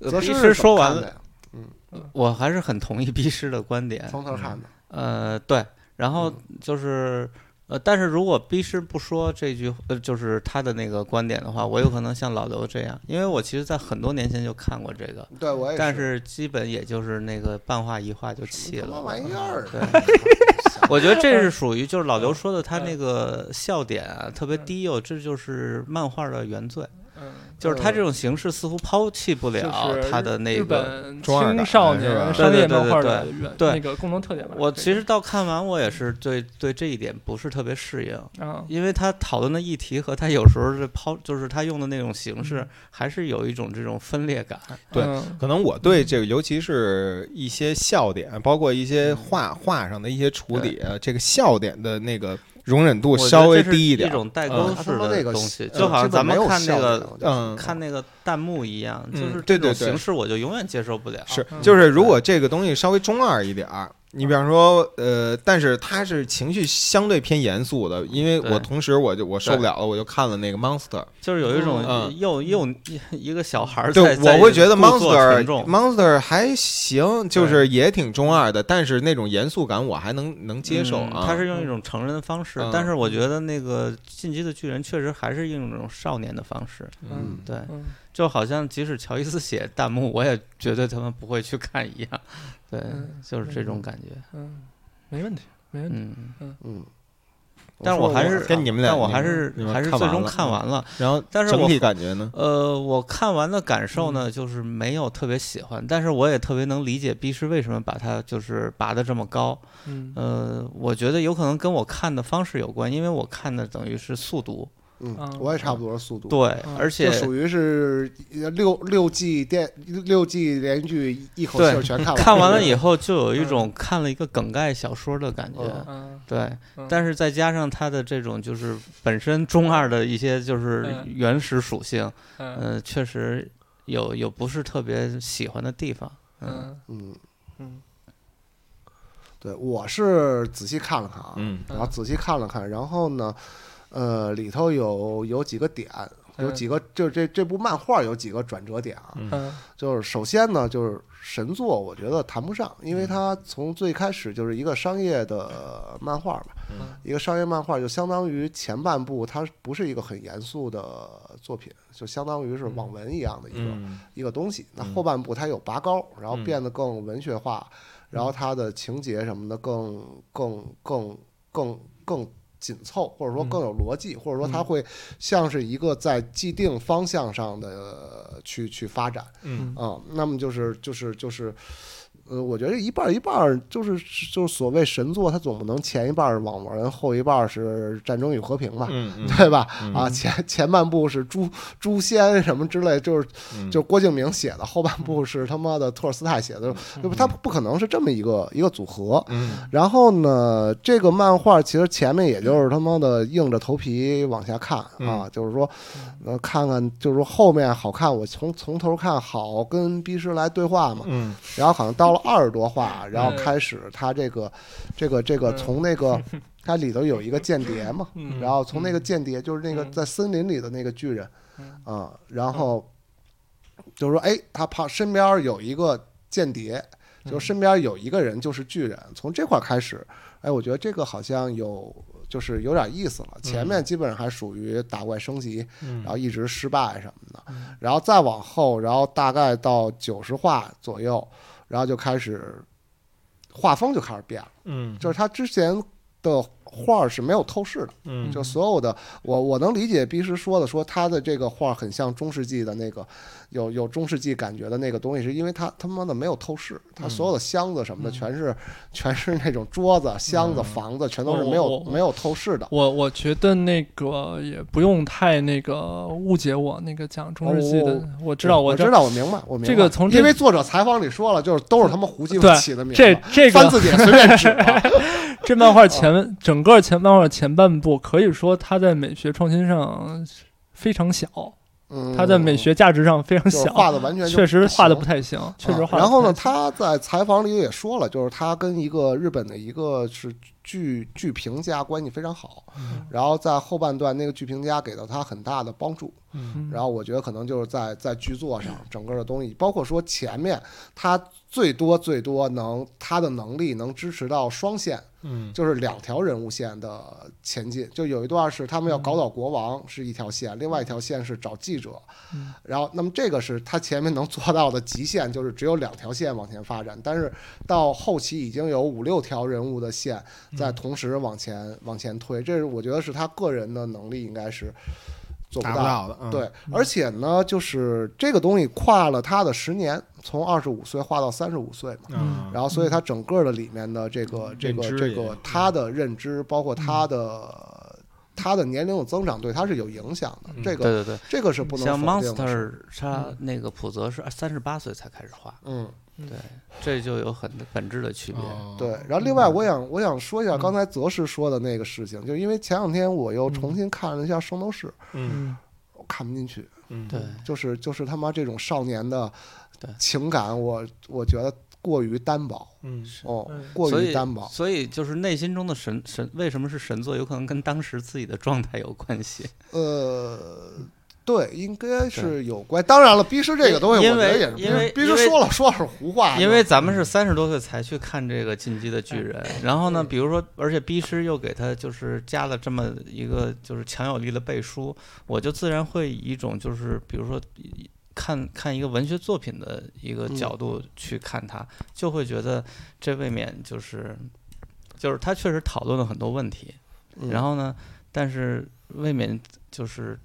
[SPEAKER 4] 呃
[SPEAKER 1] 泽
[SPEAKER 4] 逼
[SPEAKER 1] 师
[SPEAKER 4] 师
[SPEAKER 1] 是
[SPEAKER 4] 说完
[SPEAKER 1] 怎么
[SPEAKER 4] 了，
[SPEAKER 1] 看的呀，
[SPEAKER 4] 我还是很同意逼师的观点，
[SPEAKER 1] 从头看的。
[SPEAKER 4] 呃，对，然后就是，呃，但是如果 B 师不说这句，呃，就是他的那个观点的话，我有可能像老刘这样，因为我其实，在很多年前就看过这个，
[SPEAKER 1] 对我也
[SPEAKER 4] 但是基本也就是那个半话一话就弃
[SPEAKER 1] 什么
[SPEAKER 4] 了。
[SPEAKER 1] 玩意儿？啊
[SPEAKER 4] 对
[SPEAKER 1] [LAUGHS]
[SPEAKER 3] [LAUGHS]
[SPEAKER 1] 我
[SPEAKER 4] 我觉得这是属于就是老刘说的他那个笑点啊特别低幼，这就是漫画的原罪。
[SPEAKER 2] 嗯，
[SPEAKER 4] 就是他这种形式似乎抛弃不
[SPEAKER 2] 就
[SPEAKER 4] 了
[SPEAKER 2] 是
[SPEAKER 4] 他的那
[SPEAKER 2] 日
[SPEAKER 4] 个。
[SPEAKER 2] 本
[SPEAKER 3] 中二的
[SPEAKER 2] 青少
[SPEAKER 3] 是吧
[SPEAKER 2] 年商业漫画的
[SPEAKER 4] 对
[SPEAKER 2] 原
[SPEAKER 4] 对
[SPEAKER 2] 那个共同特点吧。
[SPEAKER 4] 我其实到看完，我也是对对这一点不是特别适应，
[SPEAKER 2] 啊，
[SPEAKER 4] 因为他讨论的议题和他有时候是抛，就是他用的那种形
[SPEAKER 3] 嗯
[SPEAKER 4] 式，还是有一种这种分裂感。
[SPEAKER 3] 对
[SPEAKER 2] 嗯
[SPEAKER 3] 可能我对这个，尤其是一些笑点，包括一些画画上的一些处理，啊这个笑点的那个容忍度
[SPEAKER 4] 我觉得
[SPEAKER 3] 稍微
[SPEAKER 4] 这是
[SPEAKER 3] 低
[SPEAKER 4] 一
[SPEAKER 3] 点。
[SPEAKER 4] 种代
[SPEAKER 3] 嗯
[SPEAKER 4] 沟
[SPEAKER 1] 他他
[SPEAKER 4] 式
[SPEAKER 1] 妈那
[SPEAKER 4] 的
[SPEAKER 1] 个
[SPEAKER 4] 东西，
[SPEAKER 1] 呃
[SPEAKER 4] 就好像
[SPEAKER 1] 基本
[SPEAKER 4] 咱
[SPEAKER 1] 没
[SPEAKER 4] 们
[SPEAKER 1] 有
[SPEAKER 4] 看那
[SPEAKER 1] 笑
[SPEAKER 4] 个
[SPEAKER 1] 点我觉得
[SPEAKER 3] 嗯，
[SPEAKER 4] 看那个弹幕一样，就
[SPEAKER 3] 嗯
[SPEAKER 4] 是
[SPEAKER 3] 对对
[SPEAKER 4] 这种
[SPEAKER 3] 对
[SPEAKER 4] 形式我就永远接受不了。
[SPEAKER 3] 是，
[SPEAKER 2] 嗯
[SPEAKER 3] 就是如果这个东西稍微中二一点儿，你比方说，呃，但是它是情绪相对偏严肃的，因为我
[SPEAKER 4] 对
[SPEAKER 3] 同时我就我受不了了，我就看了那个 Monster，
[SPEAKER 4] 就是有一种
[SPEAKER 3] 嗯
[SPEAKER 4] 幼幼一个小孩儿在，
[SPEAKER 3] 对，我会觉得
[SPEAKER 4] 在故作
[SPEAKER 3] Monster
[SPEAKER 4] 沉重
[SPEAKER 3] Monster 还行，就是也挺中二的，但是那种严肃感我还能能接受啊
[SPEAKER 4] 嗯。他是用一种成人的方式，
[SPEAKER 3] 嗯
[SPEAKER 4] 但是我觉得那个《进击的巨人》确实还是用一种少年的方式。
[SPEAKER 3] 嗯
[SPEAKER 2] 嗯
[SPEAKER 4] 对，
[SPEAKER 2] 嗯，
[SPEAKER 4] 就好像即使乔伊斯写弹幕，我也绝对他们不会去看一样。对
[SPEAKER 2] 嗯，
[SPEAKER 4] 就是这种感觉。
[SPEAKER 2] 嗯，没问题，没问题。
[SPEAKER 4] 嗯，
[SPEAKER 1] 嗯，
[SPEAKER 4] 但是
[SPEAKER 1] 我
[SPEAKER 4] 我
[SPEAKER 1] 说
[SPEAKER 4] 还是
[SPEAKER 3] 跟你们俩
[SPEAKER 4] 但我
[SPEAKER 3] 你
[SPEAKER 4] 还
[SPEAKER 3] 们
[SPEAKER 4] 是
[SPEAKER 3] 你们
[SPEAKER 4] 还是
[SPEAKER 3] 看
[SPEAKER 4] 最
[SPEAKER 3] 完
[SPEAKER 4] 终
[SPEAKER 3] 了嗯
[SPEAKER 4] 看完了。
[SPEAKER 3] 然后
[SPEAKER 4] 但是
[SPEAKER 3] 整
[SPEAKER 4] 我
[SPEAKER 3] 体感觉呢？
[SPEAKER 4] 呃，我看完的感受呢，就是没有特别喜欢，但是我也特别能理解 B 师为什么把它就是拔得这么高。
[SPEAKER 2] 嗯
[SPEAKER 4] 呃，我觉得有可能跟我看的方式有关，因为我看的等于是速读，
[SPEAKER 1] 嗯
[SPEAKER 2] 嗯，
[SPEAKER 1] 我也差不多是速度。
[SPEAKER 4] 对，
[SPEAKER 2] 嗯
[SPEAKER 4] 而
[SPEAKER 1] 就
[SPEAKER 4] 且
[SPEAKER 1] 属于是呃六六季电六季连续剧一口气儿
[SPEAKER 4] 对
[SPEAKER 1] 全看完，
[SPEAKER 4] 看完了
[SPEAKER 1] 对
[SPEAKER 4] 以后就有一种看了一个梗概小说的感觉。
[SPEAKER 1] 嗯
[SPEAKER 2] 嗯
[SPEAKER 4] 对
[SPEAKER 2] 嗯，
[SPEAKER 4] 但是再加上它的这种就是本身中二的一些就是
[SPEAKER 2] 嗯
[SPEAKER 4] 原始属性，
[SPEAKER 2] 嗯
[SPEAKER 4] 呃，确实有有不是特别喜欢的地方。嗯，
[SPEAKER 2] 嗯
[SPEAKER 1] 嗯
[SPEAKER 2] 嗯，
[SPEAKER 1] 对，我是仔细看了看啊，
[SPEAKER 3] 嗯
[SPEAKER 1] 然后仔细看了看，然后呢，呃，里头有有几个点，有
[SPEAKER 2] 嗯
[SPEAKER 1] 几个，就这这部漫画有几个转折点啊。
[SPEAKER 3] 嗯
[SPEAKER 2] 嗯
[SPEAKER 1] 就是首先呢，就是神作，我觉得谈不上，因为
[SPEAKER 3] 嗯
[SPEAKER 1] 它从最开始就是一个商业的漫画嘛，
[SPEAKER 2] 嗯
[SPEAKER 1] 一个商业漫画就相当于前半部它不是一个很严肃的作品，就相当于是网文一样的一个、
[SPEAKER 3] 嗯
[SPEAKER 1] 一个东西。那
[SPEAKER 3] 嗯
[SPEAKER 1] 后半部它有拔高，然后
[SPEAKER 3] 嗯
[SPEAKER 1] 变得更文学化，然后它的情节什么的更更更更更紧凑，或者说
[SPEAKER 2] 嗯
[SPEAKER 1] 更有逻辑，或者说它
[SPEAKER 2] 嗯
[SPEAKER 1] 会像是一个在既定方向上的呃去去发展
[SPEAKER 3] 嗯
[SPEAKER 1] 啊、那么就是就是就是。呃，我觉得一半儿一半儿，就是就是所谓神作，它总不能前一半儿网文，后一半儿是战争与和平吧，
[SPEAKER 3] 嗯嗯
[SPEAKER 1] 对吧？
[SPEAKER 3] 嗯
[SPEAKER 1] 啊，前前半部是诛诛仙什么之类，就是
[SPEAKER 3] 嗯
[SPEAKER 1] 就是郭敬明写的，后半部是他妈的托尔斯泰写的，对吧？他不可能是这么一个一个组合。
[SPEAKER 3] 嗯
[SPEAKER 1] 然后呢，这个漫画其实前面也就是他妈的硬着头皮往下看啊
[SPEAKER 3] 嗯，
[SPEAKER 1] 就是说，呃，看看就是说后面好看，我从从头看好跟逼师来对话嘛。
[SPEAKER 3] 嗯
[SPEAKER 1] 然后好像到了二十多话，然后
[SPEAKER 2] 嗯
[SPEAKER 1] 开始他这个这个这个
[SPEAKER 2] 嗯
[SPEAKER 1] 从那
[SPEAKER 2] [LAUGHS]
[SPEAKER 1] 个它里头有一个间谍嘛，
[SPEAKER 2] 嗯
[SPEAKER 1] 然后从那个间谍，就是那个
[SPEAKER 2] 嗯
[SPEAKER 1] 在森林里的那个巨人，
[SPEAKER 2] 嗯
[SPEAKER 1] 啊，然后就是说，哎，他旁身边有一个间谍，
[SPEAKER 2] 嗯
[SPEAKER 1] 就身边有一个人就是巨人，从这块开始，哎，我觉得这个好像有。就是有点意思了，前
[SPEAKER 2] 嗯
[SPEAKER 1] 面基本上还属于打怪升级，
[SPEAKER 3] 嗯
[SPEAKER 1] 然后一直失败什么的，
[SPEAKER 2] 嗯
[SPEAKER 1] 然后再往后，然后大概到九十话左右，然后就开始画风就开始变了，
[SPEAKER 3] 嗯
[SPEAKER 1] 就是他之前的画儿是没有透视的，
[SPEAKER 3] 嗯
[SPEAKER 1] 就所有的我我能理解毕师说的，说他的这个画很像中世纪的那个有有中世纪感觉的那个东西，是因为他他妈的没有透视，他所有的箱子什么的
[SPEAKER 2] 嗯
[SPEAKER 1] 全是、全是那种桌子、箱子、房子，全都是没有
[SPEAKER 2] 我我
[SPEAKER 1] 没有透视的。
[SPEAKER 2] 我我觉得那个也不用太那个误解我，那个讲中世纪的，我知道
[SPEAKER 1] 哦我
[SPEAKER 2] 知
[SPEAKER 1] 知道，我明白，我明白。
[SPEAKER 2] 这个从这
[SPEAKER 1] 因为作者采访里说了，就是都是他妈胡鸡巴
[SPEAKER 2] 对
[SPEAKER 1] 起的名字，
[SPEAKER 2] 这这
[SPEAKER 1] 翻字
[SPEAKER 2] 个
[SPEAKER 1] 啊典随便指
[SPEAKER 2] [LAUGHS]
[SPEAKER 1] 啊。
[SPEAKER 2] 这漫画前整个前漫画前半部，可以说它在美学创新上非常小，
[SPEAKER 1] 嗯，
[SPEAKER 2] 它在美学价值上非常
[SPEAKER 1] 就是
[SPEAKER 2] 小，
[SPEAKER 1] 画的完全就
[SPEAKER 2] 确实画的
[SPEAKER 1] 行
[SPEAKER 2] 不太行，确实
[SPEAKER 1] 啊
[SPEAKER 2] 画得不太行。
[SPEAKER 1] 然后呢，他在采访里也说了，就是他跟一个日本的一个是剧剧评家关系非常好，
[SPEAKER 2] 嗯
[SPEAKER 1] 然后在后半段那个剧评家给到他很大的帮助。
[SPEAKER 2] 嗯，
[SPEAKER 1] 然后我觉得可能就是在在剧作上整个的东西，包括说前面他最多最多能他的能力能支持到双线，
[SPEAKER 3] 嗯
[SPEAKER 1] 就是两条人物线的前进。就有一段是他们要搞倒国王是一条线，另外一条线是找记者
[SPEAKER 2] 嗯。
[SPEAKER 1] 然后，那么这个是他前面能做到的极限，就是只有两条线往前发展。但是到后期已经有五六条人物的线在同时往前往前推，这是我觉得是他个人的能力应该是做
[SPEAKER 3] 达
[SPEAKER 1] 不
[SPEAKER 3] 不
[SPEAKER 1] 到。
[SPEAKER 3] 到的，嗯、
[SPEAKER 1] 对，而且呢，就是这个东西跨了他的十年，从二十五岁跨到三十五岁嘛。
[SPEAKER 3] 嗯，
[SPEAKER 1] 然后，所以他整个的里面的这个这个
[SPEAKER 3] 认知
[SPEAKER 1] 这
[SPEAKER 3] 也嗯
[SPEAKER 1] 个他的认知，包括他的他的年龄的增长，对他是有影响的
[SPEAKER 3] 嗯。
[SPEAKER 1] 这
[SPEAKER 4] 对
[SPEAKER 1] 个
[SPEAKER 4] 对对，
[SPEAKER 1] 这个是不能
[SPEAKER 4] 像
[SPEAKER 1] 否定嗯的事。
[SPEAKER 4] Monster 他那个普泽是三十八岁才开始画，
[SPEAKER 1] 嗯，
[SPEAKER 4] 这就有很本质的区别。
[SPEAKER 3] 哦
[SPEAKER 1] 对，。然后另外，我想我想说一下刚才泽师说的那个事情，就是因为前两天我又重新看了一下《圣斗士》，
[SPEAKER 3] 嗯
[SPEAKER 2] 嗯
[SPEAKER 1] 我看不进去，
[SPEAKER 3] 嗯，
[SPEAKER 4] 对，
[SPEAKER 1] 就是就是他妈这种少年的
[SPEAKER 4] 对
[SPEAKER 1] 情感，我我觉得过于单薄
[SPEAKER 3] 嗯，
[SPEAKER 1] 哦
[SPEAKER 2] 嗯，
[SPEAKER 1] 过
[SPEAKER 4] 所
[SPEAKER 1] 于
[SPEAKER 4] 以
[SPEAKER 1] 单薄。
[SPEAKER 4] 所以就是内心中的神神，为什么是神作？有可能跟当时自己的状态有关系。
[SPEAKER 1] 呃，对，应该是有关。当然了，逼师这个东西，
[SPEAKER 4] 因
[SPEAKER 1] 我觉得也是
[SPEAKER 4] 因为
[SPEAKER 1] 嗯
[SPEAKER 4] 因为
[SPEAKER 1] 逼
[SPEAKER 4] 因
[SPEAKER 1] 师
[SPEAKER 4] 为
[SPEAKER 1] 说了说是胡话，
[SPEAKER 4] 因为咱
[SPEAKER 1] 嗯
[SPEAKER 4] 们是三十多岁才去看这个《进击的巨人》，
[SPEAKER 1] [LAUGHS]
[SPEAKER 4] 然后呢，比如说，而且逼师又给他就是加了这么一个就是强有力的背书，我就自然会以一种就是比如说看看一个文学作品的一个
[SPEAKER 1] 嗯
[SPEAKER 4] 角度去看它，就会觉得这未免就是就是他确实讨论了很多问题，
[SPEAKER 1] 嗯
[SPEAKER 4] 然后呢，但是未免就是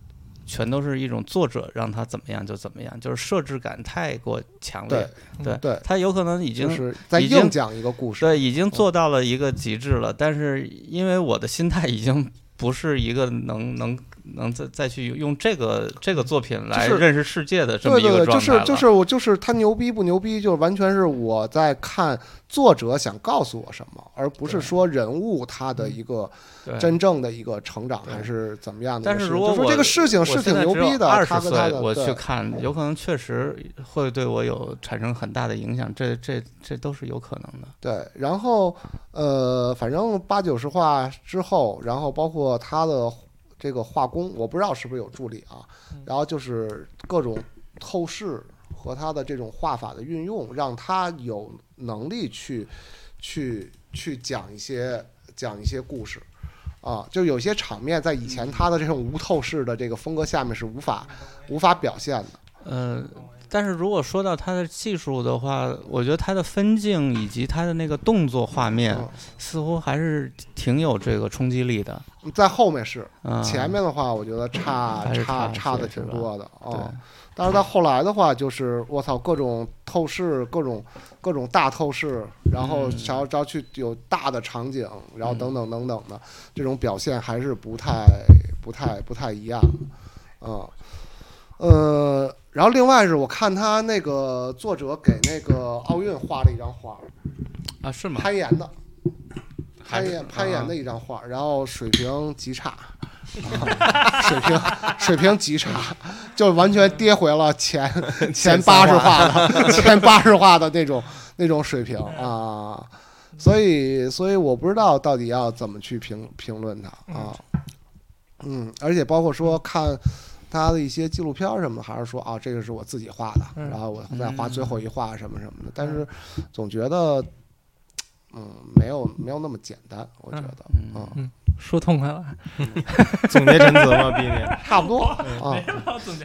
[SPEAKER 4] 全都是一种作者让他怎么样就怎么样，就是设置感太过强烈
[SPEAKER 1] 嗯对，
[SPEAKER 4] 对
[SPEAKER 1] 对，
[SPEAKER 4] 他有可能已经、
[SPEAKER 1] 就是在
[SPEAKER 4] 已经
[SPEAKER 1] 硬讲一个故事。
[SPEAKER 4] 对已经做到了一个极致了，但是因为我的心态已经不是一个能能能再再去用这个这个作品来
[SPEAKER 1] 就是
[SPEAKER 4] 认识世界的这么
[SPEAKER 1] 对
[SPEAKER 4] 一
[SPEAKER 1] 对对，
[SPEAKER 4] 个状
[SPEAKER 1] 就
[SPEAKER 4] 态了，
[SPEAKER 1] 是就是我就是他牛逼不牛逼，就完全是我在看作者想告诉我什么，而不是
[SPEAKER 4] 对
[SPEAKER 1] 说人物他的一个
[SPEAKER 4] 嗯对
[SPEAKER 1] 真正的一个成长
[SPEAKER 4] 对
[SPEAKER 1] 还是怎么样的一
[SPEAKER 4] 但
[SPEAKER 1] 个
[SPEAKER 4] 是
[SPEAKER 1] 事情。
[SPEAKER 4] 如果
[SPEAKER 1] 就说
[SPEAKER 4] 我
[SPEAKER 1] 这个事情
[SPEAKER 4] 我
[SPEAKER 1] 是挺牛逼的，
[SPEAKER 4] 二
[SPEAKER 1] 他
[SPEAKER 4] 十
[SPEAKER 1] 跟
[SPEAKER 4] 岁
[SPEAKER 1] 他的
[SPEAKER 4] 我去
[SPEAKER 1] 对
[SPEAKER 4] 看，有可能确实会对我有产生很大的影响，这这这都是有可能的。
[SPEAKER 1] 对，然后呃，反正八九十话之后，然后包括他的这个画工，我不知道是不是有助力啊
[SPEAKER 2] 嗯。
[SPEAKER 1] 然后就是各种透视和他的这种画法的运用，让他有能力去去去讲一些讲一些故事。啊，就有些场面在以前他的这种无透视的这个风格下面是无法无法表现的。
[SPEAKER 4] 呃，但是如果说到它的技术的话，我觉得它的分镜以及它的那个动作画面，
[SPEAKER 1] 哦
[SPEAKER 4] 似乎还是挺有这个冲击力的。
[SPEAKER 1] 嗯，在后面是，
[SPEAKER 4] 嗯，
[SPEAKER 1] 前面的话，我觉得差
[SPEAKER 4] 还是
[SPEAKER 1] 差
[SPEAKER 4] 差
[SPEAKER 1] 差
[SPEAKER 4] 一
[SPEAKER 1] 的
[SPEAKER 4] 些
[SPEAKER 1] 挺
[SPEAKER 4] 是吧
[SPEAKER 1] 多的
[SPEAKER 4] 对
[SPEAKER 1] 啊。但是到后来的话，就是我操，各种透视，各种各种大透视，然后
[SPEAKER 4] 嗯
[SPEAKER 1] 想要要去有大的场景，然后等等等等的，这种表现还是不太不太不太一样，嗯，呃，然后另外是我看他那个作者给那个奥运画了一张画，
[SPEAKER 4] 啊，是吗？
[SPEAKER 1] 攀岩的，
[SPEAKER 4] 还
[SPEAKER 1] 攀
[SPEAKER 4] 是
[SPEAKER 1] 岩攀岩的
[SPEAKER 4] 啊
[SPEAKER 1] 一张画，然后水平极
[SPEAKER 4] [LAUGHS]
[SPEAKER 1] 差，啊水平水平极差，就完全跌回了前 [LAUGHS] 前八十画的 [LAUGHS] 前八十画的那种那种水平啊。所以，所以我不知道到底要怎么去评评论它啊，嗯，而且包括说看他的一些纪录片儿什么的，还是说啊，这个是我自己画的，
[SPEAKER 2] 嗯
[SPEAKER 1] 然后我再画最后一画什么什么的，但
[SPEAKER 2] 嗯
[SPEAKER 1] 是总觉得，嗯，没有没有那么简单，我觉得，
[SPEAKER 4] 嗯
[SPEAKER 1] 嗯，
[SPEAKER 2] 说痛快了，
[SPEAKER 3] 总结陈 [LAUGHS] 词嘛，毕竟
[SPEAKER 1] 差不多啊，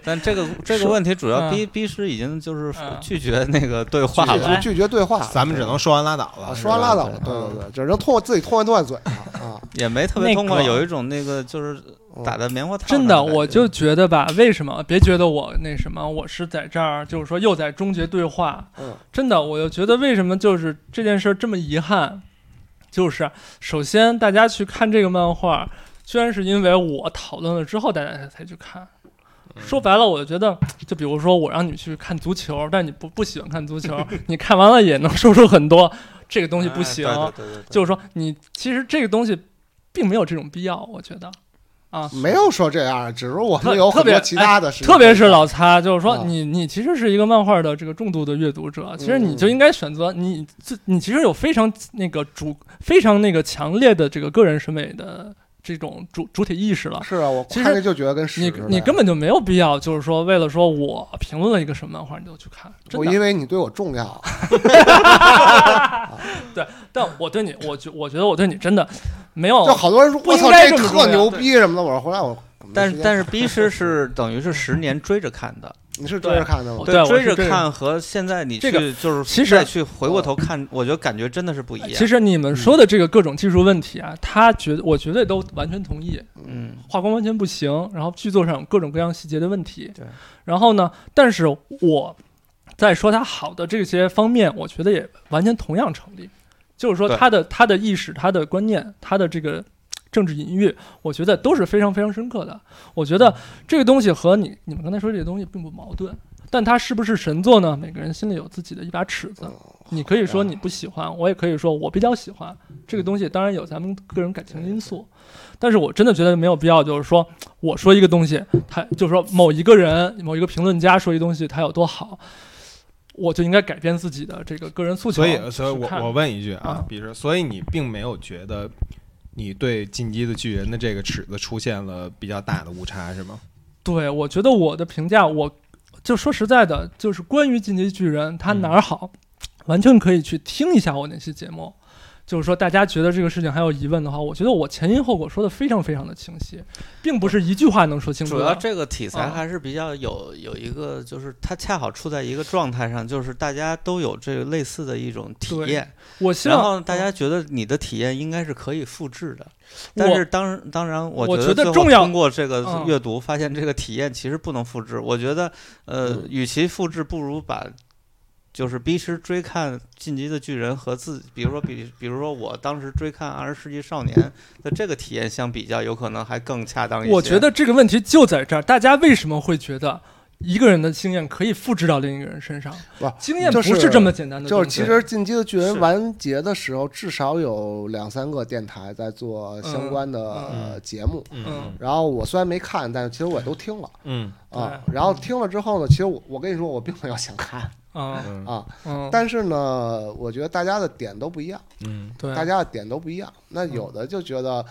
[SPEAKER 4] 但这个这个
[SPEAKER 2] 说
[SPEAKER 4] 问题主要
[SPEAKER 2] 嗯
[SPEAKER 4] 逼逼师已经就是
[SPEAKER 2] 嗯
[SPEAKER 4] 拒绝那个对话
[SPEAKER 1] 拒
[SPEAKER 4] 了。
[SPEAKER 1] 绝拒绝对话，
[SPEAKER 3] 咱们只能说完拉倒
[SPEAKER 1] 啊
[SPEAKER 3] 了，
[SPEAKER 1] 说完拉倒了，
[SPEAKER 4] 对
[SPEAKER 1] 对对对，只能痛自己痛快痛快嘴啊
[SPEAKER 4] 也没特别
[SPEAKER 2] 那
[SPEAKER 4] 痛快，
[SPEAKER 2] 个
[SPEAKER 4] 有一种那个就是
[SPEAKER 1] 啊，
[SPEAKER 4] [LAUGHS] 打在棉花糖。
[SPEAKER 2] 真的，我就觉得吧，为什么？别觉得我那什么，我是在这儿，就是说又在终结对话。
[SPEAKER 1] 嗯
[SPEAKER 2] 真的，我就觉得为什么就是这件事儿这么遗憾，就是首先大家去看这个漫画，居然是因为我讨论了之后，大家才才去看。
[SPEAKER 4] 嗯
[SPEAKER 2] 说白了，我就觉得，就比如说我让你去看足球，但你不不喜欢看足球， [LAUGHS] 你看完了也能说出很多这个东西不行。
[SPEAKER 4] 哎对对对对对
[SPEAKER 2] 就是说你，其实这个东西并没有这种必要，我觉得啊，
[SPEAKER 1] 没有说这样，只是我
[SPEAKER 2] 特
[SPEAKER 1] 们有
[SPEAKER 2] 特
[SPEAKER 1] 很
[SPEAKER 2] 别哎
[SPEAKER 1] 多其他的事情，
[SPEAKER 2] 特别是老擦，就是说
[SPEAKER 1] 啊
[SPEAKER 2] 你你其实是一个漫画的这个重度的阅读者，其实你
[SPEAKER 1] 嗯
[SPEAKER 2] 就应该选择你自你其实有非常那个主非常那个强烈的这个个人审美的这种主主体意识了。
[SPEAKER 1] 是啊，我
[SPEAKER 2] 其实
[SPEAKER 1] 看着就觉得跟屎
[SPEAKER 2] 你
[SPEAKER 1] 似的
[SPEAKER 2] 你根本就没有必要，就是说为了说我评论了一个什么漫画，你就去看。真
[SPEAKER 1] 我
[SPEAKER 2] 的，
[SPEAKER 1] 因为你对我重要，
[SPEAKER 2] 但我对你，我觉我觉得我对你真的没有
[SPEAKER 1] [LAUGHS] 就好多人说
[SPEAKER 2] 哦不
[SPEAKER 1] 我
[SPEAKER 2] 应
[SPEAKER 1] 操
[SPEAKER 2] 该
[SPEAKER 1] 这
[SPEAKER 2] 这么
[SPEAKER 1] 特
[SPEAKER 2] 重要
[SPEAKER 1] 牛逼什么的，我说回来我。
[SPEAKER 4] 但是但
[SPEAKER 1] 是
[SPEAKER 4] 是逼师是等于是十年追着看的，
[SPEAKER 1] 你是追着看的吗？
[SPEAKER 2] 对我是
[SPEAKER 4] 追着
[SPEAKER 2] 这个
[SPEAKER 4] 看和现在你
[SPEAKER 2] 这个
[SPEAKER 4] 去就是
[SPEAKER 2] 其实
[SPEAKER 4] 再去回过头看，我觉得感觉真的是不一样。
[SPEAKER 2] 其实你们
[SPEAKER 1] 嗯
[SPEAKER 2] 说的这个各种技术问题啊，他绝我绝对都完全同意，
[SPEAKER 4] 嗯，
[SPEAKER 2] 画工完全不行，然后剧作上有各种各样细节的问题。
[SPEAKER 4] 对，
[SPEAKER 2] 然后呢，但是我在说它好的这些方面，我觉得也完全同样成立，就是说
[SPEAKER 4] 对
[SPEAKER 2] 他的他的意识、他的观念、他的这个。政治隐喻，我觉得都是非常非常深刻的。我
[SPEAKER 3] 嗯
[SPEAKER 2] 觉得这个东西和你你们刚才说这个东西并不矛盾，但它是不是神作呢？每个人心里有自己的一把尺
[SPEAKER 3] 哦
[SPEAKER 2] 子。你可以说你不喜欢，我也可以说我比较喜欢这个东西。当然有咱们个人感情因素，但是我真的觉得没有必要，就是说我说一个东西，他就是说某一个人、某一个评论家说一东西他有多好，我就应该改变自己的这个个人诉求
[SPEAKER 3] 所
[SPEAKER 2] 去
[SPEAKER 3] 以，
[SPEAKER 2] 看。
[SPEAKER 3] 所以我我问一句啊
[SPEAKER 2] 啊，
[SPEAKER 3] 比如，所以你并没有觉得你对《进击的巨人》的这个尺子出现了比较大的误差，是吗？
[SPEAKER 2] 对我觉得我的评价，我就说实在的，就是关于《进击的巨人》他
[SPEAKER 4] 嗯
[SPEAKER 2] 哪儿好，完全可以去听一下我那期节目。就是说，大家觉得这个事情还有疑问的话，我觉得我前因后果说的非常非常的清晰，并不是一句话能说清楚
[SPEAKER 4] 主
[SPEAKER 2] 的。
[SPEAKER 4] 要这个题材
[SPEAKER 2] 啊
[SPEAKER 4] 还是比较有有一个，就是它恰好处在一个状态上，就是大家都有这个类似的一种体
[SPEAKER 2] 对
[SPEAKER 4] 验，
[SPEAKER 2] 我希
[SPEAKER 4] 然
[SPEAKER 2] 望
[SPEAKER 4] 后大家觉得你的体验应该是可以复制的。但
[SPEAKER 2] 我
[SPEAKER 4] 是当当然，我
[SPEAKER 2] 我
[SPEAKER 4] 觉
[SPEAKER 2] 觉得
[SPEAKER 4] 最后
[SPEAKER 2] 重要
[SPEAKER 4] 通过这个
[SPEAKER 2] 嗯
[SPEAKER 4] 阅读，发现这个体验其实不能复制。我觉得，呃
[SPEAKER 1] 嗯，
[SPEAKER 4] 与其复制，不如把就是逼时追看《进击的巨人》和自己，比如说比，比如说我当时追看《二十世纪少年》的这个体验相比较，有可能还更恰当一些。
[SPEAKER 2] 我觉得这个问题就在这儿，大家为什么会觉得一个人的经验可以复制到另一个人身上？
[SPEAKER 1] 不
[SPEAKER 2] 经验
[SPEAKER 1] 就
[SPEAKER 2] 不
[SPEAKER 1] 是
[SPEAKER 2] 这么简单的
[SPEAKER 1] 就
[SPEAKER 2] 东
[SPEAKER 1] 是
[SPEAKER 2] 西。
[SPEAKER 1] 其实《进击的巨人
[SPEAKER 4] 是》
[SPEAKER 1] 完结的时候，至少有两三个电台在做相关的
[SPEAKER 2] 嗯
[SPEAKER 1] 呃节目。
[SPEAKER 2] 嗯
[SPEAKER 1] 然后我虽然没看，但其实我也都听了
[SPEAKER 3] 嗯
[SPEAKER 1] 啊。然后听了之后呢，其实我我跟你说，我并没有想看
[SPEAKER 2] 啊
[SPEAKER 3] 嗯
[SPEAKER 1] 啊，
[SPEAKER 2] 嗯，
[SPEAKER 1] 但是呢，我觉得大家的点都不一样，
[SPEAKER 3] 嗯
[SPEAKER 2] 对，嗯
[SPEAKER 1] 大家的点都不一样。那有的就觉得，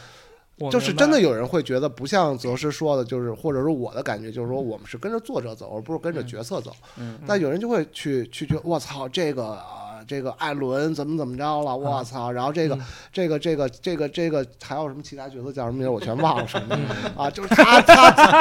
[SPEAKER 2] 我
[SPEAKER 1] 就是
[SPEAKER 2] 明白
[SPEAKER 1] 真的有人会觉得不像泽师说的，就是或者是我的感觉，就是说我们是跟着作者走，而不是跟着角色走。
[SPEAKER 4] 嗯，
[SPEAKER 1] 但有人就会去去觉得，我操，这个啊、这个艾伦怎么怎么着了，我操，然后这个、
[SPEAKER 2] 嗯
[SPEAKER 1] 这个这个这个这个还有什么其他角色叫什么名儿，我全忘了什么
[SPEAKER 2] 嗯
[SPEAKER 1] 啊，就是
[SPEAKER 3] [LAUGHS]
[SPEAKER 1] 他他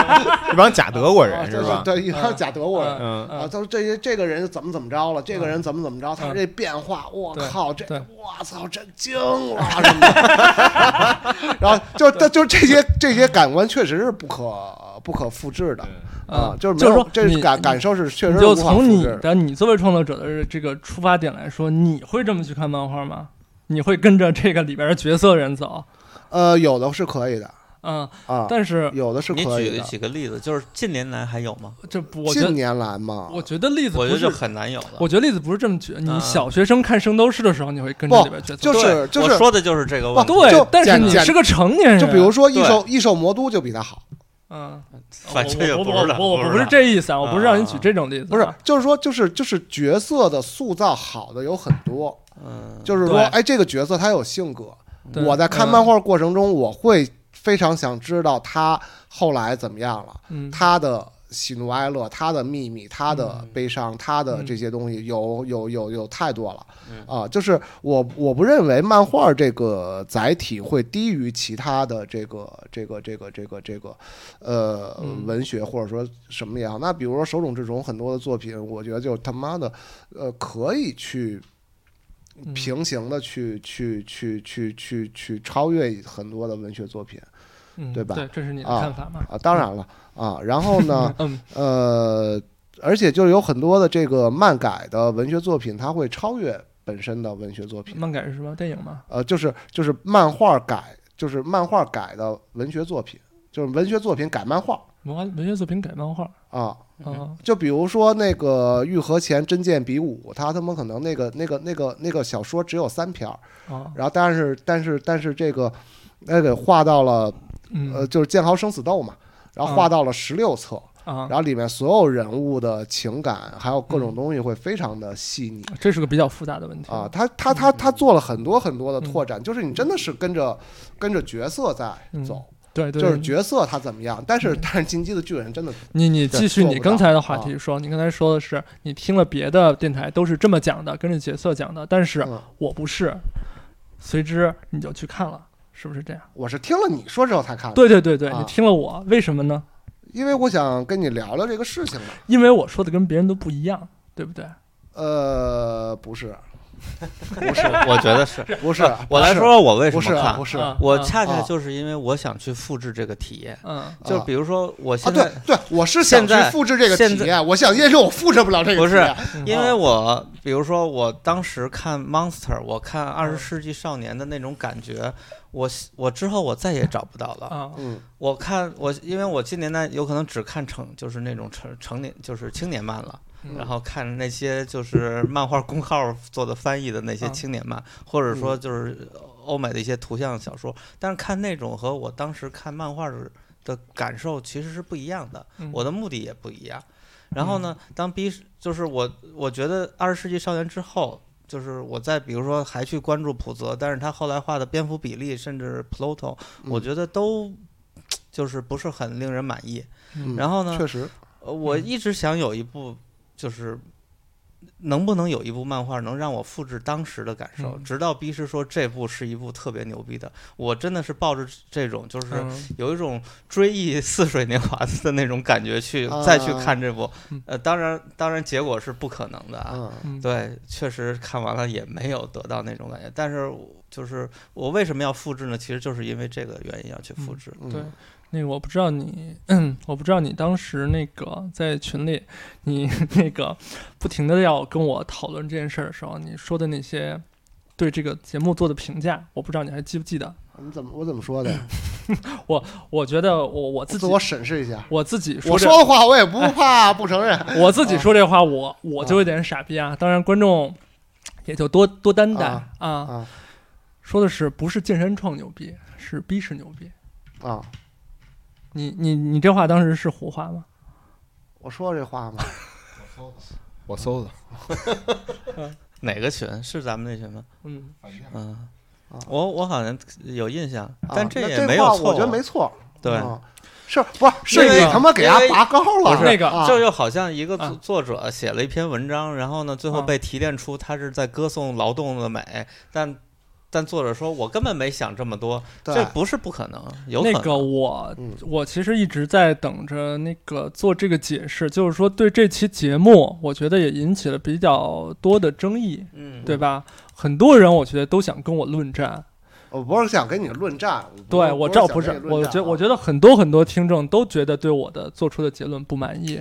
[SPEAKER 3] 一帮假德国人
[SPEAKER 1] 啊
[SPEAKER 3] 是
[SPEAKER 1] 就是
[SPEAKER 3] 吧？
[SPEAKER 1] 对，一帮
[SPEAKER 2] 嗯
[SPEAKER 1] 假德国人。
[SPEAKER 3] 嗯
[SPEAKER 1] 啊，
[SPEAKER 2] 嗯
[SPEAKER 1] 都是这些这个人怎么怎么着了，这个人怎么怎么着，他
[SPEAKER 2] 嗯
[SPEAKER 1] 这变化，我
[SPEAKER 2] 对
[SPEAKER 1] 靠，这
[SPEAKER 2] 对
[SPEAKER 1] 我操，震惊了什么的。 [LAUGHS] 然后就就就这些这些感官确实是不可不可复制的啊
[SPEAKER 2] 嗯，
[SPEAKER 1] 就是没
[SPEAKER 2] 就是
[SPEAKER 1] 有
[SPEAKER 2] 说
[SPEAKER 1] 这
[SPEAKER 2] 你
[SPEAKER 1] 感感受是确实
[SPEAKER 2] 你
[SPEAKER 1] 是
[SPEAKER 2] 就
[SPEAKER 1] 无法
[SPEAKER 2] 从
[SPEAKER 1] 复
[SPEAKER 2] 你
[SPEAKER 1] 制的。
[SPEAKER 2] 的你作为创作者的这个出发点来说，你会这么去看漫画吗？你会跟着这个里边的角色人走？
[SPEAKER 1] 呃，有的是可以的
[SPEAKER 2] 嗯，
[SPEAKER 1] 啊，
[SPEAKER 2] 但是
[SPEAKER 1] 有的是
[SPEAKER 4] 你
[SPEAKER 1] 可以
[SPEAKER 4] 举
[SPEAKER 1] 的。
[SPEAKER 4] 几个例子，就是近年来还有吗？
[SPEAKER 2] 这不，我觉
[SPEAKER 1] 近
[SPEAKER 2] 得
[SPEAKER 1] 年来嘛，
[SPEAKER 2] 我觉得例子
[SPEAKER 4] 我觉
[SPEAKER 2] 不，
[SPEAKER 4] 得就是很难有了。
[SPEAKER 2] 我觉得例子不是这么举。你
[SPEAKER 4] 啊
[SPEAKER 2] 小学生看《圣斗士》的时候，你会跟着
[SPEAKER 1] 嗯不
[SPEAKER 2] 里边角色
[SPEAKER 1] 就
[SPEAKER 2] 走，
[SPEAKER 1] 是
[SPEAKER 4] 对
[SPEAKER 1] 就
[SPEAKER 4] 我
[SPEAKER 1] 是
[SPEAKER 4] 说的就是这个问题。
[SPEAKER 1] 就
[SPEAKER 2] 啊对，但是
[SPEAKER 1] 简
[SPEAKER 2] 你
[SPEAKER 1] 简
[SPEAKER 2] 是个成年人，
[SPEAKER 1] 就比如说异
[SPEAKER 4] 对
[SPEAKER 1] 兽异兽魔都就比他好，
[SPEAKER 2] 嗯，
[SPEAKER 4] [LAUGHS] 反正也
[SPEAKER 2] 我
[SPEAKER 4] 不
[SPEAKER 2] 我
[SPEAKER 4] 知道
[SPEAKER 2] 我我
[SPEAKER 4] 不知
[SPEAKER 2] 不是
[SPEAKER 4] 道
[SPEAKER 2] 这意思啊，我不是让你
[SPEAKER 4] 啊
[SPEAKER 2] 举这种例子啊，
[SPEAKER 1] 不是，就是说就是就是角色的塑造好的有很多，
[SPEAKER 4] 嗯，
[SPEAKER 1] 就是说
[SPEAKER 2] 对
[SPEAKER 1] 哎这个角色他有性格，
[SPEAKER 2] 对
[SPEAKER 1] 我在看漫，画过程中我会非常想知道他后来怎么样了，
[SPEAKER 2] 嗯，嗯
[SPEAKER 1] 他的。喜怒哀乐，他的秘密，他的悲伤，他的
[SPEAKER 2] 嗯
[SPEAKER 1] 这些东西，有有有有太多了
[SPEAKER 4] 嗯
[SPEAKER 1] 啊！就是我我不认为漫画这个载体会低于其他的这个这个这个这个这个呃
[SPEAKER 2] 嗯
[SPEAKER 1] 文学或者说什么也好。那比如说手冢治虫很多的作品，我觉得就他妈的呃可以去
[SPEAKER 2] 嗯
[SPEAKER 1] 平行的去去去去去去超越很多的文学作品
[SPEAKER 2] 嗯
[SPEAKER 1] 对吧
[SPEAKER 2] 对，这是你的
[SPEAKER 1] 啊
[SPEAKER 2] 看法嘛？，
[SPEAKER 1] 啊，当然了啊，然后呢
[SPEAKER 2] 嗯，
[SPEAKER 1] 呃，而且就是有很多的这个漫改的文学作品，它会超越本身的文学作品，
[SPEAKER 2] 漫改是什么电影嘛？
[SPEAKER 1] 呃，就是就是漫画改，就是漫画改的文学作品，就是文学作品改漫画
[SPEAKER 2] 文化文学作品改漫画
[SPEAKER 1] 啊。
[SPEAKER 2] 啊，
[SPEAKER 1] 就比如说那个《玉和前真剑比武》，他他妈可能那个那个那个那个小说只有三篇儿，
[SPEAKER 2] 啊，
[SPEAKER 1] 然后但是但是但是这个，那给画到了呃，
[SPEAKER 2] 嗯
[SPEAKER 1] 就是《剑豪生死斗》嘛，然后画到了十六册，
[SPEAKER 2] 啊
[SPEAKER 1] 然，后里面所有人物的情感还有各种东西会非常的细腻。
[SPEAKER 2] 这是个比较复杂的问题
[SPEAKER 1] 啊，，他他他他做了很多很多
[SPEAKER 2] 嗯
[SPEAKER 1] 的拓展，就是你真的是跟着跟着角色在走，
[SPEAKER 2] 嗯对对，
[SPEAKER 1] 就是
[SPEAKER 2] 对
[SPEAKER 1] 角色他怎么样，但是 [LAUGHS]
[SPEAKER 2] 嗯
[SPEAKER 1] 但是《进击的巨人》真的
[SPEAKER 2] 你你继续
[SPEAKER 1] 做不
[SPEAKER 2] 你刚才的话
[SPEAKER 1] 到啊
[SPEAKER 2] 题说，你刚才说的是你听了别的电台都是这么讲的，跟着角色讲的，但是
[SPEAKER 1] 嗯
[SPEAKER 2] 我不是，随之你就去看了，是不是这样？
[SPEAKER 1] 我是听了你说之后才看的，
[SPEAKER 2] 对对对对，
[SPEAKER 1] 啊
[SPEAKER 2] 你听了我，为什么呢？
[SPEAKER 1] 因为我想跟你聊聊这个事情嘛。
[SPEAKER 2] 因为我说的跟别人都不一样，对不对？
[SPEAKER 1] 呃，不
[SPEAKER 4] [LAUGHS]
[SPEAKER 1] 是，
[SPEAKER 4] 不是，我觉得是。哦
[SPEAKER 1] 不是，
[SPEAKER 4] 我来
[SPEAKER 1] 不是
[SPEAKER 4] 说，说我为什
[SPEAKER 1] 不是
[SPEAKER 4] 么看，嗯
[SPEAKER 1] 不是
[SPEAKER 2] 啊
[SPEAKER 4] 我恰
[SPEAKER 1] 啊
[SPEAKER 4] 恰就是因为我想去复制这个体验。
[SPEAKER 2] 嗯，
[SPEAKER 4] 就比如说，我
[SPEAKER 1] 啊，
[SPEAKER 4] 现在
[SPEAKER 1] 对对，我是想
[SPEAKER 4] 现
[SPEAKER 1] 去
[SPEAKER 4] 在
[SPEAKER 1] 复制这个体
[SPEAKER 4] 现
[SPEAKER 1] 验，我想，也是我复制不了这个
[SPEAKER 4] 不
[SPEAKER 1] 体
[SPEAKER 4] 是
[SPEAKER 1] 验。
[SPEAKER 2] 嗯
[SPEAKER 4] 因为我比如说我当时看《Monster》，我看《二
[SPEAKER 1] 嗯
[SPEAKER 4] 十世纪少年》的那种感觉，我我之后我再也找不到了。
[SPEAKER 2] 啊，
[SPEAKER 1] 嗯
[SPEAKER 4] 我看我因为我近年来有可能只看成就是那种成成年就是青年漫了，
[SPEAKER 2] 嗯
[SPEAKER 4] 然后看那些就是漫画公号做的翻译的那些
[SPEAKER 2] 啊嗯
[SPEAKER 4] 青年漫，或者说就是欧美的一些图像小说，但是看那种和我当时看漫画的的感受其实是不一样的。
[SPEAKER 2] 嗯
[SPEAKER 4] 我的目的也不一样。然后呢，当逼就是我，我觉得《二十世纪少年》之后，就是我在比如说还去关注普泽，但是他后来画的蝙蝠比利，甚至 Pluto，我觉得都就是不是很令人满意。
[SPEAKER 1] 嗯
[SPEAKER 4] 然后呢
[SPEAKER 1] 确实，
[SPEAKER 4] 呃我一直想有一部，就是能不能有一部漫画能让我复制当时的感受，
[SPEAKER 2] 嗯
[SPEAKER 4] 直到逼师说这部是一部特别牛逼的，我真的是抱着这种就是
[SPEAKER 2] 嗯
[SPEAKER 4] 有一种追忆似水年华的那种感
[SPEAKER 1] [LAUGHS]
[SPEAKER 4] 觉去
[SPEAKER 1] 啊
[SPEAKER 4] 再去看这部
[SPEAKER 2] 嗯，
[SPEAKER 4] 呃，当然当然结果是不可能的啊。
[SPEAKER 1] 嗯
[SPEAKER 2] 嗯
[SPEAKER 4] 对，确实看完了也没有得到那种感觉，但是我就是我为什么要复制呢？其实就是因为这个原因要去复制。
[SPEAKER 1] 嗯
[SPEAKER 2] 对，那个我不知道你，嗯我不知道你当时那个在群里，你 [LAUGHS] 那个不停的要跟我讨论这件事儿的时候，你说的那些对这个节目做的评价，我不知道你还记不记得？
[SPEAKER 1] 你怎么我怎么说的呀？
[SPEAKER 2] 我觉得我我自己
[SPEAKER 1] 自我审视一下。
[SPEAKER 2] 我自己
[SPEAKER 1] 我
[SPEAKER 2] 这哎
[SPEAKER 1] 说的啊话我也不怕不承认。
[SPEAKER 2] 我自己说这话，我我就有点傻逼啊！当然观众也就多多担待
[SPEAKER 1] 啊
[SPEAKER 2] 啊。
[SPEAKER 1] 啊
[SPEAKER 2] 说的是不是健身创牛逼，是逼是牛逼？
[SPEAKER 1] 啊！
[SPEAKER 2] 你你你这话当时是胡话吗？
[SPEAKER 1] 我说这话吗？
[SPEAKER 3] 我搜的，
[SPEAKER 4] 哪个群是咱们那群吗？
[SPEAKER 2] 嗯，
[SPEAKER 4] 嗯
[SPEAKER 1] 啊，
[SPEAKER 4] 我我好像有印象，
[SPEAKER 1] 啊
[SPEAKER 4] 但
[SPEAKER 1] 那这
[SPEAKER 4] 也没有
[SPEAKER 1] 话
[SPEAKER 4] 错，
[SPEAKER 1] 我觉得没错。
[SPEAKER 4] 对。
[SPEAKER 1] 啊是不是是
[SPEAKER 2] 那
[SPEAKER 1] 你
[SPEAKER 2] 个
[SPEAKER 1] 他妈给他
[SPEAKER 4] 因为
[SPEAKER 1] 拔高了？
[SPEAKER 4] 不是
[SPEAKER 2] 那个
[SPEAKER 1] 啊
[SPEAKER 4] 这就好像一个
[SPEAKER 2] 啊
[SPEAKER 4] 作作者写了一篇文章，然后呢，最后
[SPEAKER 2] 啊
[SPEAKER 4] 被提炼出他是在歌颂劳动的美，但但作者说我根本没想这么多，
[SPEAKER 1] 对
[SPEAKER 4] 这不是不可能，有可
[SPEAKER 2] 那
[SPEAKER 4] 能。
[SPEAKER 2] 个我、
[SPEAKER 1] 嗯
[SPEAKER 2] 我其实一直在等着那个做这个解释，就是说对这期节目，我觉得也引起了比较多的争议，
[SPEAKER 4] 嗯，
[SPEAKER 2] 对吧？很多人我觉得都想跟我论战，
[SPEAKER 1] 我不是想跟你论战，不
[SPEAKER 2] 对我知道不
[SPEAKER 1] 是嗯想
[SPEAKER 2] 是
[SPEAKER 1] 跟，你论
[SPEAKER 2] 我
[SPEAKER 1] 战啊，
[SPEAKER 2] 觉我觉得很多很多听众都觉得对我的做出的结论不满意。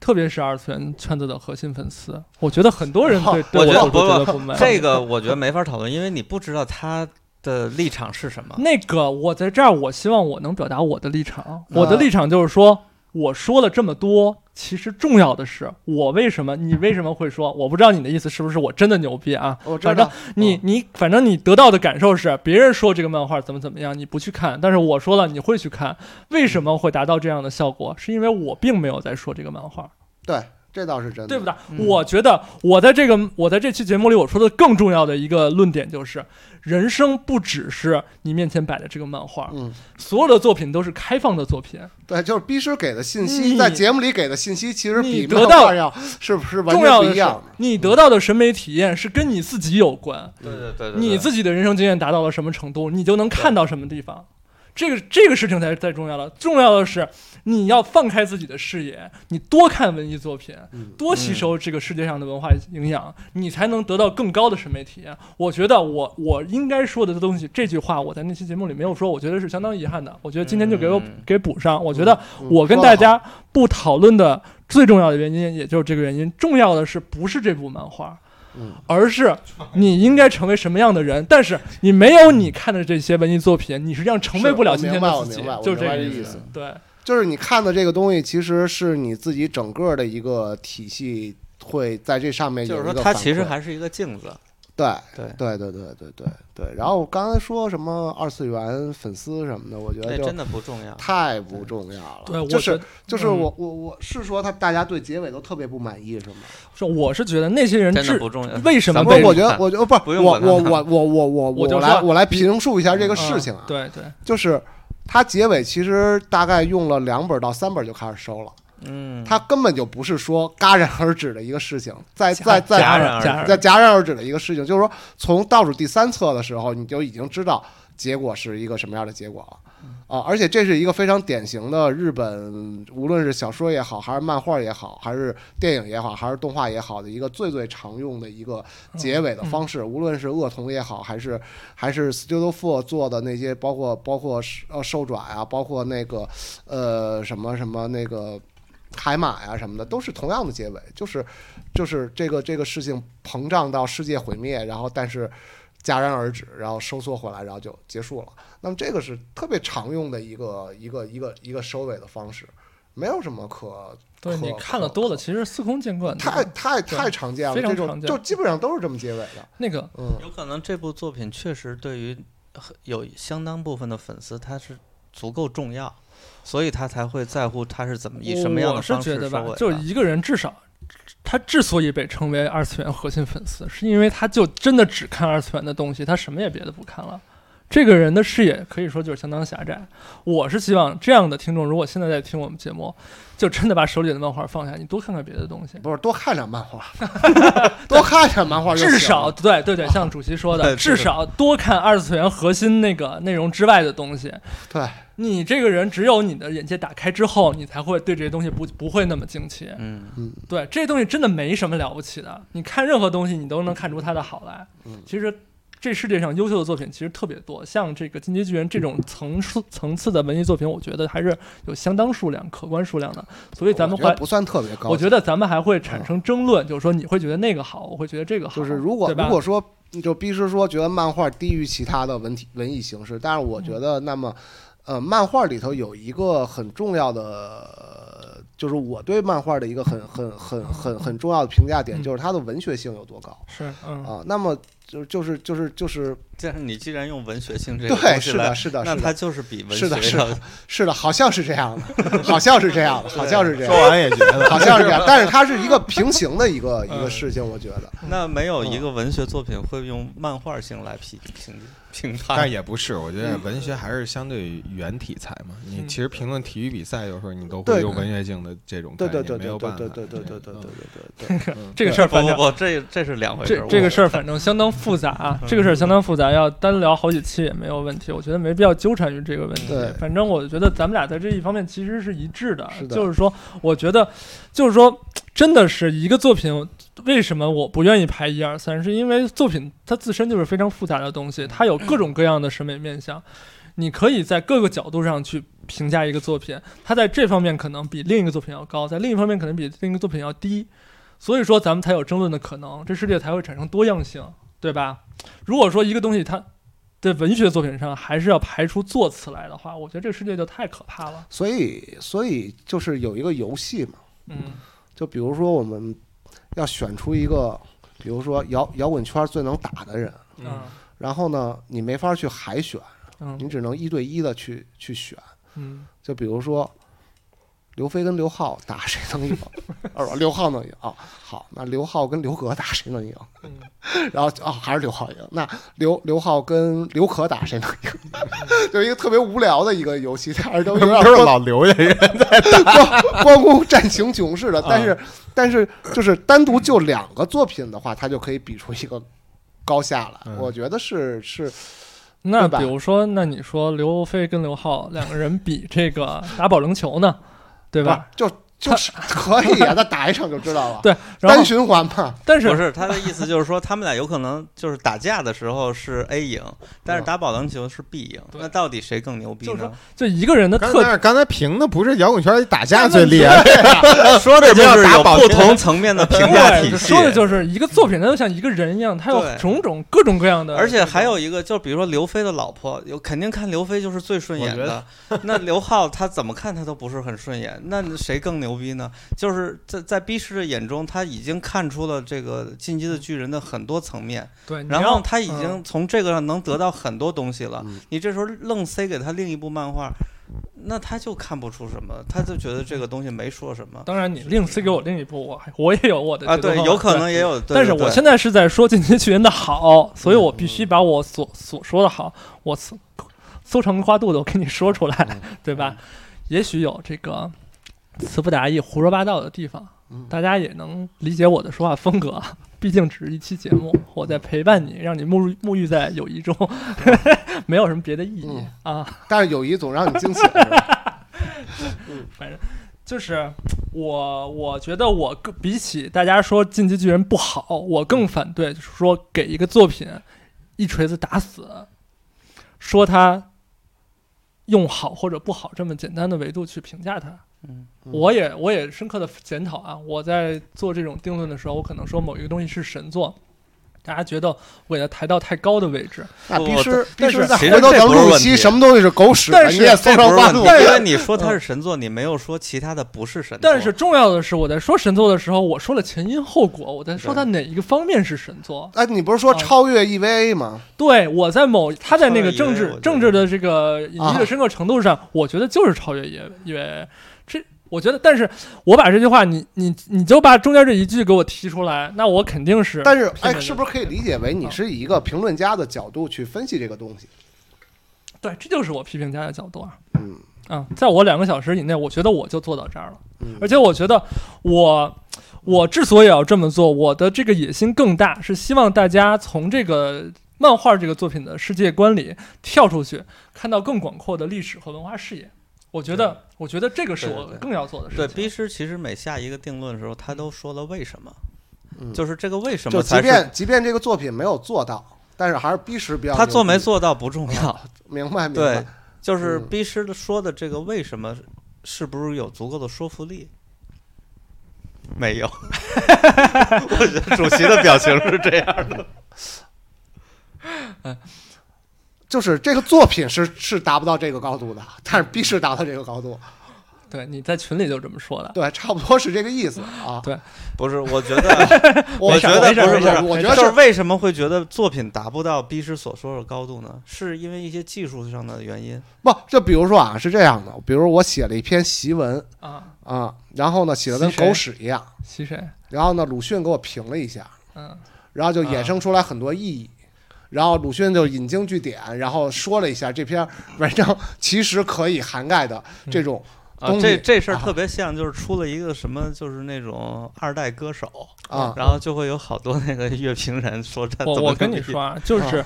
[SPEAKER 2] 特别是二次元圈子的核心粉丝，我觉得很多人对对
[SPEAKER 4] [LAUGHS] 我觉得
[SPEAKER 2] 我都
[SPEAKER 4] 不
[SPEAKER 2] 觉得不满意。
[SPEAKER 4] 这个我觉得没法讨论，因为你不知道他的立场是什么。
[SPEAKER 2] 那个，我在这儿，我希望我能表达我的立场。我的立场就是说，我说了这么多，其实重要的是，我为什么，你为什么会说？我不知道你的意思是不是我真的牛逼啊？
[SPEAKER 1] 我知
[SPEAKER 2] 反正
[SPEAKER 1] 道
[SPEAKER 2] 你、你反正你得到的感受是，别人说这个漫画怎么怎么样，你不去看，但是我说了你会去看。为什么会达到这样的效果？是因为我并没有在说这个漫画。
[SPEAKER 1] 对，这倒是真的，
[SPEAKER 2] 对不对？
[SPEAKER 4] 嗯
[SPEAKER 2] 我觉得我在这个我在这期节目里我说的更重要的一个论点就是，人生不只是你面前摆的这个漫画，
[SPEAKER 1] 嗯，
[SPEAKER 2] 所有的作品都是开放的作品，
[SPEAKER 1] 对，就是逼师给的信
[SPEAKER 2] 你
[SPEAKER 1] 息，在节目里给的信息，其实
[SPEAKER 2] 你
[SPEAKER 1] 比
[SPEAKER 2] 得
[SPEAKER 1] 漫
[SPEAKER 2] 到
[SPEAKER 1] 画要是不是完
[SPEAKER 2] 重
[SPEAKER 1] 全
[SPEAKER 2] 要
[SPEAKER 1] 不
[SPEAKER 2] 的
[SPEAKER 1] 一
[SPEAKER 2] 是
[SPEAKER 1] 样？
[SPEAKER 2] 你得到的审美体验是跟你自己有关，
[SPEAKER 4] 对对对
[SPEAKER 2] 你自己的人生经验达到了什么程度，你就能看到什么地方。这个这个事情才是最重要的，重要的是你要放开自己的视野，你多看文艺作品，
[SPEAKER 1] 嗯
[SPEAKER 2] 多吸收这个世界上的文化营养，你才能得到更高的审美体验。我觉得我我应该说的东西，这句话我在那期节目里没有说，我觉得是相当遗憾的。我觉得今天就给我、
[SPEAKER 4] 嗯
[SPEAKER 2] 给补上。我觉得
[SPEAKER 1] 嗯
[SPEAKER 2] 我跟
[SPEAKER 1] 说得
[SPEAKER 2] 大家不讨论的最重要的原因，也就是这个原因。重要的是不是这部漫画，
[SPEAKER 1] 嗯
[SPEAKER 2] 而是你应该成为什么样的人。但是你没有你看的这些文艺作品，你实际上成为不了
[SPEAKER 1] 我
[SPEAKER 2] 今
[SPEAKER 1] 明
[SPEAKER 2] 天
[SPEAKER 1] 白
[SPEAKER 2] 的
[SPEAKER 1] 我
[SPEAKER 2] 自己
[SPEAKER 1] 明白，我
[SPEAKER 2] 就是这
[SPEAKER 1] 明白
[SPEAKER 2] 个
[SPEAKER 1] 这意
[SPEAKER 2] 思
[SPEAKER 1] 思。
[SPEAKER 2] 对，
[SPEAKER 1] 就是你看的这个东西，其实是你自己整个的一个体系，会在这上面有
[SPEAKER 4] 就是
[SPEAKER 1] 一
[SPEAKER 4] 说，
[SPEAKER 1] 个
[SPEAKER 4] 他
[SPEAKER 1] 反
[SPEAKER 4] 其实
[SPEAKER 1] 馈
[SPEAKER 4] 还是一个镜子。
[SPEAKER 1] 对
[SPEAKER 4] 对，
[SPEAKER 1] 对对对对对对。然后刚才说什么二次元粉丝什么的，我觉
[SPEAKER 4] 那
[SPEAKER 1] 得就
[SPEAKER 4] 哎真的啊不重要。
[SPEAKER 1] 太不重要了。
[SPEAKER 2] 对，我
[SPEAKER 1] 就
[SPEAKER 2] 觉得
[SPEAKER 1] 是就是
[SPEAKER 2] 嗯
[SPEAKER 1] 我我我是说他大家对结尾都特别不满意是吗？
[SPEAKER 2] 是我是觉得那些人
[SPEAKER 4] 真的
[SPEAKER 2] 至
[SPEAKER 4] 不重要。
[SPEAKER 2] 为什么
[SPEAKER 4] 咱
[SPEAKER 1] 不
[SPEAKER 2] 被
[SPEAKER 4] 们
[SPEAKER 1] 是，我觉
[SPEAKER 2] 人
[SPEAKER 1] 得
[SPEAKER 4] 看
[SPEAKER 1] 我觉得不
[SPEAKER 4] 不
[SPEAKER 1] 是
[SPEAKER 4] 用
[SPEAKER 1] 我
[SPEAKER 4] 管他
[SPEAKER 1] 我我我我我
[SPEAKER 2] 我就
[SPEAKER 1] 我来
[SPEAKER 2] 说嗯
[SPEAKER 1] 我来评述一下这个事情啊，
[SPEAKER 2] 对对，
[SPEAKER 1] 就是他结尾其实大概用了两本到三本就开始收了，
[SPEAKER 4] 嗯，
[SPEAKER 1] 他根本就不是说戛然而止的一个事情，在在在
[SPEAKER 4] 戛然而
[SPEAKER 2] 然
[SPEAKER 1] 在戛然而止的一个事情，就是说从倒数第三册的时候，你就已经知道结果是一个什么样的结果了。啊，而且这是一个非常典型的日本，无论是小说也好，还是漫画也好，还是电影也好，还是动画也好的一个最最常用的一个结
[SPEAKER 4] 嗯
[SPEAKER 1] 尾的方式。无论是恶童也好，还是还是 Studio Four 做的那些，包括包括呃兽爪呀、包括那个呃什么什么那个海马呀、什么的，都是同样的结尾，就是就是这个这个事情膨胀到世界毁灭，然后但是戛然而止，然后收缩回来，然后就结束了。那么这个是特别常用的一个一个一个一个收尾的方式，没有什么可
[SPEAKER 2] 对
[SPEAKER 1] 可
[SPEAKER 2] 你看了多了，其实司空见惯。
[SPEAKER 1] 太太
[SPEAKER 2] 对
[SPEAKER 1] 太常见了，
[SPEAKER 2] 非常
[SPEAKER 1] 这种
[SPEAKER 2] 常见
[SPEAKER 1] 就基本上都是这么结尾的。
[SPEAKER 2] 那个
[SPEAKER 1] 嗯，
[SPEAKER 4] 有可能这部作品确实对于很有相当部分的粉丝，他是足够重要，所以他才会在乎他是怎么以什么样
[SPEAKER 2] 我
[SPEAKER 4] 的
[SPEAKER 2] 是
[SPEAKER 4] 方
[SPEAKER 2] 觉
[SPEAKER 4] 式
[SPEAKER 2] 得
[SPEAKER 4] 收
[SPEAKER 2] 吧
[SPEAKER 4] 尾，
[SPEAKER 2] 就是
[SPEAKER 4] 的
[SPEAKER 2] 一个人至少。他之所以被称为二次元核心粉丝，是因为他就真的只看二次元的东西，他什么也别的不看了。这个人的视野可以说就是相当狭窄。我是希望这样的听众，如果现在在听我们节目，就真的把手里的漫画放下，你多看看别的东西。
[SPEAKER 1] 不是多看点漫画， [LAUGHS] 多看点漫画就行
[SPEAKER 2] 至少对对对，像主席说的，
[SPEAKER 4] [LAUGHS] 对
[SPEAKER 2] 至少多看二次元核心那个内容之外的东西。
[SPEAKER 1] 对，
[SPEAKER 2] 你这个人只有你的眼界打开之后，你才会对这些东西不不会那么惊奇。
[SPEAKER 4] 嗯，
[SPEAKER 2] 对，这东西真的没什么了不起的。你看任何东西，你都能看出它的好来。
[SPEAKER 1] 嗯
[SPEAKER 2] 其实这世界上优秀的作品其实特别多，像这个《进击巨人》这种层次层次的文艺作品，我觉得还是有相当数量、可观数量的。所以咱
[SPEAKER 1] 我
[SPEAKER 2] 们
[SPEAKER 1] 觉得
[SPEAKER 2] 还，
[SPEAKER 1] 不算特别高级，嗯
[SPEAKER 2] 我觉得咱们还会产生争论，就是说你会觉得那个好，我会觉得这个好，
[SPEAKER 1] 就是如果
[SPEAKER 2] 对吧
[SPEAKER 1] 如果说就逼师说觉得漫画低于其他的文体文艺形式，但是我觉得那么，呃，漫画里头有一个很重要的，呃就是我对漫画的一个很很很很很重要的评价点，
[SPEAKER 2] 嗯
[SPEAKER 1] 就是它的文学性有多高
[SPEAKER 2] 是嗯。
[SPEAKER 1] 啊。那么就就是就是就是
[SPEAKER 4] 但是你既然用文学性这个
[SPEAKER 1] 对，
[SPEAKER 4] 东西
[SPEAKER 1] 是
[SPEAKER 4] 来
[SPEAKER 1] 的，，是的，
[SPEAKER 4] 那
[SPEAKER 1] 是
[SPEAKER 4] 它
[SPEAKER 1] 的，
[SPEAKER 4] 就是比文
[SPEAKER 1] 是的
[SPEAKER 4] 学
[SPEAKER 1] 是
[SPEAKER 2] [LAUGHS]
[SPEAKER 4] 要
[SPEAKER 1] 的是的，好像是这样的，好像是这样的，好像是这样
[SPEAKER 3] [LAUGHS] 说
[SPEAKER 1] 的。
[SPEAKER 3] 完也觉得
[SPEAKER 1] 好像是这样，但是它是一个平行的一个一个事情，我觉得。
[SPEAKER 4] 那没有一
[SPEAKER 1] 嗯
[SPEAKER 4] 个文学作品会用漫画性来评
[SPEAKER 2] [LAUGHS]
[SPEAKER 4] 评评
[SPEAKER 3] [LAUGHS] 但
[SPEAKER 4] 判。
[SPEAKER 3] 也不是，我觉
[SPEAKER 1] 嗯
[SPEAKER 3] 得文学还是相对于原题材嘛。你
[SPEAKER 2] 嗯
[SPEAKER 3] 其实评论体育比赛，有时候你都会
[SPEAKER 1] 对
[SPEAKER 3] 用文学性的这种概
[SPEAKER 1] 对对
[SPEAKER 3] 念，
[SPEAKER 1] 对
[SPEAKER 3] 没
[SPEAKER 1] 对
[SPEAKER 3] 有
[SPEAKER 1] 对
[SPEAKER 3] 办法。
[SPEAKER 1] 对对对对对对
[SPEAKER 3] 嗯 [LAUGHS]
[SPEAKER 1] 对对。嗯
[SPEAKER 2] 这个事儿，
[SPEAKER 4] 不
[SPEAKER 2] 反
[SPEAKER 4] 不
[SPEAKER 2] 正
[SPEAKER 4] 不，这这是两回事
[SPEAKER 2] 这
[SPEAKER 4] 儿。
[SPEAKER 2] 这个
[SPEAKER 4] 我
[SPEAKER 2] 事儿反正相当复杂、
[SPEAKER 4] 嗯
[SPEAKER 2] 啊，这个事儿相当复杂，要单聊好几期也没有问题。我觉得没必要纠缠于这个问题
[SPEAKER 1] 对。
[SPEAKER 2] 反正我觉得咱们俩在这一方面其实是一致的，
[SPEAKER 1] 是的
[SPEAKER 2] 就是说，我觉得，就是说，真的是一个作品，为什么我不愿意排一二三，是因为作品它自身就是非常复杂的东
[SPEAKER 1] 嗯
[SPEAKER 2] 西，它有各种各样的审美面向，你可以在各个角度上去评价一个作品，它在这方面可能比另一个作品要高，在另一方面可能比另一个作品要低，所以说咱们才有争论的可能，这世界才会产生多样性，对吧？如果说一个东西它在文学作品上还是要排除座次来的话，我觉得这个世界就太可怕了。
[SPEAKER 1] 所以，所以就是有一个游戏嘛，
[SPEAKER 2] 嗯
[SPEAKER 1] 就比如说我们要选出一个，比如说摇摇滚圈最能打的人，
[SPEAKER 2] 嗯
[SPEAKER 1] 然后呢，你没法去海选，你
[SPEAKER 2] 嗯
[SPEAKER 1] 只能一对一的去去选。
[SPEAKER 2] 嗯，
[SPEAKER 1] 就比如说刘飞跟刘浩打谁能赢？ [LAUGHS] 哦，刘浩能赢哦，好，那刘浩跟刘格打谁能赢？
[SPEAKER 2] 嗯
[SPEAKER 1] 然后哦，还是刘浩赢。那刘刘浩跟刘可打谁能赢？ [LAUGHS] 就一个特别无聊的一个游戏，但是都有点
[SPEAKER 3] 都是老刘家人，
[SPEAKER 1] 关 [LAUGHS] 关公战秦琼似
[SPEAKER 2] 嗯
[SPEAKER 1] 的，但是、但是就是单独就两个作品的话，它就可以比出一个高下来。
[SPEAKER 3] 嗯
[SPEAKER 1] 我觉得是是，
[SPEAKER 2] 那
[SPEAKER 1] 对吧
[SPEAKER 2] 比如说，那你说刘飞跟刘浩两个人比这个打保龄球呢，对
[SPEAKER 1] 对
[SPEAKER 2] 吧？？
[SPEAKER 1] 就就是可以啊，那打一场就知道
[SPEAKER 2] [LAUGHS]
[SPEAKER 1] 了，
[SPEAKER 2] 对，然后
[SPEAKER 1] 单循环嘛。
[SPEAKER 2] 但
[SPEAKER 4] 不
[SPEAKER 2] 是
[SPEAKER 4] 是他的意思就是说，他们俩有可能就是打架的时候是 A 赢，但是打保龄球是 B 赢。
[SPEAKER 2] 嗯对
[SPEAKER 4] 那到底谁更牛逼
[SPEAKER 2] 就是
[SPEAKER 4] 呢
[SPEAKER 2] 说？就一个人的
[SPEAKER 3] 刚
[SPEAKER 2] 特
[SPEAKER 3] 才刚才评的不是摇滚圈打架最厉害，
[SPEAKER 4] [LAUGHS] 说的就
[SPEAKER 3] 为什么
[SPEAKER 4] 是
[SPEAKER 3] 要
[SPEAKER 4] 有
[SPEAKER 3] 打保龄
[SPEAKER 4] 不同层面的评价体
[SPEAKER 2] 对，
[SPEAKER 4] 系。
[SPEAKER 2] 说的就是一个作品，它就像一个人一样，它有
[SPEAKER 4] 对
[SPEAKER 2] 种种各种各样的，
[SPEAKER 4] 而且还有一个，就比如说刘飞的老婆，有肯定看刘飞就是最顺眼的。那刘浩他怎么看他都不是很顺眼，那谁更牛逼呢？就是在在 B 师的眼中，他已经看出了这个进击的巨人的很多层面，
[SPEAKER 2] 对，你
[SPEAKER 4] 然
[SPEAKER 2] 要
[SPEAKER 4] 后他已
[SPEAKER 2] 嗯
[SPEAKER 4] 经从这个上能得到很多东西了。
[SPEAKER 1] 嗯
[SPEAKER 4] 你这时候愣塞给他另一部漫画，那他就看不出什么，他就觉得这个东西没说什么
[SPEAKER 2] 当然，你另赐给我另一部，我还我也有我的
[SPEAKER 4] 啊。
[SPEAKER 2] 嗯觉得
[SPEAKER 4] 对，
[SPEAKER 2] 方法
[SPEAKER 4] 有可。能也有，对
[SPEAKER 2] 但是
[SPEAKER 4] 对
[SPEAKER 2] 我
[SPEAKER 4] 对
[SPEAKER 2] 现在是在说《进击巨人》的好，所以我必须把我所所说的好，我搜搜成花肚子，我给你说出
[SPEAKER 4] 嗯
[SPEAKER 2] 来， [LAUGHS] 对吧？也许有这个词不达意、胡说八道的地方
[SPEAKER 1] 嗯，
[SPEAKER 2] 大家也能理解我的说话风格，啊 [LAUGHS] 毕竟只是一期节目，
[SPEAKER 4] 嗯
[SPEAKER 2] 我在陪伴你，让你沐浴沐浴在友谊中，
[SPEAKER 4] 嗯
[SPEAKER 2] [LAUGHS] 没有什么别的意义、啊。
[SPEAKER 1] 但是友谊总让你惊喜，是
[SPEAKER 2] [LAUGHS]
[SPEAKER 1] 吧
[SPEAKER 2] 就是我，我觉得我更比起大家说《进击巨人》不好，我更反对，就是说给一个作品一锤子打死，说它用好或者不好这么简单的维度去评价它。
[SPEAKER 4] 嗯，
[SPEAKER 1] 嗯
[SPEAKER 2] 我也我也深刻的检讨啊，我在做这种定论的时候，我可能说某一个东西是神作，大家觉得我给它抬到太高的位置，
[SPEAKER 1] 那
[SPEAKER 4] 不
[SPEAKER 1] 必
[SPEAKER 4] 我
[SPEAKER 1] 须必
[SPEAKER 4] 但
[SPEAKER 1] 须
[SPEAKER 4] 是
[SPEAKER 1] 再
[SPEAKER 4] 其
[SPEAKER 1] 回
[SPEAKER 4] 实
[SPEAKER 1] 头
[SPEAKER 4] 这
[SPEAKER 1] 咱
[SPEAKER 4] 不是
[SPEAKER 1] 录一
[SPEAKER 4] 问
[SPEAKER 1] 期
[SPEAKER 4] 题
[SPEAKER 1] 什么东西是狗屎
[SPEAKER 2] 但，
[SPEAKER 1] 你
[SPEAKER 2] 是
[SPEAKER 1] [LAUGHS] 也搜
[SPEAKER 4] 这
[SPEAKER 1] 上
[SPEAKER 4] 不是
[SPEAKER 1] 八
[SPEAKER 4] 问
[SPEAKER 1] 路嗯
[SPEAKER 4] 题，。因为
[SPEAKER 1] [LAUGHS]
[SPEAKER 4] 你说它是神作，你没有说其他的不是神作。
[SPEAKER 2] 但是重要的是，我在说神作的时候，我说了前因后果，我在说它哪一个方面是神作。
[SPEAKER 1] 哎，你不是说
[SPEAKER 2] 啊
[SPEAKER 1] 超越 EVA 吗？
[SPEAKER 2] 对我在某他在那个政
[SPEAKER 4] 超越 EVA 我觉
[SPEAKER 2] 治
[SPEAKER 4] 得
[SPEAKER 2] 政治的这个隐喻的深刻程度上，我觉得就是超越 EVA EVA。这我觉得，但是我把这句话你你你就把中间这一句给我提出来，那我肯定是
[SPEAKER 1] 但是，
[SPEAKER 2] 片
[SPEAKER 1] 哎，
[SPEAKER 2] 面
[SPEAKER 1] 是
[SPEAKER 2] 的嗯
[SPEAKER 1] 不是可以理解为你是以一个评论家的角度去分析这个东西？
[SPEAKER 2] 对，这就是我批评家的角度啊。
[SPEAKER 1] 嗯
[SPEAKER 2] 啊，在我两个小时以内，我觉得我就做到这儿了。
[SPEAKER 1] 嗯，
[SPEAKER 2] 而且我觉得我我之所以要这么做，我的这个野心更大，是希望大家从这个漫画这个作品的世界观里跳出去，看到更广阔的历史和文化视野。我觉得，我觉得这个是
[SPEAKER 4] 对对
[SPEAKER 2] 我
[SPEAKER 4] 对
[SPEAKER 2] 更要做的事
[SPEAKER 4] 对
[SPEAKER 2] 情。
[SPEAKER 4] B 师其实每下一个定论的时候，他都说了为什么，
[SPEAKER 1] 嗯
[SPEAKER 4] 就是这个为什
[SPEAKER 1] 就
[SPEAKER 4] 么
[SPEAKER 1] 即
[SPEAKER 4] 才是
[SPEAKER 1] 便即便这个作品没有做到，但是还是逼实比较。
[SPEAKER 4] 他做没？做到不重要，
[SPEAKER 1] 明白明
[SPEAKER 4] 对
[SPEAKER 1] 白。，
[SPEAKER 4] 就是
[SPEAKER 1] 嗯
[SPEAKER 4] B 师的说的这个为什么，是不是有足够的说服力？没
[SPEAKER 1] [LAUGHS]
[SPEAKER 4] 有，我觉得主席的表情是这
[SPEAKER 1] [LAUGHS]
[SPEAKER 4] 样的。
[SPEAKER 1] 就是这个作品是是达不到这个高度的，但是逼是达到这个高度，
[SPEAKER 2] 对你在群里就这么说的。
[SPEAKER 1] 对，差不多是这个意思啊。
[SPEAKER 4] 不是，我觉得，
[SPEAKER 1] 我
[SPEAKER 4] 我觉得
[SPEAKER 1] 我
[SPEAKER 4] 不是不是，
[SPEAKER 1] 我我觉得
[SPEAKER 4] 就是
[SPEAKER 1] 是
[SPEAKER 4] 为什么会觉得作品达不到 B 师所说的高度呢？是因为一些技术上的原因。
[SPEAKER 1] 不，就比如说啊，是这样的，比如我写了一篇檄文
[SPEAKER 2] 啊，
[SPEAKER 1] 啊，然后呢写的跟
[SPEAKER 2] 檄谁
[SPEAKER 1] 狗屎一样，
[SPEAKER 2] 吸谁？
[SPEAKER 1] 然后呢鲁迅给我评了一下，
[SPEAKER 2] 嗯，
[SPEAKER 1] 然后就衍生出来很多意义。然后鲁迅就引经据典，然后说了一下这篇文章其实可以涵盖的这种
[SPEAKER 4] 啊
[SPEAKER 1] 东，西
[SPEAKER 4] 这这事儿
[SPEAKER 1] 啊
[SPEAKER 4] 特别像，就是出了一个什么，就是那种二代歌手，
[SPEAKER 1] 啊，
[SPEAKER 4] 然后就会有好多那个乐评人说这
[SPEAKER 2] 我
[SPEAKER 4] [LAUGHS] 怎么
[SPEAKER 2] 我跟
[SPEAKER 4] 怎么
[SPEAKER 2] 你
[SPEAKER 4] 地
[SPEAKER 2] 说啊，就是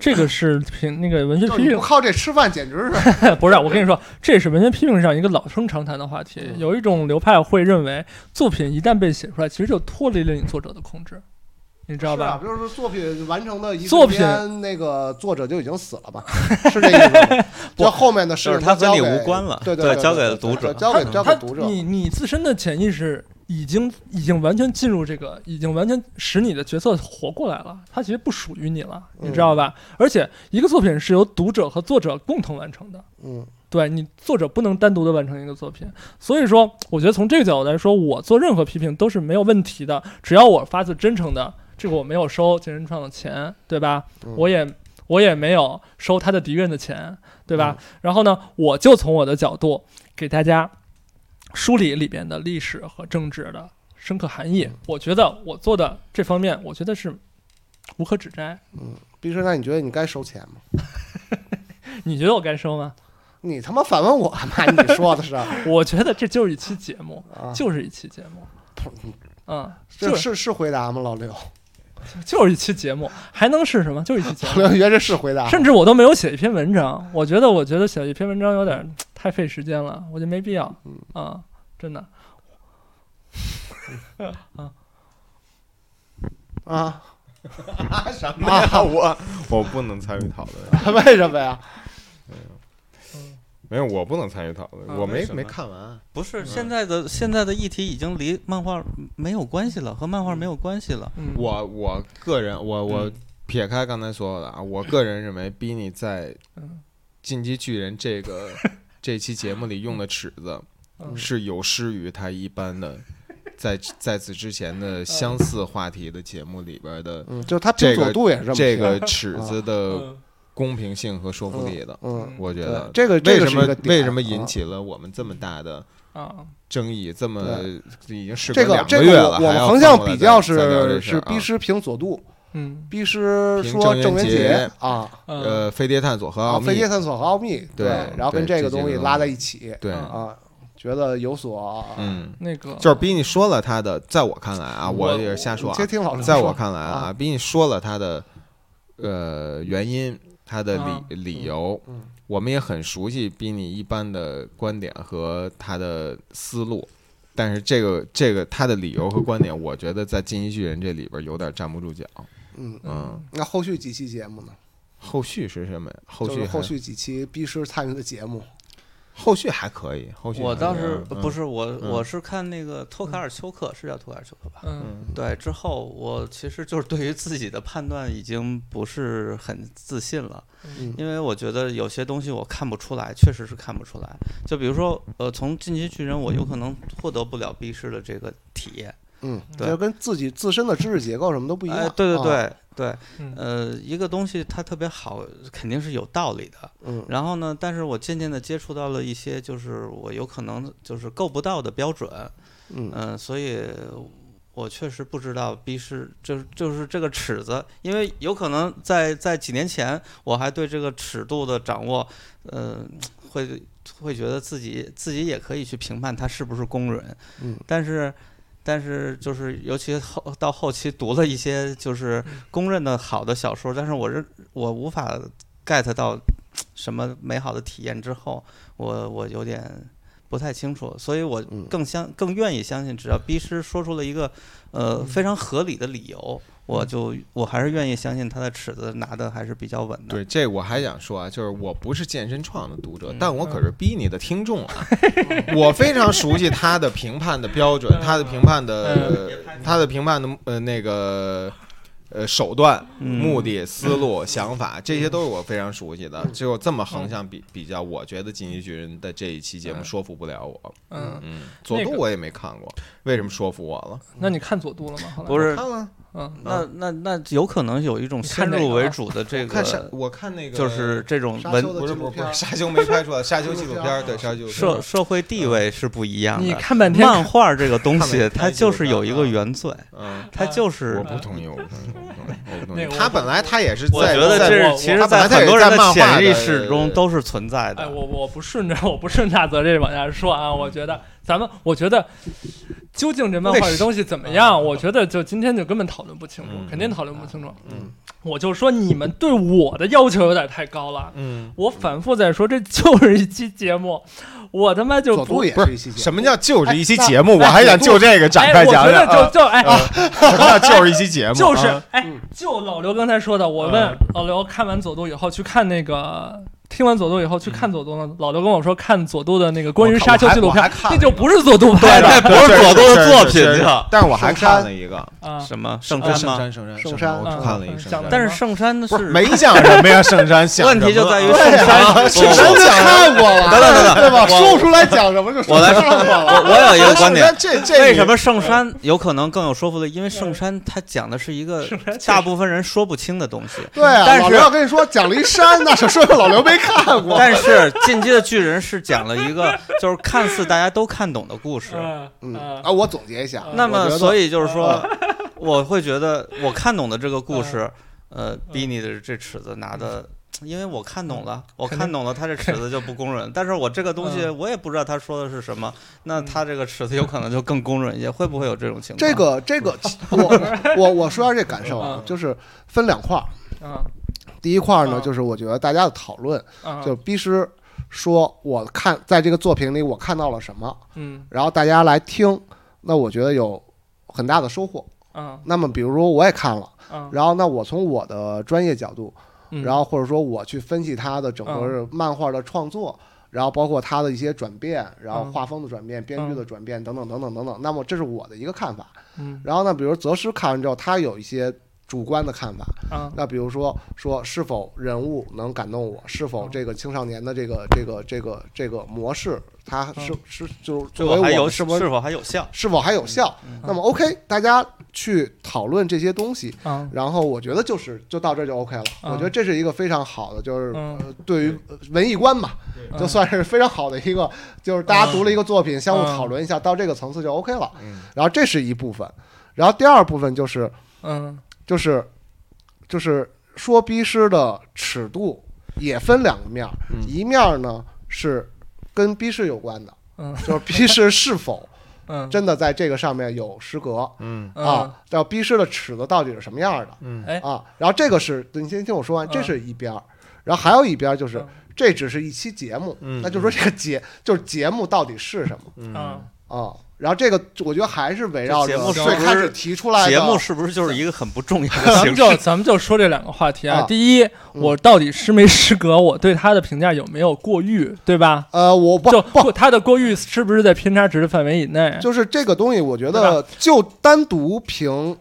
[SPEAKER 2] 这个是评那个文学
[SPEAKER 1] 就
[SPEAKER 2] 批
[SPEAKER 1] 是你
[SPEAKER 2] 评
[SPEAKER 1] 不，靠这吃饭简直是
[SPEAKER 2] [LAUGHS] 不是，我跟你说，这是文学批评上一个老生常谈的话题。
[SPEAKER 1] 嗯
[SPEAKER 2] 有一种流派会认为，作品一旦被写出来，其实就脱离了你作者的控制，你知道
[SPEAKER 1] 是啊
[SPEAKER 2] 吧？，
[SPEAKER 1] 比如说作品完成的一瞬
[SPEAKER 2] 作品
[SPEAKER 1] 间那个作者就已经死了吧？是这意思
[SPEAKER 2] [LAUGHS]
[SPEAKER 1] 吗？就后面的事
[SPEAKER 4] 就是
[SPEAKER 1] 情
[SPEAKER 4] 它
[SPEAKER 1] 都
[SPEAKER 4] 和你
[SPEAKER 1] 交给
[SPEAKER 4] 无关了
[SPEAKER 1] 对
[SPEAKER 4] 对
[SPEAKER 1] 对，
[SPEAKER 4] 交给
[SPEAKER 1] 对
[SPEAKER 4] 了
[SPEAKER 1] 对
[SPEAKER 4] 读者
[SPEAKER 1] 交给
[SPEAKER 4] 嗯
[SPEAKER 1] 交
[SPEAKER 2] 他
[SPEAKER 1] 给读者。
[SPEAKER 2] 你你自身的潜意识已经已经完全进入这个，已经完全使你的角色活过来了，它其实不属于你了，你
[SPEAKER 1] 嗯
[SPEAKER 2] 知道吧？而且一个作品是由读者和作者共同完成的，
[SPEAKER 1] 嗯
[SPEAKER 2] 对你作者不能单独的完成一个作品，所以说，我觉得从这个角度来说，我做任何批评都是没有问题的，只要我发自真诚的，这个我没有收健身创的钱，对吧？
[SPEAKER 1] 嗯
[SPEAKER 2] 我也我也没有收他的敌人的钱，对吧？然后呢，我就从我的角度给大家梳理里边的历史和政治的深刻含义。我觉得我做的这方面，我觉得是无可指摘。
[SPEAKER 1] 毕师，那你觉得你该收钱吗？
[SPEAKER 2] 你觉得我该收吗？
[SPEAKER 1] 你他妈反问我干嘛？你说的是
[SPEAKER 2] [LAUGHS]
[SPEAKER 1] 啊？
[SPEAKER 2] 我觉得这就是一期节目，就是一期节目。嗯，
[SPEAKER 1] 这
[SPEAKER 2] 就是
[SPEAKER 1] 是回答吗？老刘，
[SPEAKER 2] 就是一期节目，还能是什么？就是一期节
[SPEAKER 1] 老
[SPEAKER 2] 目。
[SPEAKER 1] 刘，你觉得这是回答吗？
[SPEAKER 2] 甚至我都没有写一篇文章，我觉得，我觉得写一篇文章有点儿太费时间了，我觉得没必要啊，真的。
[SPEAKER 4] [LAUGHS]
[SPEAKER 1] 啊？
[SPEAKER 3] 什么呀？我我不能参与讨论，
[SPEAKER 1] [LAUGHS]
[SPEAKER 3] 啊
[SPEAKER 1] 为什么呀？
[SPEAKER 3] 没有，我不能参与讨论，
[SPEAKER 2] 啊
[SPEAKER 3] 我没
[SPEAKER 4] 为什
[SPEAKER 3] 没
[SPEAKER 4] 么
[SPEAKER 3] 看完。
[SPEAKER 4] 不
[SPEAKER 1] 嗯
[SPEAKER 4] 是现在的现在的议题已经离漫画没有关系了，和漫画没有关系了。
[SPEAKER 2] 嗯，
[SPEAKER 3] 我我个人，我我撇开刚才所有的啊，我个人认为，比你在《
[SPEAKER 2] 嗯
[SPEAKER 3] 进击巨人》这个这期节目里用的尺子
[SPEAKER 2] 嗯
[SPEAKER 3] 是有失于他一般的。在在此之前的相似话题的节目里边的
[SPEAKER 1] 嗯，就是他平
[SPEAKER 3] 这
[SPEAKER 1] 佐
[SPEAKER 3] 个
[SPEAKER 1] 度也是这么啊
[SPEAKER 3] 这个
[SPEAKER 1] 评
[SPEAKER 3] 尺子
[SPEAKER 2] 嗯
[SPEAKER 3] 的公平性和说服力的，
[SPEAKER 1] 嗯，
[SPEAKER 3] 我觉得
[SPEAKER 1] 对这个这
[SPEAKER 3] 为
[SPEAKER 1] 个
[SPEAKER 3] 什
[SPEAKER 1] 是一个
[SPEAKER 3] 么
[SPEAKER 1] 点
[SPEAKER 3] 为什么
[SPEAKER 1] 啊
[SPEAKER 3] 引起了我们这么大的
[SPEAKER 2] 啊，
[SPEAKER 3] 争议？这么已经事隔
[SPEAKER 1] 这个
[SPEAKER 3] 两
[SPEAKER 1] 这
[SPEAKER 3] 月
[SPEAKER 1] 个
[SPEAKER 3] 了，
[SPEAKER 1] 我我们
[SPEAKER 3] 还要
[SPEAKER 1] 横
[SPEAKER 3] 放
[SPEAKER 1] 向
[SPEAKER 3] 过来
[SPEAKER 1] 比
[SPEAKER 3] 再
[SPEAKER 1] 较
[SPEAKER 3] 再聊这
[SPEAKER 1] 是
[SPEAKER 3] 事
[SPEAKER 1] 是
[SPEAKER 3] 儿啊
[SPEAKER 1] 逼师评佐度，
[SPEAKER 2] 嗯
[SPEAKER 1] 逼师
[SPEAKER 3] 评
[SPEAKER 1] 说
[SPEAKER 3] 郑
[SPEAKER 1] 郑渊
[SPEAKER 3] 渊洁
[SPEAKER 1] 洁啊，
[SPEAKER 2] 呃，
[SPEAKER 3] 呃，飞碟探索和奥
[SPEAKER 1] 啊，
[SPEAKER 3] 秘，
[SPEAKER 1] 飞碟探索和奥秘，
[SPEAKER 3] 对
[SPEAKER 1] 然后跟
[SPEAKER 3] 对
[SPEAKER 1] 这个
[SPEAKER 3] 这
[SPEAKER 1] 东
[SPEAKER 3] 些
[SPEAKER 1] 西
[SPEAKER 3] 东
[SPEAKER 1] 拉
[SPEAKER 3] 西
[SPEAKER 1] 在一起
[SPEAKER 3] 对
[SPEAKER 2] 嗯
[SPEAKER 1] 啊，觉得有所
[SPEAKER 3] 嗯，
[SPEAKER 2] 那个
[SPEAKER 3] 就是逼你说了他的，在我看来啊，
[SPEAKER 1] 嗯我
[SPEAKER 3] 也是瞎说啊
[SPEAKER 1] 先，听哦老师
[SPEAKER 3] 在
[SPEAKER 1] 说
[SPEAKER 3] 我看来啊，逼你说了他的呃原因，他的
[SPEAKER 2] 啊
[SPEAKER 3] 理理由，
[SPEAKER 1] 嗯
[SPEAKER 3] 我们也很熟悉比你一般的观点和他的思路，但是这个这个他的理由和观点，我觉得在《进击巨人》这里边有点站不住脚。
[SPEAKER 1] 嗯，
[SPEAKER 3] 嗯，
[SPEAKER 1] 那后续几期节目呢？
[SPEAKER 3] 后续是什么呀？后
[SPEAKER 1] 就
[SPEAKER 3] 续
[SPEAKER 1] 是后
[SPEAKER 3] 还
[SPEAKER 1] 续几期逼师参与的节目，
[SPEAKER 3] 后续还可以，后续
[SPEAKER 4] 我
[SPEAKER 3] 还
[SPEAKER 4] 当
[SPEAKER 3] 可以
[SPEAKER 4] 时
[SPEAKER 3] 嗯
[SPEAKER 4] 不是我，
[SPEAKER 3] 嗯
[SPEAKER 4] 我是看那个托卡尔丘克，是叫托卡尔丘克吧？
[SPEAKER 2] 嗯
[SPEAKER 3] 嗯
[SPEAKER 4] 对，之后我其实就是对于自己的判断已经不是很自信了，
[SPEAKER 1] 嗯
[SPEAKER 4] 因为我觉得有些东西我看不出来，确实是看不出来。就比如说，呃，从进击巨人，我有可能获得不了 B 师的这个体验。
[SPEAKER 1] 嗯，
[SPEAKER 4] 对
[SPEAKER 1] 就跟自己自身的知识结构什么都不一样。
[SPEAKER 4] 哎，对对
[SPEAKER 1] 啊，
[SPEAKER 4] 对对，
[SPEAKER 2] 嗯
[SPEAKER 4] 呃，一个东西它特别好，肯定是有道理的。
[SPEAKER 1] 嗯
[SPEAKER 4] 然后呢，但是我渐渐的接触到了一些，就是我有可能就是够不到的标准，
[SPEAKER 3] 呃
[SPEAKER 1] 嗯
[SPEAKER 4] 嗯、所以我确实不知道 B 是就是就是这个尺子，因为有可能在在几年前我还对这个尺度的掌握，呃，会会觉得自己自己也可以去评判他是不是工人，
[SPEAKER 1] 嗯
[SPEAKER 4] 但是。但是就是，尤其后到后期读了一些就是公认的好的小说，但是我认我无法 get 到什么美好的体验之后，我我有点不太清楚，所以我
[SPEAKER 1] 嗯
[SPEAKER 4] 更相更愿意相信，只要 B 师说出了一个呃非常合理的理由，我就我还是愿意相信他的尺子拿的还是比较稳的。
[SPEAKER 3] 对，这我还想说啊，就是我不是健身创的读者
[SPEAKER 4] 嗯，
[SPEAKER 3] 但我可是逼你的听众啊， [LAUGHS] 我非常熟悉他的评判的标准，他的评判的他的评判的呃那个呃手段、
[SPEAKER 4] 嗯
[SPEAKER 3] 目的、思路、想法，这些都是我非常熟悉的。只有这么横向比比较，我觉得《进击巨人》的这一期节目
[SPEAKER 4] 嗯
[SPEAKER 3] 说服不了我。
[SPEAKER 2] 嗯，
[SPEAKER 3] 嗯，佐
[SPEAKER 2] 那
[SPEAKER 3] 渡
[SPEAKER 2] 个
[SPEAKER 3] 我也没看过，为什么说服我了？
[SPEAKER 2] 那你看佐渡了吗？后来
[SPEAKER 4] 不，是，
[SPEAKER 3] 看了，
[SPEAKER 2] 嗯
[SPEAKER 4] 那那那有可能有一种
[SPEAKER 2] 你
[SPEAKER 4] 先
[SPEAKER 2] 看哪
[SPEAKER 4] 入
[SPEAKER 2] 个
[SPEAKER 4] 为
[SPEAKER 2] 了
[SPEAKER 4] 主的这
[SPEAKER 3] 看沙，
[SPEAKER 4] 个，
[SPEAKER 3] 我看那个
[SPEAKER 4] 就是这种
[SPEAKER 1] 沙丘
[SPEAKER 4] 文
[SPEAKER 1] 的
[SPEAKER 3] 不是
[SPEAKER 1] 纪
[SPEAKER 3] 不
[SPEAKER 1] 录
[SPEAKER 3] 是不是
[SPEAKER 1] 片
[SPEAKER 3] 沙丘没拍出来，沙丘纪录片儿 [LAUGHS]
[SPEAKER 1] 纪录片儿
[SPEAKER 3] 对沙丘
[SPEAKER 4] 社社会地位是不一样
[SPEAKER 2] 你
[SPEAKER 4] 的。
[SPEAKER 2] 看半天，
[SPEAKER 4] 漫画这个东
[SPEAKER 3] 看
[SPEAKER 4] 西，
[SPEAKER 3] 没
[SPEAKER 4] 它
[SPEAKER 3] 看
[SPEAKER 4] 就
[SPEAKER 3] 就是是
[SPEAKER 4] 有一
[SPEAKER 3] 看
[SPEAKER 4] 个
[SPEAKER 3] 啊
[SPEAKER 4] 原罪，
[SPEAKER 3] 嗯。
[SPEAKER 4] 它就是
[SPEAKER 3] 我不同意，我不同意，我不同意我不同
[SPEAKER 2] 那个
[SPEAKER 3] 意。
[SPEAKER 2] 我
[SPEAKER 3] 他本来他也是在，
[SPEAKER 4] 我觉得
[SPEAKER 3] 在
[SPEAKER 4] 这
[SPEAKER 2] 我
[SPEAKER 4] 是其实，
[SPEAKER 3] 他本来
[SPEAKER 4] 很
[SPEAKER 3] 也
[SPEAKER 4] 多人
[SPEAKER 3] 在漫画
[SPEAKER 4] 潜
[SPEAKER 3] 的
[SPEAKER 4] 意识中都是存在
[SPEAKER 2] 哎，
[SPEAKER 4] 的。
[SPEAKER 2] 我我不顺着， [LAUGHS] 我不顺大泽这往下说啊，我觉得咱们，我觉得究竟这漫画这东西怎么样？我觉得就今天就根本讨论不清楚，
[SPEAKER 3] 嗯
[SPEAKER 2] 肯定讨论不清楚。
[SPEAKER 3] 嗯，
[SPEAKER 2] 我就说你们对我的要求有点太高了。
[SPEAKER 3] 嗯，
[SPEAKER 2] 我反复在说，这就是一期节目，我他妈就
[SPEAKER 1] 佐
[SPEAKER 2] 不哎
[SPEAKER 1] 助也
[SPEAKER 3] 不是
[SPEAKER 1] 一期节目，
[SPEAKER 3] 什么叫就是一期
[SPEAKER 1] 哎
[SPEAKER 3] 节目？
[SPEAKER 2] 那
[SPEAKER 3] 我还想就这个展开
[SPEAKER 2] 哎，我
[SPEAKER 3] 讲
[SPEAKER 2] 觉得
[SPEAKER 3] 讲。
[SPEAKER 2] 就就哎，
[SPEAKER 3] 啊 [LAUGHS] 什么叫就是一期节目？
[SPEAKER 2] 就是
[SPEAKER 3] 啊
[SPEAKER 2] 哎
[SPEAKER 1] 嗯，
[SPEAKER 2] 就老刘刚才说的，我问
[SPEAKER 3] 嗯
[SPEAKER 2] 老刘看完佐渡以后去看那个。听完佐渡以后去看佐渡呢，老刘跟我说看佐渡的那个关于
[SPEAKER 3] 嗯我看
[SPEAKER 2] 沙丘纪录
[SPEAKER 3] 我
[SPEAKER 2] 片
[SPEAKER 3] 还，看
[SPEAKER 2] 那
[SPEAKER 3] 了
[SPEAKER 2] 就不是佐渡拍
[SPEAKER 4] 对，
[SPEAKER 2] 的
[SPEAKER 4] 那不是佐渡的作品
[SPEAKER 3] 是是是是
[SPEAKER 4] 就
[SPEAKER 3] 但是我还
[SPEAKER 1] 圣山
[SPEAKER 3] 看了一个
[SPEAKER 2] 啊。
[SPEAKER 4] 什么圣山
[SPEAKER 3] 圣
[SPEAKER 4] 吗？
[SPEAKER 3] 山圣山
[SPEAKER 1] 圣
[SPEAKER 3] 圣
[SPEAKER 1] 山
[SPEAKER 3] 我
[SPEAKER 2] 嗯
[SPEAKER 3] 看了一
[SPEAKER 2] 嗯
[SPEAKER 3] 个圣
[SPEAKER 2] 讲
[SPEAKER 3] 山
[SPEAKER 2] 的，
[SPEAKER 4] 但是圣山
[SPEAKER 3] 不是
[SPEAKER 4] 是
[SPEAKER 3] 没讲什么呀？圣山想
[SPEAKER 4] 问题就在于
[SPEAKER 3] 什么
[SPEAKER 4] 圣山
[SPEAKER 3] 啊，
[SPEAKER 4] 圣
[SPEAKER 3] 圣山
[SPEAKER 1] 都
[SPEAKER 3] 讲
[SPEAKER 1] 看过了，
[SPEAKER 4] 等等等等
[SPEAKER 1] 对吧？
[SPEAKER 4] 我
[SPEAKER 1] 说出来讲什么就说
[SPEAKER 4] 我来 [LAUGHS] 说
[SPEAKER 1] 看过了。
[SPEAKER 4] 我我有一个观点
[SPEAKER 3] 圣山，这这
[SPEAKER 4] 为什么圣山有可能更有说服力？因为圣山它讲的是一个大部分人说不清的东西。
[SPEAKER 1] 对啊，
[SPEAKER 4] 但
[SPEAKER 1] 老
[SPEAKER 4] 是
[SPEAKER 1] 刘要跟你说讲了一山，
[SPEAKER 3] [LAUGHS]
[SPEAKER 1] 那是说明老刘没看过。
[SPEAKER 4] 但是《进击的巨人》是讲了一个就是看似大家都看懂的故事。
[SPEAKER 2] 嗯
[SPEAKER 1] 嗯
[SPEAKER 3] 呃
[SPEAKER 2] 嗯
[SPEAKER 1] 啊，我啊总结一下，
[SPEAKER 4] 那么，所
[SPEAKER 1] 以
[SPEAKER 4] 以就是说， [LAUGHS] 我会觉得我看懂的这个故
[SPEAKER 1] 嗯
[SPEAKER 4] 事，呃，比你的这尺子拿的，因为我看懂了，
[SPEAKER 1] 嗯
[SPEAKER 4] 我
[SPEAKER 2] 肯定
[SPEAKER 4] 看懂了，他这尺子就不公允。但是我这个东西，我也不知道他说的是什么，那他这个尺子有可能就更公允一些，会不会有这种情
[SPEAKER 1] 嗯
[SPEAKER 4] 况？
[SPEAKER 1] 这个这个，我我我说下这感受啊
[SPEAKER 2] 嗯，
[SPEAKER 1] 就是分两块儿。
[SPEAKER 2] 嗯
[SPEAKER 1] 第一块儿呢，
[SPEAKER 2] 嗯
[SPEAKER 1] 就是我觉得大家的讨论，
[SPEAKER 2] 嗯，
[SPEAKER 1] 就是逼师说我看在这个作品里我看到了什么，
[SPEAKER 2] 嗯
[SPEAKER 1] 然后大家来听，那我觉得有很大的收获。
[SPEAKER 2] 嗯
[SPEAKER 1] 那么比如说我也看了，
[SPEAKER 2] 嗯，
[SPEAKER 1] 然后那我从我的专业角度，
[SPEAKER 2] 嗯
[SPEAKER 1] 然后或者说我去分析他的整个
[SPEAKER 2] 嗯
[SPEAKER 1] 漫画的创作，然后包括他的一些转变，然后
[SPEAKER 2] 嗯
[SPEAKER 1] 画风的转变、编剧的转变等等等等等等。那么这是我的一个看法。
[SPEAKER 2] 嗯
[SPEAKER 1] 然后呢，比如泽师看完之后，他有一些主观的看法。
[SPEAKER 2] 嗯
[SPEAKER 1] 那比如说说是否人物能感动我，是否
[SPEAKER 2] 嗯
[SPEAKER 1] 这个青少年的这个这个这个这个模式，它是
[SPEAKER 2] 嗯
[SPEAKER 1] 是就是
[SPEAKER 4] 这
[SPEAKER 1] 作
[SPEAKER 4] 还
[SPEAKER 1] 为我
[SPEAKER 4] 有
[SPEAKER 1] 们是不
[SPEAKER 4] 是嗯
[SPEAKER 1] 是
[SPEAKER 4] 否还有效？
[SPEAKER 1] 是否还有效？那么 OK，大家去讨论这些东西。
[SPEAKER 2] 嗯
[SPEAKER 1] 然后我觉得就是就到这儿就 OK 了，
[SPEAKER 2] 嗯
[SPEAKER 1] 我觉得这是一个非常好的，就是
[SPEAKER 2] 嗯
[SPEAKER 1] 呃对于呃文艺观嘛，
[SPEAKER 2] 嗯，
[SPEAKER 1] 就算是非常好的一个，就是大家读了一个作品，相互
[SPEAKER 2] 嗯
[SPEAKER 1] 讨论一下，到这个层次就 OK 了。
[SPEAKER 3] 嗯
[SPEAKER 1] 然后这是一部分，然后第二部分就是
[SPEAKER 2] 嗯
[SPEAKER 1] 就是就是说逼师的尺度也分两个面儿，
[SPEAKER 3] 嗯
[SPEAKER 1] 一面儿呢是跟逼师有关的，
[SPEAKER 2] 嗯
[SPEAKER 1] 就是逼是是否
[SPEAKER 2] 嗯，
[SPEAKER 1] 真的在这个上面有失格
[SPEAKER 3] 嗯
[SPEAKER 2] 嗯
[SPEAKER 1] 啊，然后逼是的尺子到底是什么样的
[SPEAKER 3] 嗯
[SPEAKER 2] 哎
[SPEAKER 1] 啊？然后这个是你先听我说完，
[SPEAKER 2] 嗯
[SPEAKER 1] 这是一边儿，然后还有一边儿就是
[SPEAKER 2] 嗯
[SPEAKER 1] 这只是一期节目，
[SPEAKER 3] 嗯
[SPEAKER 1] 那就说这个节就是节目到底是什么
[SPEAKER 2] 啊
[SPEAKER 3] 嗯，
[SPEAKER 1] 啊？然后这个我觉得还是围绕
[SPEAKER 4] 这
[SPEAKER 1] 着
[SPEAKER 4] 节目
[SPEAKER 1] 最
[SPEAKER 4] 是不是
[SPEAKER 1] 开始提出来的
[SPEAKER 4] 节目是不是就是一个很不重要的
[SPEAKER 2] 咱们
[SPEAKER 1] [LAUGHS]
[SPEAKER 4] 形
[SPEAKER 2] 就
[SPEAKER 4] 式？
[SPEAKER 2] 咱们就说这两个话题啊。
[SPEAKER 1] 啊
[SPEAKER 2] 第一，我到底失没失格？我对他的评价有没有过誉，对吧？
[SPEAKER 1] 呃，我不
[SPEAKER 2] 就
[SPEAKER 1] 不。
[SPEAKER 2] 他的过誉是不是在偏差值的范围以内？
[SPEAKER 1] 就是这个东西，我觉
[SPEAKER 2] 对
[SPEAKER 1] 得就单独评《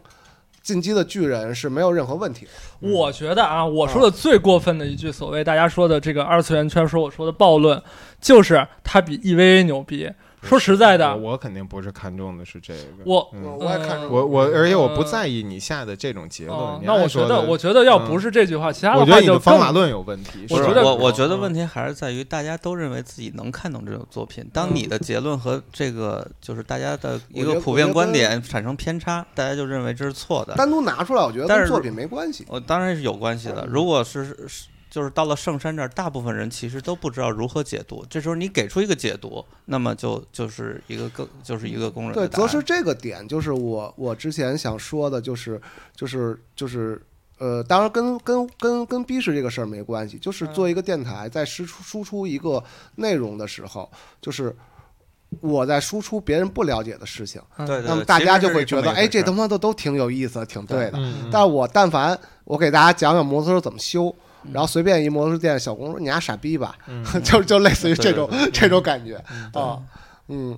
[SPEAKER 1] 进击的巨人》是没有任何问题的。
[SPEAKER 2] 我觉得啊，我说的最过分的一句所谓大家说的这个二次元圈说我说的暴论，就是他比 EVA 牛逼。说实在的，
[SPEAKER 3] 我我肯定不是看中的是这个，
[SPEAKER 2] 我
[SPEAKER 1] 我
[SPEAKER 3] 嗯
[SPEAKER 1] 我也看
[SPEAKER 2] 呃
[SPEAKER 1] 出来
[SPEAKER 3] 我我，而且我不
[SPEAKER 2] 嗯
[SPEAKER 3] 在意你下的这种结
[SPEAKER 2] 哦
[SPEAKER 3] 论。你
[SPEAKER 2] 那
[SPEAKER 3] 还
[SPEAKER 2] 我
[SPEAKER 3] 说
[SPEAKER 2] 觉得，
[SPEAKER 3] 的嗯
[SPEAKER 2] 我觉得要不是这句话，其他的
[SPEAKER 3] 我觉
[SPEAKER 2] 话
[SPEAKER 3] 得你
[SPEAKER 2] 就
[SPEAKER 3] 的方
[SPEAKER 2] 更
[SPEAKER 3] 法论有问题。
[SPEAKER 2] 我
[SPEAKER 4] 不
[SPEAKER 3] 是
[SPEAKER 4] 是
[SPEAKER 2] 觉
[SPEAKER 3] 吧
[SPEAKER 2] 得
[SPEAKER 4] 我我觉得
[SPEAKER 3] 嗯
[SPEAKER 4] 问题还是在于大家都认为自己能看懂这种作品。
[SPEAKER 2] 嗯
[SPEAKER 4] 当你的结论和这个就是大家的一
[SPEAKER 1] 我觉
[SPEAKER 4] 个
[SPEAKER 1] 得
[SPEAKER 4] 普
[SPEAKER 1] 我觉
[SPEAKER 4] 遍
[SPEAKER 1] 得
[SPEAKER 4] 观点产生偏差，大家就认为这是错的。
[SPEAKER 1] 单独拿出来，我觉得
[SPEAKER 4] 但
[SPEAKER 1] 跟
[SPEAKER 4] 是
[SPEAKER 1] 作品没关系。
[SPEAKER 4] 我当然是有关系
[SPEAKER 1] 嗯
[SPEAKER 4] 的。如果是是就是到了圣山这儿，大部分人其实都不知道如何解读。这时候你给出一个解读，那么就就是一个更就是一个公认
[SPEAKER 1] 对，
[SPEAKER 4] 的答
[SPEAKER 1] 则
[SPEAKER 4] 案。
[SPEAKER 1] 是这个点，就是我我之前想说的，就是就是就是。呃，当然跟跟跟跟逼视这个事儿没关系，就是
[SPEAKER 2] 嗯
[SPEAKER 1] 做一个电台，在输出输出一个内容的时候，就是我在输出别人不了解的事情，
[SPEAKER 2] 嗯
[SPEAKER 4] 对对对，
[SPEAKER 1] 那么大家
[SPEAKER 4] 呃其
[SPEAKER 1] 就
[SPEAKER 4] 实是
[SPEAKER 1] 会
[SPEAKER 4] 么
[SPEAKER 1] 觉
[SPEAKER 4] 一
[SPEAKER 1] 得，
[SPEAKER 4] 回
[SPEAKER 1] 哎，这
[SPEAKER 4] 事
[SPEAKER 1] 他妈的都挺有意思，挺对的。
[SPEAKER 3] 嗯
[SPEAKER 1] 但我但凡我给大家讲讲摩托车怎么修，
[SPEAKER 4] 嗯
[SPEAKER 1] 然后随便一摩托车店小工说你丫傻逼吧，就就类
[SPEAKER 4] 嗯
[SPEAKER 1] 似于这种这种感觉啊，嗯，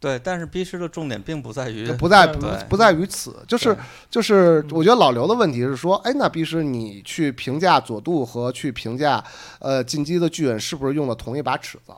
[SPEAKER 4] 对，但是逼师的重点并不在于
[SPEAKER 1] 就不在不
[SPEAKER 4] 对
[SPEAKER 1] 不在于此，就是
[SPEAKER 4] 哎对嗯
[SPEAKER 1] 就是我觉得老刘的问题是说，哎，那必须你去评价佐渡和去评价呃进击的巨人是不是用了同一把尺子，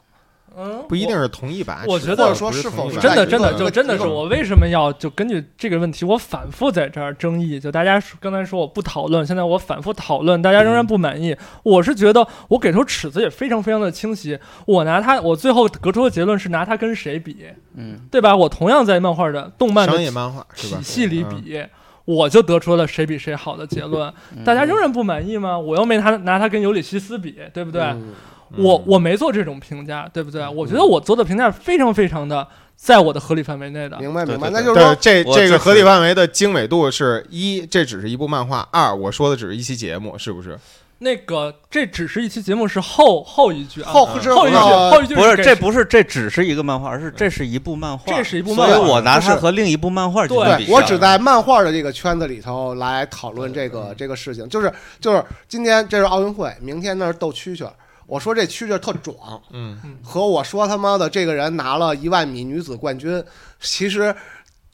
[SPEAKER 2] 嗯，
[SPEAKER 3] 不一定是同一把尺，
[SPEAKER 2] 我觉得嗯
[SPEAKER 3] 或者说是
[SPEAKER 1] 或
[SPEAKER 3] 否
[SPEAKER 1] 者说是否
[SPEAKER 2] 真
[SPEAKER 1] 在
[SPEAKER 2] 的
[SPEAKER 1] 一个
[SPEAKER 2] 真的
[SPEAKER 1] 一
[SPEAKER 2] 就
[SPEAKER 1] 个
[SPEAKER 2] 真的
[SPEAKER 1] 一
[SPEAKER 2] 是
[SPEAKER 1] 个
[SPEAKER 2] 我为什么要就根据这个问题，我反复在这儿争议。就大家说刚才说我不讨论，现在我反复讨论，大家仍然
[SPEAKER 3] 嗯
[SPEAKER 2] 不满意。我是觉得我给出尺子也非常非常的清晰，我拿它，我最后得出的结论是拿它跟谁比，
[SPEAKER 4] 嗯，
[SPEAKER 2] 对吧？我同样在漫画的动漫
[SPEAKER 3] 商业
[SPEAKER 2] 的
[SPEAKER 3] 漫画是吧？嗯
[SPEAKER 2] 体系里比。我就得出了谁比谁好的结论，大家
[SPEAKER 4] 嗯
[SPEAKER 2] 仍然不满意吗？我又没拿拿它跟尤里西斯比，对不对？
[SPEAKER 1] 嗯
[SPEAKER 3] 嗯，
[SPEAKER 2] 我我没做这种评价，对不对？我觉得我做的评价非常非常的在我的合理范围内的。
[SPEAKER 1] 明白
[SPEAKER 4] 对
[SPEAKER 1] 明白，
[SPEAKER 4] 对
[SPEAKER 1] 那就是
[SPEAKER 4] 对
[SPEAKER 3] 对
[SPEAKER 1] 说
[SPEAKER 3] 这
[SPEAKER 4] 我
[SPEAKER 3] 这
[SPEAKER 4] 支
[SPEAKER 3] 个
[SPEAKER 4] 持
[SPEAKER 3] 合理范围的经纬度是一，这只是一部漫画；二，我说的只是一期节目，是不是？
[SPEAKER 2] 那个，这只是一期节目，是后后一句啊，
[SPEAKER 1] 后
[SPEAKER 3] 嗯
[SPEAKER 1] 是
[SPEAKER 2] 后一句，
[SPEAKER 1] 呃
[SPEAKER 2] 后一句
[SPEAKER 4] 不是，
[SPEAKER 2] 给
[SPEAKER 4] 这不是，这只是一个漫画，而是这是一部漫画，
[SPEAKER 2] 这是一部
[SPEAKER 4] 所
[SPEAKER 2] 漫
[SPEAKER 4] 以
[SPEAKER 2] 画，
[SPEAKER 4] 我拿
[SPEAKER 1] 就是
[SPEAKER 4] 它和另一部漫画进行
[SPEAKER 2] 对
[SPEAKER 4] 比较。
[SPEAKER 1] 我只在漫画的这个圈子里头来讨论这
[SPEAKER 4] 嗯
[SPEAKER 1] 个这个事情，就是就是今天这是奥运会，明天那是斗蛐蛐儿。我说这蛐蛐儿特壮，
[SPEAKER 3] 嗯，
[SPEAKER 1] 和我说他妈的这个人拿了一万米女子冠军，其实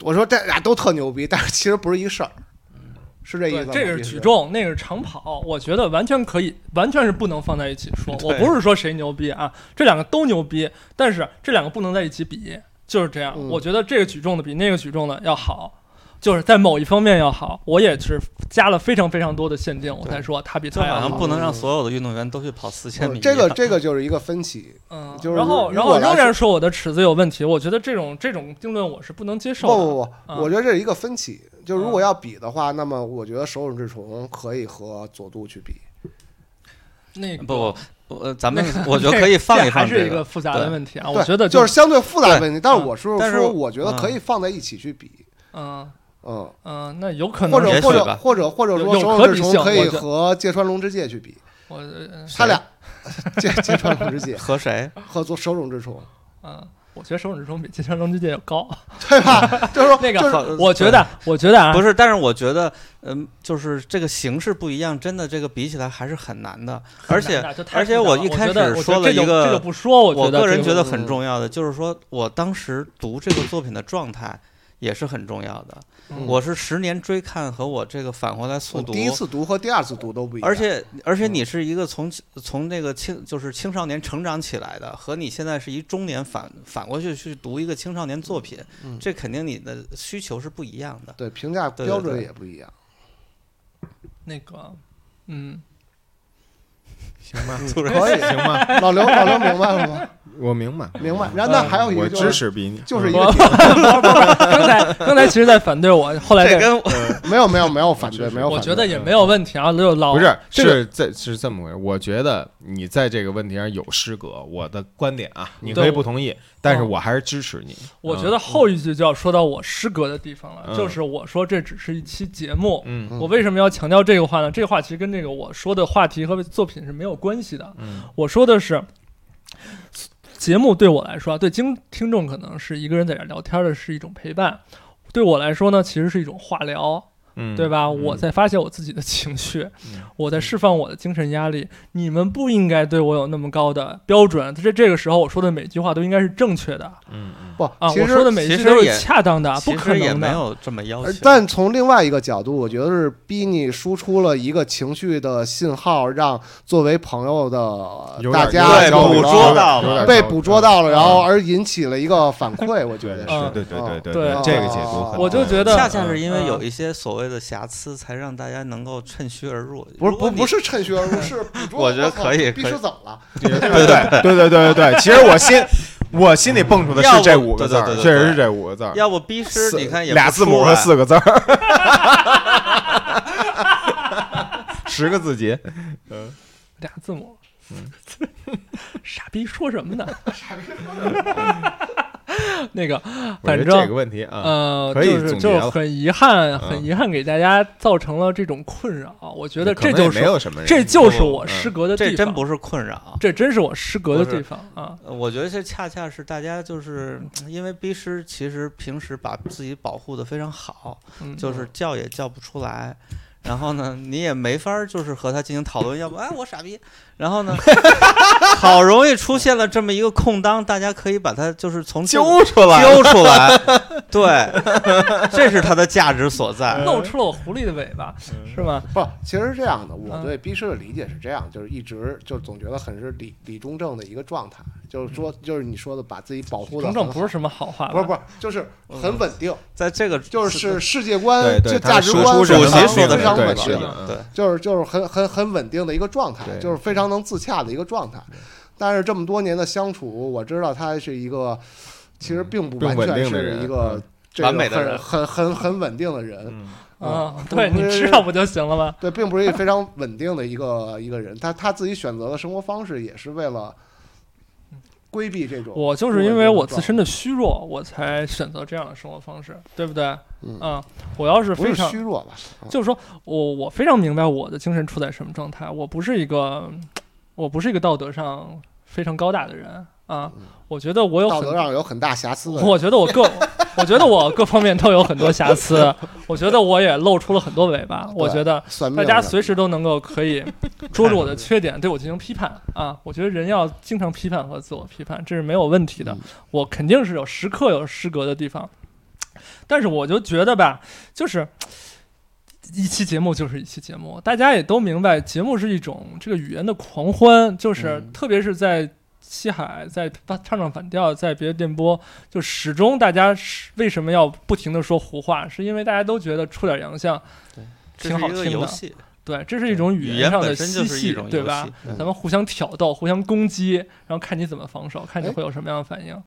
[SPEAKER 1] 我说这俩都特牛逼，但是其实不是一事儿，是这意
[SPEAKER 2] 对
[SPEAKER 1] 思吗？
[SPEAKER 2] 这是举重，那个是长跑，我觉得完全可以，完全是不能放在一起说。我
[SPEAKER 4] 对
[SPEAKER 2] 不是说谁牛逼啊，这两个都牛逼，但是这两个不能在一起比，就是这样。
[SPEAKER 1] 嗯
[SPEAKER 2] 我觉得这个举重的比那个举重的要好。就是在某一方面要好，我也是加了非常非常多的限定，我才说他比
[SPEAKER 4] 就
[SPEAKER 2] 他要
[SPEAKER 4] 好
[SPEAKER 2] 好
[SPEAKER 4] 像。不能让所有的运动员都去跑四千
[SPEAKER 1] 嗯
[SPEAKER 4] 米。
[SPEAKER 1] 这个这个就是一个分歧。
[SPEAKER 2] 嗯，
[SPEAKER 1] 就是
[SPEAKER 2] 然后
[SPEAKER 1] 如
[SPEAKER 2] 然
[SPEAKER 1] 如
[SPEAKER 2] 后
[SPEAKER 1] 果来
[SPEAKER 2] 仍然
[SPEAKER 1] 说
[SPEAKER 2] 说我的尺子有问题，我觉得这种这种定论我是不能接受
[SPEAKER 1] 不
[SPEAKER 2] 的。
[SPEAKER 1] 不不，
[SPEAKER 2] 嗯
[SPEAKER 1] 我觉得这是一个分歧。就如果要比的话，那么我觉得手冢治虫可以和佐渡去比。
[SPEAKER 2] 那个
[SPEAKER 4] 不不，呃，咱们
[SPEAKER 2] 那个
[SPEAKER 4] 我觉得
[SPEAKER 2] [LAUGHS]
[SPEAKER 4] 可以放
[SPEAKER 2] 这
[SPEAKER 4] 一
[SPEAKER 2] 还
[SPEAKER 4] 放
[SPEAKER 2] 是一
[SPEAKER 4] 个。
[SPEAKER 2] 复杂的
[SPEAKER 4] 对
[SPEAKER 2] 问题啊。
[SPEAKER 1] 对
[SPEAKER 2] 我觉得
[SPEAKER 1] 就是相对复杂的
[SPEAKER 4] 对
[SPEAKER 1] 问题，但是我是
[SPEAKER 4] 但是
[SPEAKER 1] 说，我觉得
[SPEAKER 4] 嗯
[SPEAKER 1] 可以放在一起去比，
[SPEAKER 2] 嗯
[SPEAKER 1] 嗯，
[SPEAKER 2] 嗯，那有可能
[SPEAKER 1] 或
[SPEAKER 2] 是
[SPEAKER 1] 者
[SPEAKER 4] 也
[SPEAKER 1] 或
[SPEAKER 4] 许
[SPEAKER 1] 者
[SPEAKER 4] 吧
[SPEAKER 1] 或者或者
[SPEAKER 2] 有
[SPEAKER 1] 说
[SPEAKER 2] 有
[SPEAKER 1] 手
[SPEAKER 2] 可
[SPEAKER 1] 冢
[SPEAKER 2] 比
[SPEAKER 1] 治虫
[SPEAKER 2] 性
[SPEAKER 1] 可
[SPEAKER 2] 我
[SPEAKER 1] 以
[SPEAKER 2] 觉
[SPEAKER 1] 和芥川龙之介去比，
[SPEAKER 2] 我呃
[SPEAKER 1] 他俩 [LAUGHS] 芥芥川龙之介
[SPEAKER 4] 和谁？
[SPEAKER 1] 和佐手冢治虫，
[SPEAKER 2] 嗯，我觉得手冢治虫比金山龙之介要高。
[SPEAKER 1] [LAUGHS] 对吧？就是说
[SPEAKER 2] 那个
[SPEAKER 1] 就是
[SPEAKER 4] 好
[SPEAKER 2] 我觉得，我觉得啊，
[SPEAKER 4] 不
[SPEAKER 2] 是
[SPEAKER 4] 是，但是我觉得，嗯，就是这个形式不一样，真的这个比起来还是很难的。而且而且我一开始说了一
[SPEAKER 2] 这就
[SPEAKER 4] 个
[SPEAKER 2] 这就不说，我
[SPEAKER 4] 我
[SPEAKER 2] 觉得
[SPEAKER 4] 个人
[SPEAKER 2] 这
[SPEAKER 4] 觉
[SPEAKER 2] 个
[SPEAKER 4] 得很重要的，就是说我当时读这个作品的状态也是很重要的。
[SPEAKER 1] 嗯
[SPEAKER 4] 我是十年追看和我这个返回来速
[SPEAKER 1] 我
[SPEAKER 4] 读，
[SPEAKER 1] 第一次读和第二次读都不一样，
[SPEAKER 4] 而且而且你是一个从从那个青就是青少年成长起来的，和你现在是一中年反反过去去读一个青少年作品，
[SPEAKER 1] 嗯
[SPEAKER 4] 这肯定你的需求是不一样的。
[SPEAKER 1] 对评价
[SPEAKER 4] 对对
[SPEAKER 1] 标准
[SPEAKER 4] 对
[SPEAKER 1] 也不一样。
[SPEAKER 4] [LAUGHS]
[SPEAKER 2] 那个，嗯，
[SPEAKER 3] 行吧，
[SPEAKER 1] 嗯
[SPEAKER 4] 突然
[SPEAKER 1] 可以，
[SPEAKER 3] 行吧，
[SPEAKER 1] [LAUGHS] 老刘老刘明白了
[SPEAKER 2] [LAUGHS]
[SPEAKER 1] 吗？
[SPEAKER 3] 我明白，
[SPEAKER 1] 明白。然后那还有一
[SPEAKER 3] 我
[SPEAKER 1] 个
[SPEAKER 3] 知
[SPEAKER 1] 就是
[SPEAKER 3] 识比你嗯
[SPEAKER 1] 就是一
[SPEAKER 2] 我
[SPEAKER 1] 个
[SPEAKER 2] 刚才刚才其实在反对我，后来在
[SPEAKER 4] 这跟
[SPEAKER 3] 嗯
[SPEAKER 1] [LAUGHS] 没有没有没有反对没有
[SPEAKER 2] 我
[SPEAKER 1] 反
[SPEAKER 2] 觉
[SPEAKER 1] 对，
[SPEAKER 2] 得也没有问题啊，就老
[SPEAKER 3] 不是
[SPEAKER 2] 这个
[SPEAKER 3] 是这是这么回事。我觉得你在这个问题上有失格，我的观点啊，你可以
[SPEAKER 2] 对
[SPEAKER 3] 不同意，但是
[SPEAKER 2] 嗯
[SPEAKER 3] 我还是支持你。
[SPEAKER 2] 我
[SPEAKER 3] 嗯
[SPEAKER 2] 觉得后一句就要说到我失格的地方了，
[SPEAKER 3] 嗯
[SPEAKER 2] 就是我说这只是一期节目。
[SPEAKER 3] 嗯
[SPEAKER 1] 嗯
[SPEAKER 2] 我为什么要强调这个话呢？这话其实跟这个我说的话题和作品是没有关系的。
[SPEAKER 3] 嗯
[SPEAKER 2] 我说的是，节目对我来说啊，对听听众可能是一个人在这儿聊天的是一种陪伴，对我来说呢，其实是一种化疗。
[SPEAKER 3] 嗯，
[SPEAKER 2] 对吧？
[SPEAKER 3] 嗯
[SPEAKER 2] 我在发泄我自己的 [LAUGHS] 情绪
[SPEAKER 3] 嗯，
[SPEAKER 2] 我在释放我的精神压力。你们不应该对我有那么高的标准。这这个时候我说的每句话都应该是正确的
[SPEAKER 3] 嗯嗯
[SPEAKER 1] 不
[SPEAKER 2] 啊，
[SPEAKER 1] 其
[SPEAKER 2] 我
[SPEAKER 1] 实
[SPEAKER 2] 说的哦每一
[SPEAKER 4] 其
[SPEAKER 2] 句
[SPEAKER 4] 实
[SPEAKER 2] 都
[SPEAKER 4] 也
[SPEAKER 2] 是恰当的，啊不
[SPEAKER 4] 其
[SPEAKER 2] 可
[SPEAKER 4] 实也
[SPEAKER 2] 能
[SPEAKER 4] 没
[SPEAKER 2] 的。
[SPEAKER 4] 有这么要
[SPEAKER 1] 呃
[SPEAKER 4] 求，
[SPEAKER 1] 但从另外一个角度，我觉得是逼你输出了一个情绪的信号，让作为朋友
[SPEAKER 4] 呃
[SPEAKER 1] 的
[SPEAKER 3] 有
[SPEAKER 1] 大
[SPEAKER 3] 点有
[SPEAKER 1] 家
[SPEAKER 3] 点
[SPEAKER 4] 对
[SPEAKER 1] 交
[SPEAKER 3] 高
[SPEAKER 1] 流
[SPEAKER 4] 捕
[SPEAKER 3] 了
[SPEAKER 4] 捉到
[SPEAKER 3] 有点
[SPEAKER 4] 了，
[SPEAKER 1] 被捕捉到了，
[SPEAKER 2] 嗯
[SPEAKER 1] 然后而引起了一个反馈，我觉得
[SPEAKER 2] 嗯
[SPEAKER 1] 是。
[SPEAKER 3] 对对对对
[SPEAKER 2] 对
[SPEAKER 3] 这个解读很，
[SPEAKER 2] 我就觉得
[SPEAKER 4] 恰恰是因为
[SPEAKER 2] 嗯
[SPEAKER 4] 有一些所谓的瑕疵，才让大家能够趁虚而入。
[SPEAKER 1] 不是
[SPEAKER 4] 如果
[SPEAKER 1] 不
[SPEAKER 4] 你
[SPEAKER 1] 不是趁虚而入，是捕捉。
[SPEAKER 4] 我觉得
[SPEAKER 1] 靠
[SPEAKER 4] 可以
[SPEAKER 1] 必
[SPEAKER 4] 可以
[SPEAKER 1] 须走了。
[SPEAKER 3] 对对对对对对对对。其实我心我心里蹦出的
[SPEAKER 4] 要
[SPEAKER 3] 是
[SPEAKER 4] 不
[SPEAKER 3] 这五个字儿，
[SPEAKER 4] 对对对对
[SPEAKER 3] 确实是这五个字儿。
[SPEAKER 4] 要不逼师，
[SPEAKER 3] 四
[SPEAKER 4] 你看也不啊
[SPEAKER 3] 俩字母
[SPEAKER 4] 出
[SPEAKER 3] 和
[SPEAKER 4] 来
[SPEAKER 3] 四个字儿， [LAUGHS] 十个字节。
[SPEAKER 2] 俩字母， [LAUGHS] 傻逼说什 [LAUGHS] 么呢？ [LAUGHS] 那个，
[SPEAKER 3] 我觉得
[SPEAKER 2] 反正
[SPEAKER 3] 这个问题啊，
[SPEAKER 2] 呃，
[SPEAKER 3] 可以
[SPEAKER 2] 就是
[SPEAKER 3] 总结
[SPEAKER 2] 就是
[SPEAKER 3] 了
[SPEAKER 2] 很遗憾，很
[SPEAKER 3] 嗯
[SPEAKER 2] 遗憾给大家造成了这种困扰。我觉得
[SPEAKER 3] 可能
[SPEAKER 2] 这
[SPEAKER 3] 也
[SPEAKER 2] 就
[SPEAKER 3] 没
[SPEAKER 2] 是
[SPEAKER 3] 有什么人，
[SPEAKER 2] 这就是我
[SPEAKER 3] 嗯
[SPEAKER 2] 失格的地
[SPEAKER 4] 这
[SPEAKER 2] 方，
[SPEAKER 4] 真不是困扰。
[SPEAKER 2] 这真是我失格的
[SPEAKER 4] 不是
[SPEAKER 2] 地方啊。
[SPEAKER 4] 呃我觉得这恰恰是大家就是因为逼师，其实平时把自己保护的非常好，
[SPEAKER 2] 嗯
[SPEAKER 4] 就是叫也叫不出来，然后呢，你也没法儿就是和他进行讨论，要不哎我傻逼，然
[SPEAKER 2] [LAUGHS]
[SPEAKER 4] 后呢，好容易出现了这么一个空档，大家可以把它就是从这个
[SPEAKER 3] 揪出来了，
[SPEAKER 4] 揪出
[SPEAKER 2] [LAUGHS]
[SPEAKER 4] 来，对，这是它的价值所在。
[SPEAKER 2] 露出了我狐狸的尾巴，是吗？
[SPEAKER 1] 不，其实是这样的，我
[SPEAKER 2] 嗯
[SPEAKER 1] 对逼师的理解是这样，就是一直就总觉得很是理理中正的一个状态，就是说，就是你说的把自己保护的
[SPEAKER 2] 种种不是什么好话吧，
[SPEAKER 1] 不是不是，就是很稳定，
[SPEAKER 4] 在这个
[SPEAKER 1] 就是世界
[SPEAKER 3] 对
[SPEAKER 1] 观、
[SPEAKER 3] 对
[SPEAKER 1] 就
[SPEAKER 3] 他
[SPEAKER 1] 价值
[SPEAKER 3] 输
[SPEAKER 1] 观
[SPEAKER 3] 出
[SPEAKER 1] 非
[SPEAKER 3] 这
[SPEAKER 1] 常
[SPEAKER 4] 主
[SPEAKER 3] 个
[SPEAKER 4] 席
[SPEAKER 3] 方
[SPEAKER 4] 说
[SPEAKER 3] 面
[SPEAKER 4] 的
[SPEAKER 1] 非常
[SPEAKER 3] 对
[SPEAKER 1] 稳
[SPEAKER 3] 是
[SPEAKER 1] 定，
[SPEAKER 2] 啊
[SPEAKER 3] 的嗯
[SPEAKER 4] 对，
[SPEAKER 1] 就是就是很很很稳定的一个状态，
[SPEAKER 3] 对
[SPEAKER 1] 就是非常能自洽的一个状态。但是这么多年的相处，我知道他是一个其实并不
[SPEAKER 3] 嗯并
[SPEAKER 1] 完
[SPEAKER 3] 稳
[SPEAKER 1] 全
[SPEAKER 3] 定的
[SPEAKER 1] 是
[SPEAKER 3] 人
[SPEAKER 1] 一个
[SPEAKER 3] 嗯
[SPEAKER 1] 这个
[SPEAKER 4] 完美的人
[SPEAKER 1] 很很很很稳定的人。
[SPEAKER 3] 嗯
[SPEAKER 2] 啊，
[SPEAKER 1] 嗯
[SPEAKER 2] 对，你知道不就行了吗？
[SPEAKER 1] 对，并不是一个非常稳定的一个一个人。他他自己选择的生活方式也是为了规避这种。
[SPEAKER 2] 我就是因为我自身的虚弱，我才选择这样的生活方式，对不对？
[SPEAKER 1] 嗯
[SPEAKER 2] 嗯，我要是
[SPEAKER 1] 不
[SPEAKER 2] 非
[SPEAKER 1] 是
[SPEAKER 2] 常
[SPEAKER 1] 虚，弱吧？啊
[SPEAKER 2] 就是说我我非常明白我的精神处在什么状态，我不是一个，我不是一个道德上非常高大的人啊，我觉得我
[SPEAKER 1] 嗯
[SPEAKER 2] 有
[SPEAKER 1] 道
[SPEAKER 2] 很
[SPEAKER 1] 德上有很大瑕疵的人。
[SPEAKER 2] 我觉得我各，我觉得我各方面都有很多瑕疵， [LAUGHS] 我觉得我也露出了很多尾巴，我觉得
[SPEAKER 1] 算命
[SPEAKER 2] 大
[SPEAKER 1] 的
[SPEAKER 2] 家随时都能够可以捉住我的缺点，对我进行批判啊！我觉得人要经常批判和自我批判，这是没有问题的
[SPEAKER 1] 嗯。
[SPEAKER 2] 我肯定是有时刻有失格的地方，但是我就觉得吧，就是。一期节目就是一期节目，大家也都明白，节目是一种这个语言的狂欢，就是
[SPEAKER 1] 嗯
[SPEAKER 2] 特别是在西海，在唱唱反调，在别的电波，就始终大家是为什么要不停的说胡话，是因为大家都觉得出点洋相
[SPEAKER 4] 这
[SPEAKER 2] 挺
[SPEAKER 4] 是
[SPEAKER 2] 好
[SPEAKER 4] 一个
[SPEAKER 2] 听
[SPEAKER 4] 游
[SPEAKER 2] 的
[SPEAKER 4] 戏，
[SPEAKER 2] 对，这是一种语
[SPEAKER 4] 语
[SPEAKER 2] 言
[SPEAKER 4] 言
[SPEAKER 2] 上的
[SPEAKER 4] 本身就
[SPEAKER 2] 嬉
[SPEAKER 4] 是一
[SPEAKER 2] 戏
[SPEAKER 4] 种，
[SPEAKER 2] 对
[SPEAKER 4] 游
[SPEAKER 2] 吧
[SPEAKER 4] 戏？
[SPEAKER 1] 嗯
[SPEAKER 2] 咱们互相挑逗、互相攻击，然后看你怎么防守，看你
[SPEAKER 1] 哎
[SPEAKER 2] 会有什么样的反应。